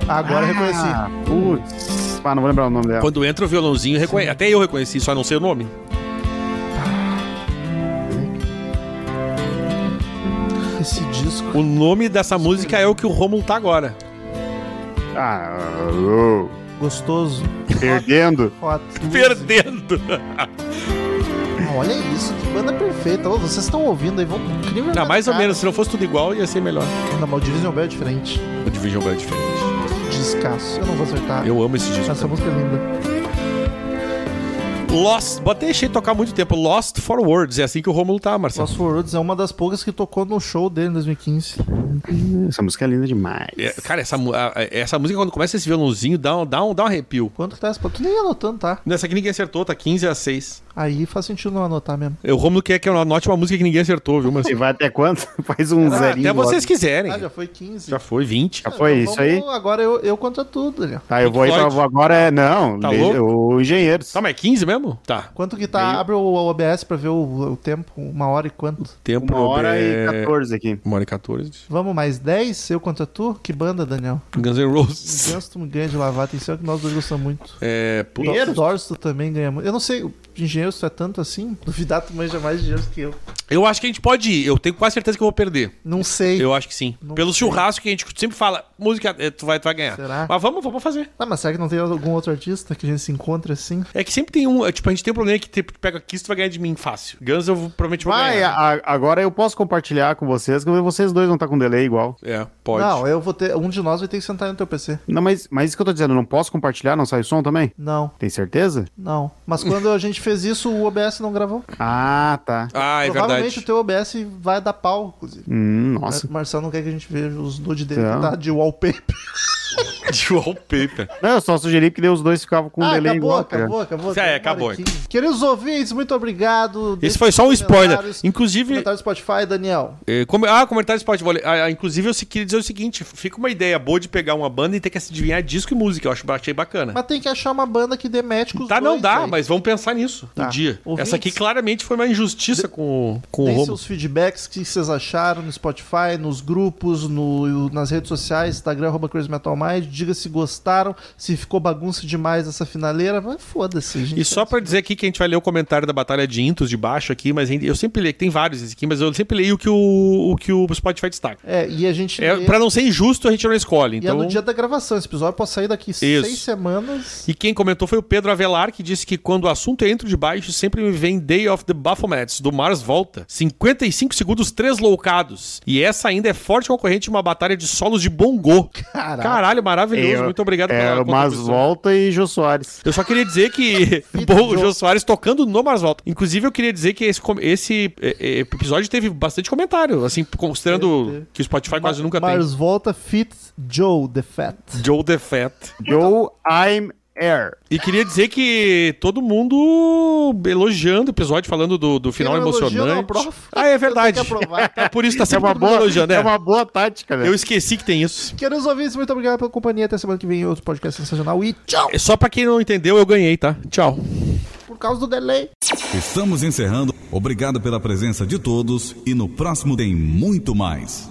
[SPEAKER 1] Agora eu
[SPEAKER 2] Ah.
[SPEAKER 1] reconheci.
[SPEAKER 3] Putz. Ah, não vou lembrar o nome dela.
[SPEAKER 2] Quando entra o violãozinho, reconhe... até eu reconheci, só não sei o nome.
[SPEAKER 1] Esse disco.
[SPEAKER 2] O nome dessa música é o que o Romulo tá agora.
[SPEAKER 3] Ah, ô,
[SPEAKER 1] Gostoso.
[SPEAKER 3] perdendo.
[SPEAKER 1] Hot.
[SPEAKER 2] Perdendo.
[SPEAKER 1] Ah, olha isso, que banda perfeita. Ô, vocês estão ouvindo aí, vão incrível.
[SPEAKER 2] Não, Ah, mais ou
[SPEAKER 1] cara.
[SPEAKER 2] menos, se não fosse tudo igual, ia ser melhor.
[SPEAKER 1] Não, mas o Division Bell é diferente.
[SPEAKER 2] O Division Bell é diferente.
[SPEAKER 1] Descasso. Eu não vou acertar.
[SPEAKER 2] Eu amo esse disco.
[SPEAKER 1] Essa música é linda.
[SPEAKER 2] Lost, botei deixei tocar muito tempo. Lost for Words, é assim que o Romulo tá, Marcelo.
[SPEAKER 1] Lost for Words é uma das poucas que tocou no show dele em 2015.
[SPEAKER 3] Essa música é linda demais.
[SPEAKER 2] É, cara, essa, mu- a- a- essa música, quando começa esse violãozinho, dá um, dá um, dá um arrepio.
[SPEAKER 1] Quanto que tá essa? Tu nem ia anotando, tá?
[SPEAKER 2] Nessa aqui ninguém acertou, tá 15 a 6.
[SPEAKER 1] Aí faz sentido não anotar mesmo.
[SPEAKER 2] O Romulo quer que eu anote uma música que ninguém acertou, viu,
[SPEAKER 3] Você
[SPEAKER 2] Marcelo?
[SPEAKER 3] vai até quanto? Faz um
[SPEAKER 2] Ah,
[SPEAKER 3] zerinho.
[SPEAKER 2] até vocês
[SPEAKER 3] logo.
[SPEAKER 2] quiserem.
[SPEAKER 1] Ah, já foi 15.
[SPEAKER 2] Já foi 20.
[SPEAKER 3] Já foi
[SPEAKER 1] Então
[SPEAKER 3] isso aí?
[SPEAKER 1] vamos Agora eu, eu contra tudo, ali. ó.
[SPEAKER 3] Tá, eu
[SPEAKER 2] Pink
[SPEAKER 3] vou aí pra,
[SPEAKER 2] Floyd.
[SPEAKER 3] vou agora. É, não,
[SPEAKER 2] Tá
[SPEAKER 3] le- o Engenheiros.
[SPEAKER 2] Tá, mas é 15 mesmo? Tá.
[SPEAKER 1] Quanto que tá? Abre o, o OBS pra ver o, o tempo, uma hora e quanto.
[SPEAKER 2] Tempo
[SPEAKER 3] Uma hora
[SPEAKER 2] é-
[SPEAKER 3] e 14 aqui.
[SPEAKER 2] Uma hora e 14.
[SPEAKER 1] Vamos mais 10? Eu contra tu? Que banda, Daniel?
[SPEAKER 2] Guns N' Roses.
[SPEAKER 1] é Ganso, tu me ganha de lavar. Atenção que nós dois gostamos muito.
[SPEAKER 2] É, puta.
[SPEAKER 1] Dorso também ganha muito. Eu não sei, de engenheiro, se tu é tanto assim. Duvidar, tu manja mais de engenheiro que eu.
[SPEAKER 2] Eu acho que a gente pode ir. Eu tenho quase certeza que eu vou perder.
[SPEAKER 1] Não sei.
[SPEAKER 2] Eu acho que sim.
[SPEAKER 1] Não
[SPEAKER 2] Pelo
[SPEAKER 1] sei.
[SPEAKER 2] churrasco que a gente sempre fala, música, eh, tu vai, tu vai ganhar.
[SPEAKER 1] Será?
[SPEAKER 2] Mas vamos, vamos fazer.
[SPEAKER 1] Ah, mas será que não tem algum outro artista que a gente se encontra assim?
[SPEAKER 2] É que sempre tem um. é, Tipo, a gente tem um problema que tipo, tu pega aqui, tu vai ganhar de mim fácil. Guns eu vou- provavelmente vou
[SPEAKER 3] Vai,
[SPEAKER 2] ganhar.
[SPEAKER 3] a- agora eu posso compartilhar com vocês, que vocês dois vão estar com delay igual.
[SPEAKER 2] É, pode.
[SPEAKER 1] Não, eu vou ter. Um de nós vai ter que sentar no teu PC.
[SPEAKER 3] Não, mas, mas isso que eu tô dizendo, eu não posso compartilhar, não sai o som também?
[SPEAKER 1] Não,
[SPEAKER 3] Tem certeza?
[SPEAKER 1] não. Mas quando a gente fez isso, o OBS não gravou.
[SPEAKER 3] Ah, tá.
[SPEAKER 2] Ah, é
[SPEAKER 1] Provavelmente
[SPEAKER 2] verdade.
[SPEAKER 1] o teu OBS vai dar pau, inclusive.
[SPEAKER 3] Hum, nossa.
[SPEAKER 1] O Marcel não quer que a gente veja os nude dele
[SPEAKER 3] Tá.
[SPEAKER 1] que tá de wallpaper.
[SPEAKER 2] De wallpaper.
[SPEAKER 3] É. Não, eu só sugeri porque daí os dois ficavam com
[SPEAKER 1] Ah,
[SPEAKER 3] Um delay
[SPEAKER 1] acabou,
[SPEAKER 3] igual.
[SPEAKER 1] acabou, acabou,
[SPEAKER 2] Isso aí, acabou.
[SPEAKER 1] Uma hora e quinze. Queridos ouvintes, muito obrigado.
[SPEAKER 2] Esse
[SPEAKER 1] Deixe
[SPEAKER 2] foi só um spoiler.
[SPEAKER 1] comentários-
[SPEAKER 2] Inclusive,
[SPEAKER 1] Comentário do Spotify, Daniel.
[SPEAKER 2] É, como- ah, comentário do Spotify. Olha, ah, ah, inclusive, eu se- queria dizer o seguinte: fica uma ideia boa de pegar uma banda e ter que adivinhar disco e música. Eu acho, achei bacana.
[SPEAKER 1] Mas tem que achar uma banda que dê match com os
[SPEAKER 2] tá, não
[SPEAKER 1] dois
[SPEAKER 2] dá,
[SPEAKER 1] aí.
[SPEAKER 2] mas vamos pensar nisso
[SPEAKER 1] Tá.
[SPEAKER 2] um dia.
[SPEAKER 1] Ouvintes.
[SPEAKER 2] Essa aqui claramente foi uma injustiça com, com o
[SPEAKER 1] Deem
[SPEAKER 2] Romulo.
[SPEAKER 1] seus feedbacks, o que vocês acharam no Spotify, nos grupos, no, nas redes sociais, Instagram, arroba Crazy Metal Mind. Diga se gostaram, se ficou bagunça demais essa finaleira. Mas foda-se, gente.
[SPEAKER 2] E só pra dizer aqui que a gente vai ler o comentário da Batalha de Intos de baixo aqui, mas ainda- eu sempre leio, que tem vários esse aqui, mas eu sempre leio o que o, o, que o Spotify destaca.
[SPEAKER 1] É, e a gente...
[SPEAKER 2] É,
[SPEAKER 1] lê-
[SPEAKER 2] pra não ser injusto, a gente não escolhe.
[SPEAKER 1] E é
[SPEAKER 2] Então...
[SPEAKER 1] no dia da gravação, esse episódio pode sair daqui seis semanas.
[SPEAKER 2] E quem comentou foi o Pedro Avelar, que disse que quando o assunto é entro de baixo, sempre me vem Day of the Baphomets, do Mars Volta. 55 segundos, três loucados. E essa ainda é forte concorrente de uma batalha de solos de bongô.
[SPEAKER 1] Caralho.
[SPEAKER 2] Caralho, maravilhoso.
[SPEAKER 3] Eu-
[SPEAKER 2] Muito obrigado
[SPEAKER 3] É, o Mas
[SPEAKER 2] contribuição.
[SPEAKER 3] Volta e Jô Soares.
[SPEAKER 2] Eu só queria dizer que o Bo- o Jô Soares tocando no Mars Volta. Inclusive, eu queria dizer que esse, com- esse eh, eh, episódio teve bastante comentário, assim, considerando que o Spotify quase nunca
[SPEAKER 1] Mars Volta Fit Joe The Fat.
[SPEAKER 2] tem. Joe the Fat.
[SPEAKER 3] Joe, I'm Air.
[SPEAKER 2] E queria dizer que todo mundo elogiando o episódio, falando do, do final
[SPEAKER 1] não elogia,
[SPEAKER 2] emocionante.
[SPEAKER 1] não, prof.
[SPEAKER 2] Ah, é verdade.
[SPEAKER 1] Eu tenho que aprovar.
[SPEAKER 2] É por isso que tá
[SPEAKER 3] É
[SPEAKER 2] sempre
[SPEAKER 3] uma
[SPEAKER 2] todo mundo
[SPEAKER 3] boa,
[SPEAKER 2] elogiando,
[SPEAKER 3] é
[SPEAKER 2] né?
[SPEAKER 3] uma boa tática, né?
[SPEAKER 2] Eu esqueci que tem isso.
[SPEAKER 1] Queridos ouvintes, muito obrigado pela companhia. Até semana que vem, em outro podcast sensacional. E tchau,
[SPEAKER 2] É Só pra quem não entendeu, eu ganhei, tá? Tchau.
[SPEAKER 1] por causa do delay.
[SPEAKER 9] Estamos encerrando. Obrigado pela presença de todos e no próximo tem muito mais.